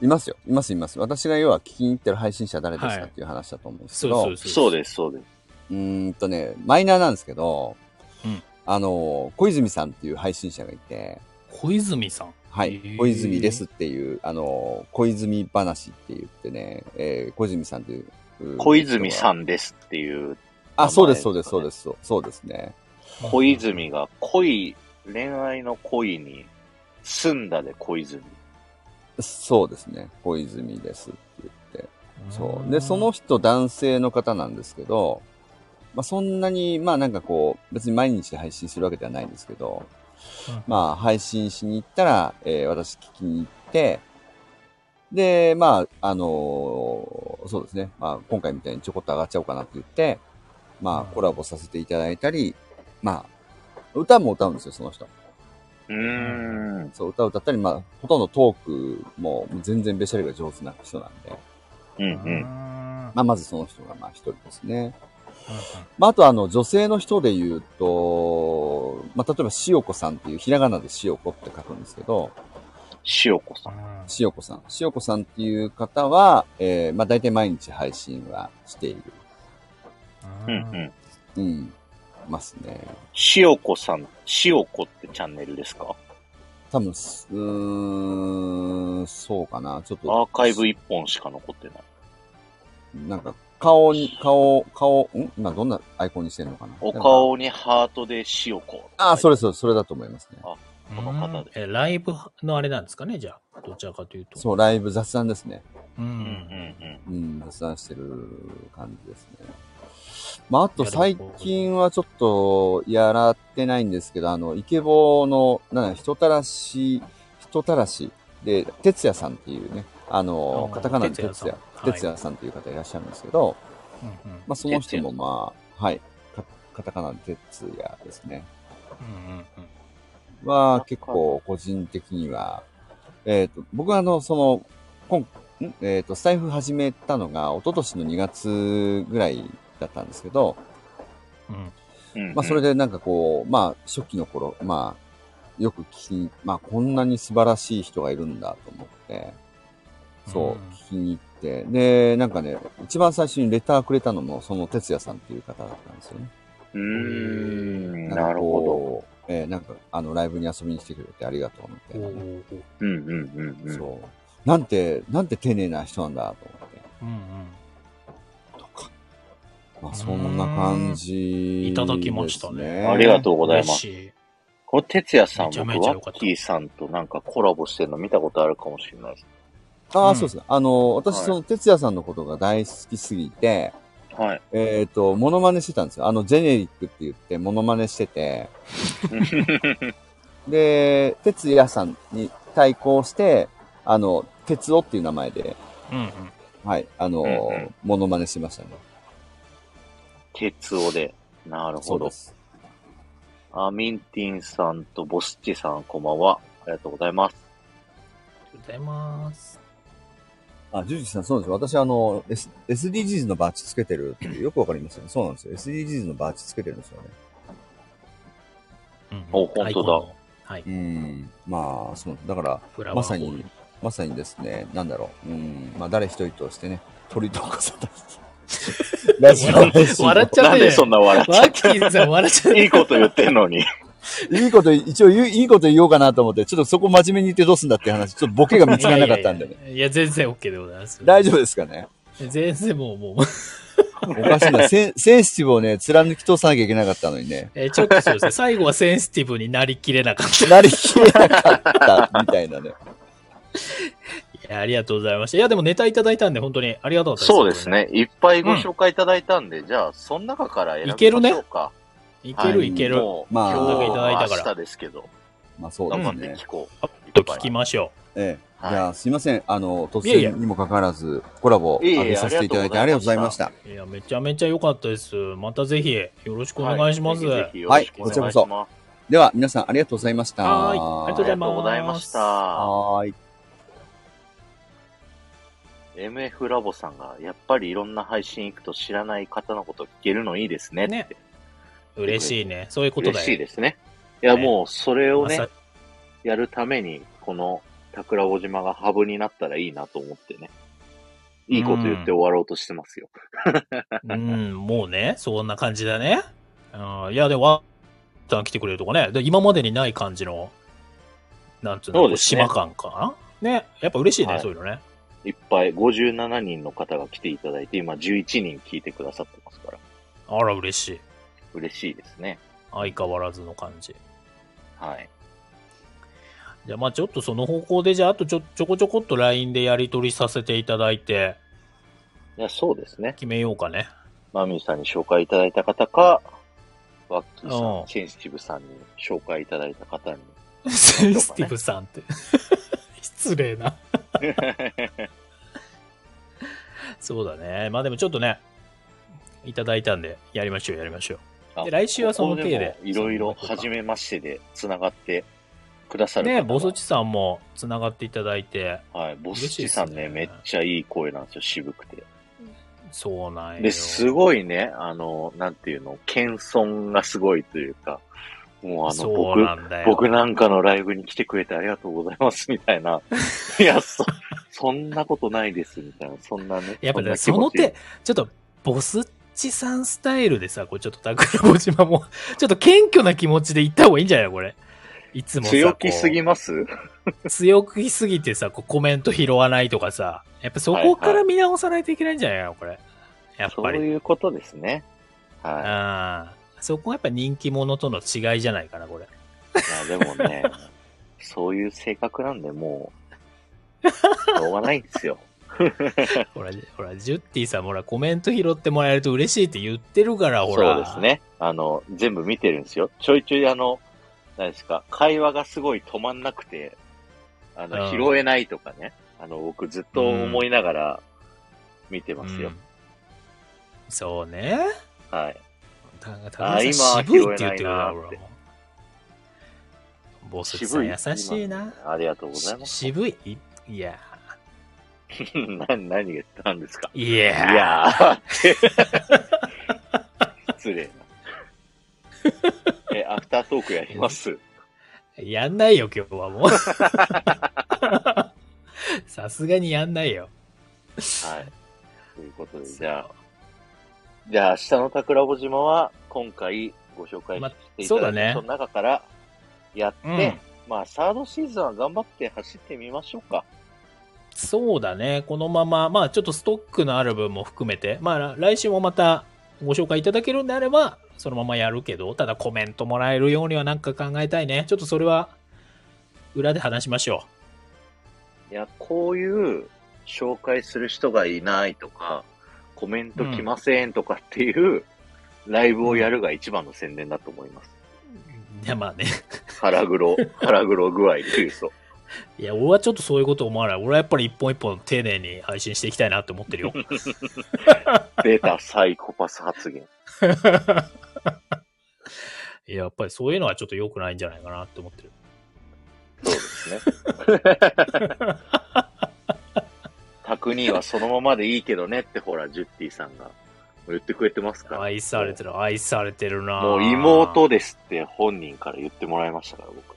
Speaker 3: いますよ。います、います。私が要は聞きに行ってる配信者は誰です
Speaker 2: は
Speaker 3: か
Speaker 2: い
Speaker 3: っていう話だと思うんです
Speaker 2: そ
Speaker 3: け
Speaker 2: う
Speaker 3: ど、
Speaker 2: そう
Speaker 1: そうです、そうです。
Speaker 3: うーんとね、マイナーなんですけど、
Speaker 2: うん
Speaker 3: あの、小泉さんっていう配信者がいて、
Speaker 2: 小泉さん。
Speaker 3: は
Speaker 2: へ
Speaker 3: い、
Speaker 2: ー
Speaker 3: 小泉ですっていう、あの、小泉話って言ってね、えー小泉さんっていう。
Speaker 1: 小泉さ
Speaker 3: ん。
Speaker 1: んですっていう、
Speaker 3: あ、そうです、そうです、そうです、そうそうですね。
Speaker 1: 小泉が恋、恋愛の恋に、住んだで小泉。
Speaker 3: そうですね、小泉ですって言って。そう。で、その人男性の方なんですけど、まあそんなに、まあなんかこう、別に毎日配信するわけではないんですけど、
Speaker 2: ま
Speaker 3: まあ配信しに行ったら、えー私聞きに行って、で、まあ、あのーそうですね、まあ今回みたいにちょこっと上がっちゃおうかなって言って、ま
Speaker 2: うん
Speaker 3: あコラボさせていただいたり、まあ、歌も歌うんですよ、その人。
Speaker 1: うーん。
Speaker 3: そう、歌を歌ったり、まあ、ほとんどトークも全然べしゃりが上手な人なんで、
Speaker 1: うんう
Speaker 2: あ
Speaker 1: ん。
Speaker 3: まあ、まずその人が、まあ、一人ですね。まあ、あとあの女性の人で言うと、まあ、例えば塩子さんっていうひらがなで塩子って書くんですけど、
Speaker 1: 塩子さん。
Speaker 3: 塩子さん。塩子さんっていう方は、えー、まあ、大体毎日配信はしている。
Speaker 1: うんう
Speaker 2: うん
Speaker 1: ん。
Speaker 3: うん。ますね。
Speaker 1: 塩子さん、塩子ってチャンネルですか
Speaker 3: 多分、すうーん、そうかな。ちょっ
Speaker 1: ア
Speaker 3: と、
Speaker 1: ーカイブ一本しか残ってない。
Speaker 3: なんか、顔に、顔、顔、ん今どんなアイコンにしてるのかな
Speaker 1: お。顔にハートで塩子。
Speaker 3: ああ、そ
Speaker 1: れ。
Speaker 3: れそれ、それだと思いますね。
Speaker 1: この方で
Speaker 2: え、ライブのあれなんですかね、じゃあ。どちらかというと。
Speaker 3: そう、ライブ雑談ですね。
Speaker 2: うん。う
Speaker 1: うんうん
Speaker 2: ん
Speaker 1: うん。
Speaker 3: うん、雑談してる感じですね。まあ、あと最近はちょっとやらってないんですけど、あの、イケボの、なんだ人たらし、人たらしで、哲也さんっていうね、あの、
Speaker 2: あー
Speaker 3: カタカナの
Speaker 2: 哲
Speaker 3: 哲
Speaker 2: 也さん
Speaker 3: 也、
Speaker 2: はい
Speaker 3: 哲也さんっていう方いらっしゃるんですけど、
Speaker 2: うん
Speaker 3: まあ、その人もまあ、はい、カカタカナの哲也ですね。
Speaker 2: うんうんうん
Speaker 3: は結構個人的には、えっ、と、僕はあの、その、こんんえっ、と、スタイフ始めたのが、一昨年の2月ぐらいだったんですけど、
Speaker 2: うん
Speaker 1: うんうん
Speaker 3: まあ、それでなんかこう、まあ、初期の頃、まあ、よく聞きに、まあ、こんなに素晴らしい人がいるんだと思って、そう
Speaker 2: うん、
Speaker 3: 聞きに行って、で、なんかね、一番最初にレターくれたのも、その哲也さんっていう方だったんですよね。
Speaker 1: うーん、
Speaker 3: ん
Speaker 1: な
Speaker 3: か
Speaker 1: るほ
Speaker 3: こう。えーなんか、あの、ライブに遊びに来てくれてありがとう、みたいなね、
Speaker 1: ど。うんうんうんうん。
Speaker 3: そう。なんて、なんて丁寧な人なんだと思って。
Speaker 2: うん
Speaker 3: とか。まあ、そんな感じ、
Speaker 2: いただきましたね
Speaker 1: ありがとう
Speaker 2: うん。
Speaker 1: ございます。
Speaker 2: 嬉し
Speaker 1: この哲也さん、
Speaker 2: めちゃ
Speaker 1: 僕、
Speaker 2: めちゃ
Speaker 1: ワ
Speaker 2: 良かった
Speaker 1: ッキーさんとなんかコラボしてるの見たことあるかもしれないです。
Speaker 3: う。あ
Speaker 2: う
Speaker 3: あ、
Speaker 2: ん
Speaker 3: そうですね。あの、私、
Speaker 1: はい
Speaker 3: その、哲也さんのことが大好きすぎて、
Speaker 1: はい。
Speaker 3: えっ、と、モノマネしてたんですよ。あの、ジェネリックって言って、モノマネし てて、で、哲也さんに対抗して、あの、哲夫っていう名前で、
Speaker 2: うんうん
Speaker 3: はい、あの、
Speaker 1: うんうん
Speaker 3: モノマネしてましたね。
Speaker 1: 鉄夫で。なるほ
Speaker 3: そうで
Speaker 1: ど。
Speaker 3: す。
Speaker 1: あ、ミンティンさんとボスッチさん、こんばんは。ありがとうございます。
Speaker 2: ありがとうございます。
Speaker 3: あ、ジュジュさん、そうです。私、あの、S、SDGs のバッジつけてるってよくわかりますよね。そうなんですよ。SDGs のバッジつけてるんですよ
Speaker 2: うん
Speaker 3: ね。。
Speaker 2: うん
Speaker 1: お本当だ
Speaker 2: アイコンのはいう
Speaker 3: ん。まあ、そう。だから、
Speaker 2: フラワー
Speaker 3: まさ
Speaker 2: ホール
Speaker 3: に、まさにですね、なんだろう。うん。まあ、誰一人とし てね、取り残さ ない。ラジオ配信
Speaker 2: 笑っちゃっ
Speaker 1: な
Speaker 2: て
Speaker 1: ん
Speaker 2: る
Speaker 1: でそんな笑っ
Speaker 2: ワッキーさん笑っちゃう
Speaker 1: て。いいこと言ってんのに。
Speaker 3: いいこと、一応言う、いいこと言おうかなと思って、ちょっとそこ真面目に言ってどうすんだっていう 話、ちょっとボケが見つからなかったんで
Speaker 2: い
Speaker 3: ね。
Speaker 2: やいやいやいや、全然 OK でございます。
Speaker 3: 大丈夫ですかね
Speaker 2: 夫。全然もう、もう、
Speaker 3: おかしいな。センセンシティブをね、貫き通さなきゃいけなかったのにね。
Speaker 2: えちょっとそうで すね。最後はセンシティブになりきれなかった。
Speaker 3: なりきれなかった、みたいなね。
Speaker 2: いや、ありがとうございました。いや、でもネタいただいたんで、本当にありがとうございます。
Speaker 1: そうですね。いっぱいご紹介いただいたんで、じゃあ、その中から選びましょうか。
Speaker 2: いける
Speaker 3: はい
Speaker 2: いける。
Speaker 1: もう、
Speaker 3: まあ
Speaker 1: 今
Speaker 2: おかげいただい
Speaker 1: 日、
Speaker 2: たから
Speaker 1: 明日ですけど、
Speaker 3: まあそう
Speaker 1: 頑
Speaker 3: で
Speaker 1: 張
Speaker 3: す
Speaker 1: って
Speaker 3: ね。
Speaker 1: 聞こう。
Speaker 2: ちょっと聞きましょ
Speaker 3: ええ。
Speaker 1: はい
Speaker 3: じゃあすいません。あの、突
Speaker 2: いえいえ
Speaker 3: 然にもかかわらず、コラボを上げさせていただい
Speaker 1: い
Speaker 3: て
Speaker 1: えいえ
Speaker 3: あ
Speaker 1: あり
Speaker 3: り
Speaker 1: がとう
Speaker 3: がとうご
Speaker 1: ご
Speaker 3: ざ
Speaker 1: ざ
Speaker 3: い
Speaker 1: い
Speaker 3: ま
Speaker 1: ま
Speaker 3: し
Speaker 1: したた。
Speaker 2: う。いや、めちゃめちゃ良かったです。またぜひ、よろしくお願いします。
Speaker 1: は
Speaker 2: はい
Speaker 1: ぜ
Speaker 2: い
Speaker 1: ひ、ぜひよろしくお願いします
Speaker 3: はでは、皆さんありがとうございました。
Speaker 1: あ
Speaker 2: はーいあり
Speaker 1: り
Speaker 2: が
Speaker 1: が
Speaker 2: と
Speaker 1: と
Speaker 2: う
Speaker 1: う
Speaker 2: ご
Speaker 1: ご
Speaker 2: ざ
Speaker 1: ざ
Speaker 2: い
Speaker 1: い
Speaker 2: ま
Speaker 1: ま
Speaker 2: し
Speaker 1: したた。
Speaker 3: はーい。
Speaker 1: MF ラボさんが、やっぱりいろんな配信行くと知らない方のこと聞けるのいいですね。
Speaker 2: ね。嬉しいね。そういうことだよ。
Speaker 1: 嬉しいですね。いや、
Speaker 2: ね
Speaker 1: もう、それをね
Speaker 2: ま、さ
Speaker 1: やるために、この桜子島がハブになったらいいなと思ってね。いいこと言って終わろうとしてますよ。
Speaker 2: うん、もうね、そんな感じだね。うん、いや、でも、ワンちゃん来てくれるとかね、で今までにない感じの、なんつうの、
Speaker 1: そうですね
Speaker 2: 島感かな。ね、やっぱ嬉しいね、
Speaker 1: はい
Speaker 2: そういうのね。
Speaker 1: いっぱい、57人の方が来ていただいて、今11人聞いてくださってますから、
Speaker 2: あら、嬉しい。
Speaker 1: 嬉しいですね。
Speaker 2: 相変わらずの感じ。
Speaker 1: はい。
Speaker 2: じゃあ、まあちょっとその方向で、じゃあ、あとちょ、ちょこちょこっと LINE でやり取りさせていただいて、
Speaker 1: いや、そうですね。
Speaker 2: 決めようかね。
Speaker 1: マミーさんに紹介いただいた方か、ワッキーさ
Speaker 2: うん
Speaker 1: ん、センシティブさんに紹介いただいた方に。
Speaker 2: センシティブさんって。 失礼な。そうだね。まあでもちょっとね、いただいたんで、やりましょう、やりましょう。
Speaker 1: あ
Speaker 2: で来週はその
Speaker 1: ここ
Speaker 2: 体で
Speaker 1: もいろいろ、初めましてで繋がってくださる方
Speaker 2: ね
Speaker 1: が
Speaker 2: ボソチさんもつながっていただいて、
Speaker 1: はい、ボスチさんね
Speaker 2: 嬉しいですね
Speaker 1: めっちゃいい声なんですよ、渋くて。
Speaker 2: そうなんよ。
Speaker 1: で、す
Speaker 2: い。
Speaker 1: ごいね、あの、なんていうの、謙遜がすごいというか、もうあの、
Speaker 2: そう
Speaker 1: 僕、
Speaker 2: なんだよ。
Speaker 1: 僕なんかのライブに来てくれてありがとうございます、みたい な。いや、そ、そんなことないです、みたいな。そんなね。
Speaker 2: やっぱね、
Speaker 1: そ
Speaker 2: そ
Speaker 1: んな
Speaker 2: の
Speaker 1: 気持ち
Speaker 2: 手、ちょっと、ボスッチさんスタイルでさ、これちょっと桜子島も、ちょっと謙虚な気持ちで行った方がいいんじゃないのこれ。いつもさ
Speaker 1: 強気すぎ
Speaker 2: こ
Speaker 1: ます
Speaker 2: う強気すぎてさ、こうコメント拾わないとかさ、やっぱそこか
Speaker 1: はいは
Speaker 2: ら見直さないといけないんじゃないのこれ。やっ
Speaker 1: そ
Speaker 2: ぱ
Speaker 1: う
Speaker 2: り。
Speaker 1: いうことですね。は
Speaker 2: ああ。そこがやっぱ人気者との違いじゃないかな、これ。
Speaker 1: い。いや、でもね、そういう性格なんで、も う、しょうがないんですよ。
Speaker 2: ほら、ほら、ジュッティさんもほら、コメント拾ってもらえると嬉しいって言ってるから、ほら。
Speaker 1: そうです。ね。あの、全部見てるんですよ。ちょいちょいあの、何ですか、会話がすごい止まんなくて、あの、
Speaker 2: うん
Speaker 1: 拾えないとかね。あの、僕ずっと思いながら見てますよ
Speaker 2: うん。そうね。
Speaker 1: はい。
Speaker 2: た高
Speaker 1: あ
Speaker 2: 橋
Speaker 1: 今
Speaker 2: さ
Speaker 1: は
Speaker 2: ん渋いって言ってくれ
Speaker 1: 拾えない
Speaker 2: る
Speaker 1: なー
Speaker 2: な、
Speaker 1: って
Speaker 2: 俺も。ボスさん優しいな。
Speaker 1: 今ありがとうございます。
Speaker 2: 渋い。いいや
Speaker 1: な何が言ったんですか
Speaker 2: ー。いやー。
Speaker 1: いやーって。 失礼な。え、アフタートークやります。
Speaker 2: やんないよ、今日はもう。 さすがにやんないよ。
Speaker 1: はい。ということで、じゃあ、じゃあ、明日の桜穂島は、今回ご紹介
Speaker 2: ま
Speaker 1: していた
Speaker 2: そ
Speaker 1: だい
Speaker 2: うだね
Speaker 1: た人の中からやって、
Speaker 2: うん
Speaker 1: まあ、サードシーズンは頑張って走ってみましょうか。
Speaker 2: そうだね。このまま、まあちょっとストックのある分も含めて、まあ来週もまたご紹介いただけるんであれば、そのままやるけど、ただコメントもらえるようにはなんか考えたいね。ちょっとそれは、裏で話しましょ
Speaker 1: いや、こういう紹介する人がいないとか、コメント来ませんとかっていう、ライブをやるが一番の宣伝だと思います。
Speaker 2: う。いや、まあ ね。
Speaker 1: 腹黒、腹黒具合で言うと。
Speaker 2: いや、俺はちょっとそういうこと思わない。俺はやっぱり一本一本丁寧に配信していきたいなって思ってるよ。
Speaker 1: 出たサイコパス発言。
Speaker 2: いや、やっぱりそういうのはちょっと良くないんじゃないかなって思ってる。
Speaker 1: そうですね。タクニーはそのままでいいけどねってほら、ジュッティさんが言ってくれてますから。
Speaker 2: 愛されてる、愛されてるな
Speaker 1: もう妹ですって本人から言ってもらいましたから、僕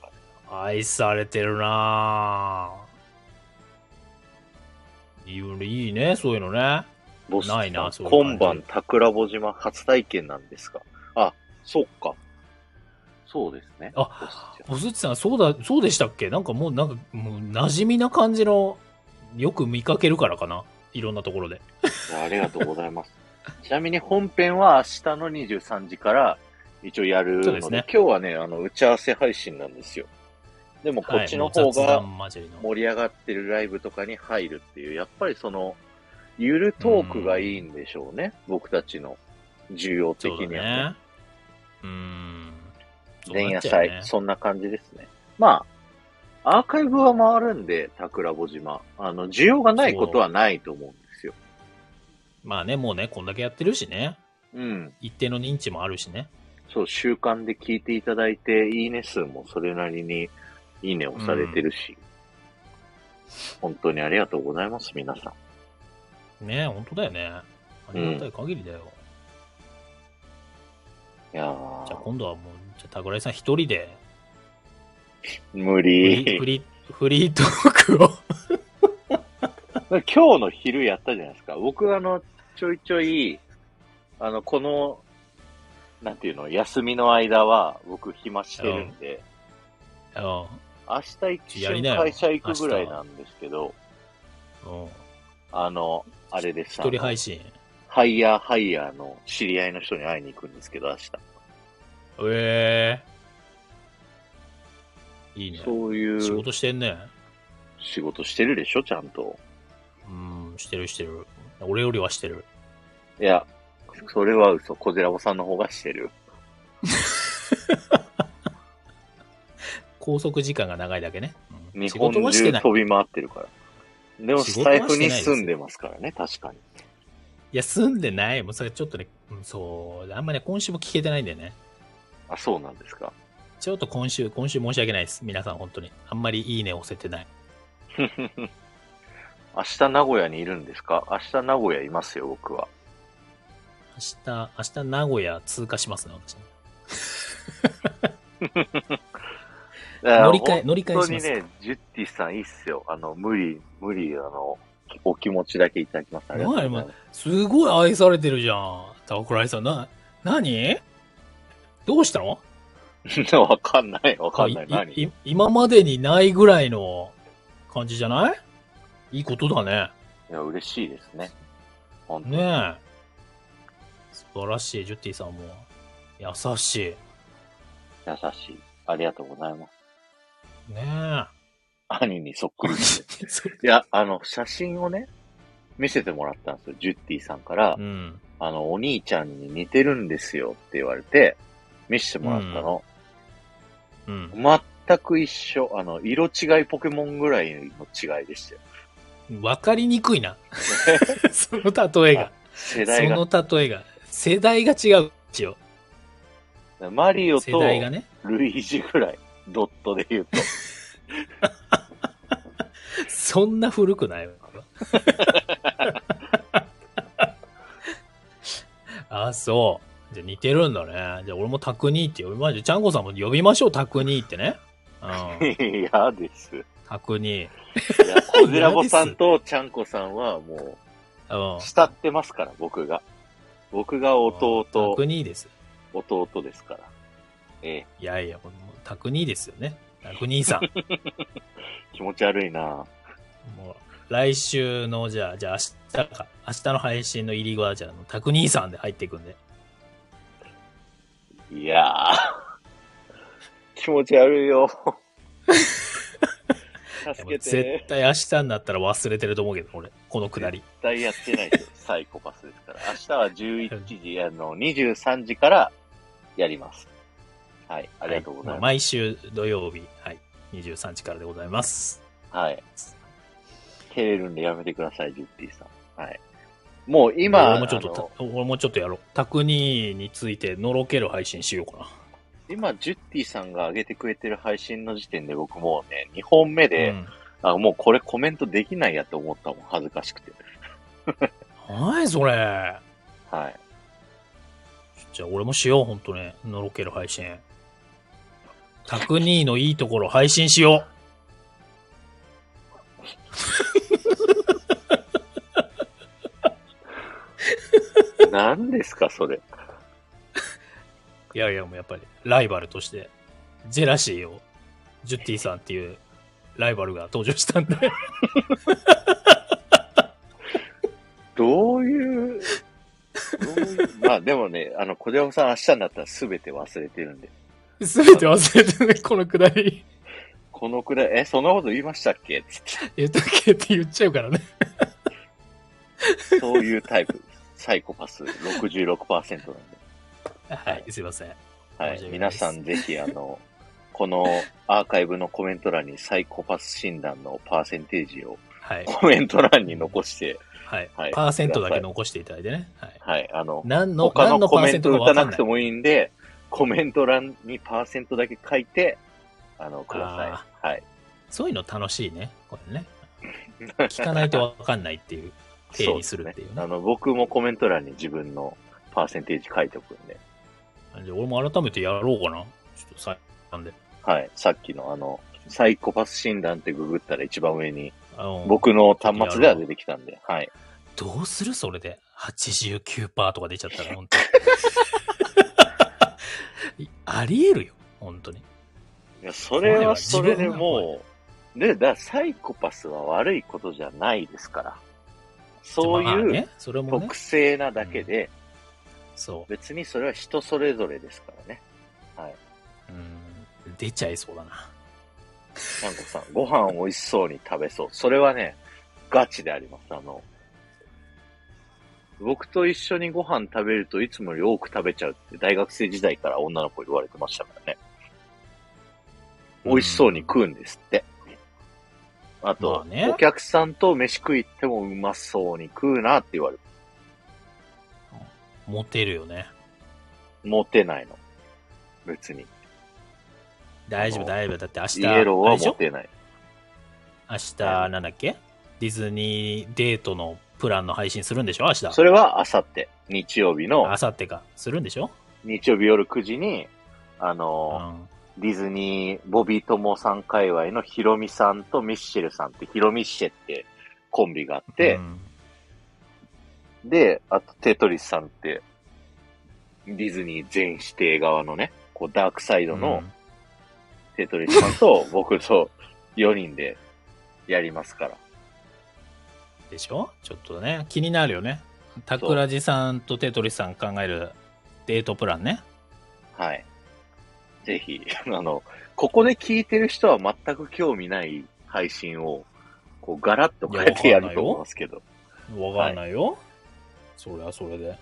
Speaker 1: は。
Speaker 2: 愛されてるなぁ。いいいいね、そういうのね。
Speaker 1: ボスさん
Speaker 2: ないなそういう感
Speaker 1: 今
Speaker 2: じ
Speaker 1: 晩、桜穂島初体験なんですかあ、そっか。そうですね。
Speaker 2: あ
Speaker 1: ボスちゃん
Speaker 2: ボスッチさん、そうだ、そうでしたっけなんかもう、なんか、もう、馴染みな感じの、よく見かけるからかな。いろんなところで。
Speaker 1: いやありがとうございます。 ちなみに本編は明日の23時から一応やるの
Speaker 2: そう
Speaker 1: で、
Speaker 2: ですね
Speaker 1: 今日はね、あの、打ち合わせ配信なんですよ。でもこっちの方が
Speaker 2: はい、もう雑談混じりの。
Speaker 1: 盛り上がってるライブとかに入るっていう、やっぱりその、ゆるトークがいいんでしょうね。僕たちの需要的
Speaker 2: そう
Speaker 1: にはね。
Speaker 2: だね。うーん。
Speaker 1: 前夜
Speaker 2: そうなっちゃう
Speaker 1: 祭、
Speaker 2: よね
Speaker 1: そんな感じですね。まあ、アーカイブは回るんで、桜穂島。あの、需要がないことはないと思うんですよ。
Speaker 2: まあね、もうね、こんだけやってるしね。
Speaker 1: うん。
Speaker 2: 一定の認知もあるしね。
Speaker 1: そう、習慣で聞いていただいて、いいね数もそれなりにいいねをされてるし、本当にありがとうございます、皆さん。
Speaker 2: ね本当だよね。ありがたい限りだよ。
Speaker 1: いや
Speaker 2: じゃあ
Speaker 1: ー
Speaker 2: 今度はもう、じゃあ、桜井さん一人で
Speaker 1: 無
Speaker 2: フリー
Speaker 1: 理
Speaker 2: フ。リーフリートーク を
Speaker 1: 今日の昼やったじゃないですか。僕、あの、ちょいちょい、あの、この、なんていうの、休みの間は、僕、暇してるんで、
Speaker 2: あ
Speaker 1: 明日一
Speaker 2: やり
Speaker 1: 瞬
Speaker 2: なよ
Speaker 1: 会社行くぐらいなんですけど、
Speaker 2: のうん
Speaker 1: あの、あれです。
Speaker 2: 一人配信
Speaker 1: ハイヤーハイヤーの知り合いの人に会いに行くんですけど、明日。
Speaker 2: ええいいね
Speaker 1: そういう
Speaker 2: 仕事してんね
Speaker 1: 仕事してるでしょ、ちゃんと。
Speaker 2: うんしてるしてる俺よりはしてる
Speaker 1: いや、それは嘘。小寺尾さんの方がしてる。
Speaker 2: 拘束時間が長いだけね、うん、
Speaker 1: 日
Speaker 2: 仕
Speaker 1: 本
Speaker 2: 事はして
Speaker 1: 中
Speaker 2: ない
Speaker 1: 飛び回ってるから。でも、
Speaker 2: 仕事は
Speaker 1: 財
Speaker 2: してない
Speaker 1: 布に住んでますからね、確かに。
Speaker 2: いや住んでないもうそれちょっとねうんそうあんまね今週も聞けてないんだよね
Speaker 1: あ、そうなんですか。
Speaker 2: ちょっと今週、今週申し訳ないです。皆さん本当に。あんまりいいね押せてない。
Speaker 1: 明日名古屋にいるんですか明日名古屋いますよ、僕は。
Speaker 2: 明日、明日名古屋通過しますね、私ね。乗り換え、乗り換え
Speaker 1: 本当
Speaker 2: しま
Speaker 1: に
Speaker 2: す。
Speaker 1: ね、ジュッティさんいいっすよ。あの、無理、無理、あの、お気持ちだけいただきます。ありがとうございます。
Speaker 2: すごい愛されてるじゃん。桜井さん、な、何どうしたの
Speaker 1: わかんない、わかんない。
Speaker 2: あい
Speaker 1: 何
Speaker 2: い今までにないぐらいの感じじゃないいいことだね。
Speaker 1: いや、嬉しいですね。本当に。
Speaker 2: ねえ。素晴らしい、ジュッティさんも。優しい。
Speaker 1: 優しい。ありがとうございます。
Speaker 2: ねえ。
Speaker 1: 兄にそっくり です。いや、あの、写真をね、見せてもらったんですよ。ジュッティさんから、
Speaker 2: うん。
Speaker 1: あの、お兄ちゃんに似てるんですよって言われて、見せてもらったの。
Speaker 2: うん。
Speaker 1: 全く一緒。あの、色違いポケモンぐらいの違いでしたよ。
Speaker 2: わかりにくいな。 その例えが。
Speaker 1: 世
Speaker 2: そ
Speaker 1: 代が。
Speaker 2: の例えが。世代が違う。一応。
Speaker 1: マリオ
Speaker 2: 世
Speaker 1: と
Speaker 2: 代がね。
Speaker 1: ルイージぐらい。ドットで言うと。
Speaker 2: そんな古くないわ。 あ、そう。じゃあ似てるんだね。じゃあ俺もタクニーって呼びましょう。ちゃんこさんも呼びましょう、タクニーってね。うん。
Speaker 1: 嫌です。い
Speaker 2: タクニー。
Speaker 1: や、小ラボさんとちゃんこさんはも
Speaker 2: うん
Speaker 1: う、。慕ってますから、僕が。僕が弟、
Speaker 2: タクニーです。
Speaker 1: 弟ですから。ええ、
Speaker 2: いやいや、これもうタクニーですよね。タクニー さん。
Speaker 1: 気持ち悪いな
Speaker 2: もう来週の、じゃあ、じゃあ明日か。明日の配信の入りは、じゃあ、タクニーさんで入っていくんで。
Speaker 1: いやー。気持ち悪いよ。
Speaker 2: で
Speaker 1: 助
Speaker 2: も
Speaker 1: けて。
Speaker 2: 絶
Speaker 1: 絶
Speaker 2: 対明日になったら忘れてると思うけど、俺。このくだり。
Speaker 1: 対やってないですよ。サイコパスですから。明日は11時、あの、23時からやります。はい、ありがとうございま
Speaker 2: は
Speaker 1: す。
Speaker 2: 毎週土曜日、はい。23時からでございます。
Speaker 1: はい。照れるんでやめてください、ジュッティさん。はい。もう今、
Speaker 2: 俺もちょっ
Speaker 1: あの
Speaker 2: と、た俺もちょっとやろう。タクニーについてのろける配信しようか
Speaker 1: 今、ジュッティさんが上げてくれてる配信の時点で僕もうね、2本目
Speaker 2: な。
Speaker 1: で、
Speaker 2: うん。
Speaker 1: あ、もうこれコメントできないやって思ったもん、恥ずかしくて。
Speaker 2: はい、それ。
Speaker 1: はい。
Speaker 2: じゃあ、俺もしよう、本当ね。のろける配信。タクニーのいいところ配信しよ
Speaker 1: 何ですか、それ。
Speaker 2: う。いやいや、もうやっぱり、ライバルとして、ジェラシーを、ジュッティさんっていうライバルが登場したんで。
Speaker 1: どういう、どういう、まあでもね、あの、小寺さん明日になったら全て忘れてるんで。
Speaker 2: すべて忘れてね、このくだり。
Speaker 1: このくらい、え、そんなこと言いましたっけつっ
Speaker 2: 言っとけって言っちゃうからね。
Speaker 1: てそういうタイプ。サイコパス66%なんで。
Speaker 2: はい、すいません。
Speaker 1: は
Speaker 2: 面
Speaker 1: い。
Speaker 2: 白い
Speaker 1: 皆さんぜひ、あの、 このアーカイブのコメント欄にサイコパス診断のパーセンテージ を
Speaker 2: はい。
Speaker 1: コメント欄に残して、
Speaker 2: はい。
Speaker 1: はい
Speaker 2: パーセントだけ残していただいてね。はい。
Speaker 1: はい、あの、
Speaker 2: 何の、
Speaker 1: 他
Speaker 2: 何
Speaker 1: の
Speaker 2: の
Speaker 1: コ
Speaker 2: パー
Speaker 1: メ
Speaker 2: セ
Speaker 1: ン
Speaker 2: ン
Speaker 1: ト
Speaker 2: トか
Speaker 1: 打た
Speaker 2: わか
Speaker 1: なん
Speaker 2: な
Speaker 1: く
Speaker 2: い
Speaker 1: て。もいいんで、コメント欄にパーセントだけ書いて、あの、くださ
Speaker 2: あ
Speaker 1: い。はい。
Speaker 2: そういうの楽しいね。こ れね。聞かないとわかんないっていう。定理するっていうね
Speaker 1: そですあの、僕もコメント欄に自分のパーセンテージ書いておくんで。
Speaker 2: じゃあ俺も改めてやろうかな。ちょっと最後なんで。
Speaker 1: はい。さっきのあの、サイコパス診断ってググったら一番上に、
Speaker 2: あの
Speaker 1: 僕の端末では出てきたんで、はい。
Speaker 2: どうするそれで。89%とか出ちゃったら、 本当に。ありえるよ、本当に。
Speaker 1: いや、それはそれで
Speaker 2: 怖いわ
Speaker 1: もう、で、だからサイコパスは悪いことじゃないですから。そう
Speaker 2: まあ
Speaker 1: いう
Speaker 2: ね、それもね
Speaker 1: 特、性なだけで、
Speaker 2: そ
Speaker 1: 別にそれは人それぞれですからね。
Speaker 2: う。うん、出ちゃいそうだな。
Speaker 1: なんこさん、ご飯美味しそうに食べそう。それはね、ガチであります。あの、僕と一緒にご飯食べるといつもより多く食べちゃうって大学生時代から女の子に言われてましたからね。美味しそうに食うんですって。あ
Speaker 2: ま
Speaker 1: と
Speaker 2: あ、ね
Speaker 1: お客さんと飯食い行ってもうまそうに食うなって言われる。
Speaker 2: モテるよね。
Speaker 1: モテないの。別に。
Speaker 2: 大丈
Speaker 1: あ
Speaker 2: 夫、
Speaker 1: の
Speaker 2: 大丈夫。だって明日、
Speaker 1: イエロー
Speaker 2: あ
Speaker 1: は
Speaker 2: れでし
Speaker 1: モ
Speaker 2: ょ
Speaker 1: テない。
Speaker 2: 明日、なんだっけディズニーデートのプランの配信するんでしょ明日。
Speaker 1: それはあさって、日曜日の
Speaker 2: あ、さってか。するんでしょ
Speaker 1: 日曜日夜9時に、あ
Speaker 2: う
Speaker 1: のー
Speaker 2: ん。
Speaker 1: ディズニー、ボビー友さん界隈のヒロミさんとミッシェルさんって、ヒロミッシェってコンビがあって
Speaker 2: う、ん
Speaker 1: で、あとテトリスさんって、ディズニー全指定側のね、こうダークサイドのテトリスさんと僕と4人でやりますから。
Speaker 2: でしょちょっとね、気になるよね。桜地さんとテトリスさん考えるデートプランね。
Speaker 1: はい。ぜひ、 あの、ここで聞いてる人は全く興味ない配信を、こうガラッと変えてやると思いますけど、
Speaker 2: わかんないよ。それはそれで。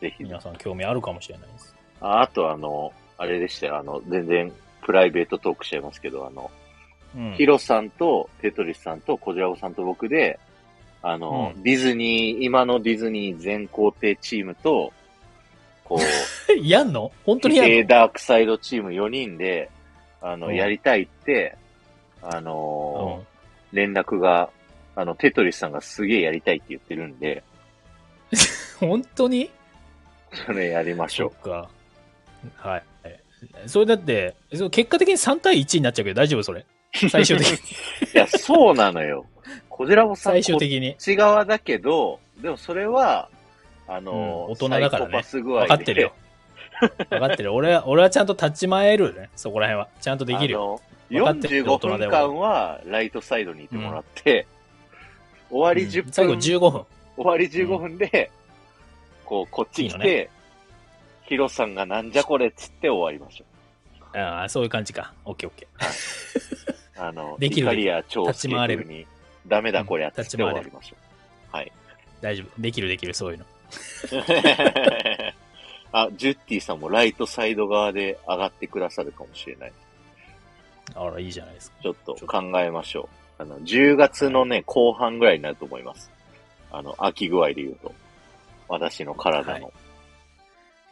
Speaker 1: ぜひ、
Speaker 2: 皆さん興味あるかもしれないです。
Speaker 1: ああとあの、あれでしたよ。あの、全然プライベートトークしちゃいますけど、あの、
Speaker 2: うん
Speaker 1: ヒロさんとテトリスさんとコジラボさんと僕で、あの、
Speaker 2: う
Speaker 1: ディズニー、今のディズニー全皇帝チームと、 こう、
Speaker 2: やんの本当にやん
Speaker 1: A
Speaker 2: の
Speaker 1: ダークサイドチーム4人で、あの、
Speaker 2: うん
Speaker 1: やりたいって、あのー連絡が、あの、テトリスさんがすげえやりたいって言ってるんで、
Speaker 2: うん本当に
Speaker 1: それやりまし
Speaker 2: そ
Speaker 1: ょ
Speaker 2: っか。はい。それだって、そう結果的に3対1になっちゃうけど大丈夫それ。最終的に。
Speaker 1: う。いや、そうなのよ。コジラボさん、
Speaker 2: 最終的に
Speaker 1: こっ。ち側だけど、でもそれは、あの、
Speaker 2: うん大人だか
Speaker 1: サ
Speaker 2: らね
Speaker 1: イコパス具合で
Speaker 2: 分かってるよ。。分かってる。俺は、俺はちゃんと立ち前るね。そこら辺は。ちゃんとできるよ。
Speaker 1: あの
Speaker 2: 分かってるよ
Speaker 1: 45分間はライトサイドにいてもらって、終わり10
Speaker 2: うん
Speaker 1: 分、
Speaker 2: 最後15分。
Speaker 1: 終わり15分で、こう、こっち来
Speaker 2: いい
Speaker 1: て、
Speaker 2: のね
Speaker 1: ヒロさんがなんじゃこれっつって終わりましょ
Speaker 2: ああ、そういう感じか。オッケーオッケー。
Speaker 1: う。あの、
Speaker 2: できる
Speaker 1: イカリア超
Speaker 2: 立ち回れる
Speaker 1: に、ダメだこりゃっつって終わりましょ
Speaker 2: 大丈夫。できるできる、そういうの。
Speaker 1: う。 あ、ジュッティさんもライトサイド側で上がってくださるかもしれない。
Speaker 2: あら、いいじゃないですか。
Speaker 1: ちょっと考えましょう。あの、10月のね、後半ぐらいになると思います。あの、秋具合で言うと。私の体の。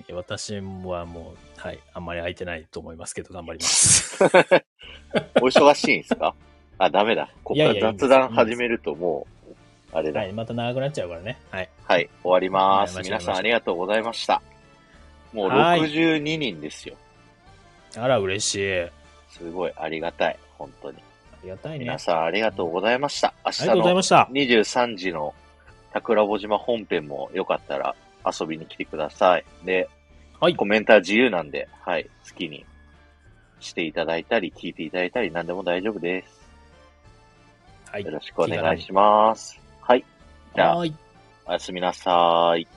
Speaker 2: え私はもう、はい、あんまり空いてないと思いますけど、頑張ります。
Speaker 1: お忙しいんですかあ、ダメだ。ここ
Speaker 2: い
Speaker 1: か
Speaker 2: や
Speaker 1: ら
Speaker 2: いやいいんです
Speaker 1: 雑談始めるともう、あれだ。
Speaker 2: は
Speaker 1: はい、
Speaker 2: い、また長くなっちゃうからね。はい。
Speaker 1: 終わります。
Speaker 2: はい
Speaker 1: 皆
Speaker 2: 間違えました
Speaker 1: さんありがとうございました。もう
Speaker 2: はい
Speaker 1: 62人ですよ。
Speaker 2: あら、嬉しい。あ
Speaker 1: すごい、ありがたい。本当に。
Speaker 2: りがたいね。あ
Speaker 1: 皆さんありがとうございました。明日
Speaker 2: りがとうござい
Speaker 1: の
Speaker 2: ました。
Speaker 1: 23時の桜穂島本編もよかったら遊びに来てください。で、
Speaker 2: はい
Speaker 1: コ。メントは自由なんで、はい、好きにしていただいたり、聞いていただいたり、何でも大丈夫です。
Speaker 2: はい
Speaker 1: よ。ろしくお願いします。はい。じゃあ、
Speaker 2: はい。
Speaker 1: おやすみなさーい。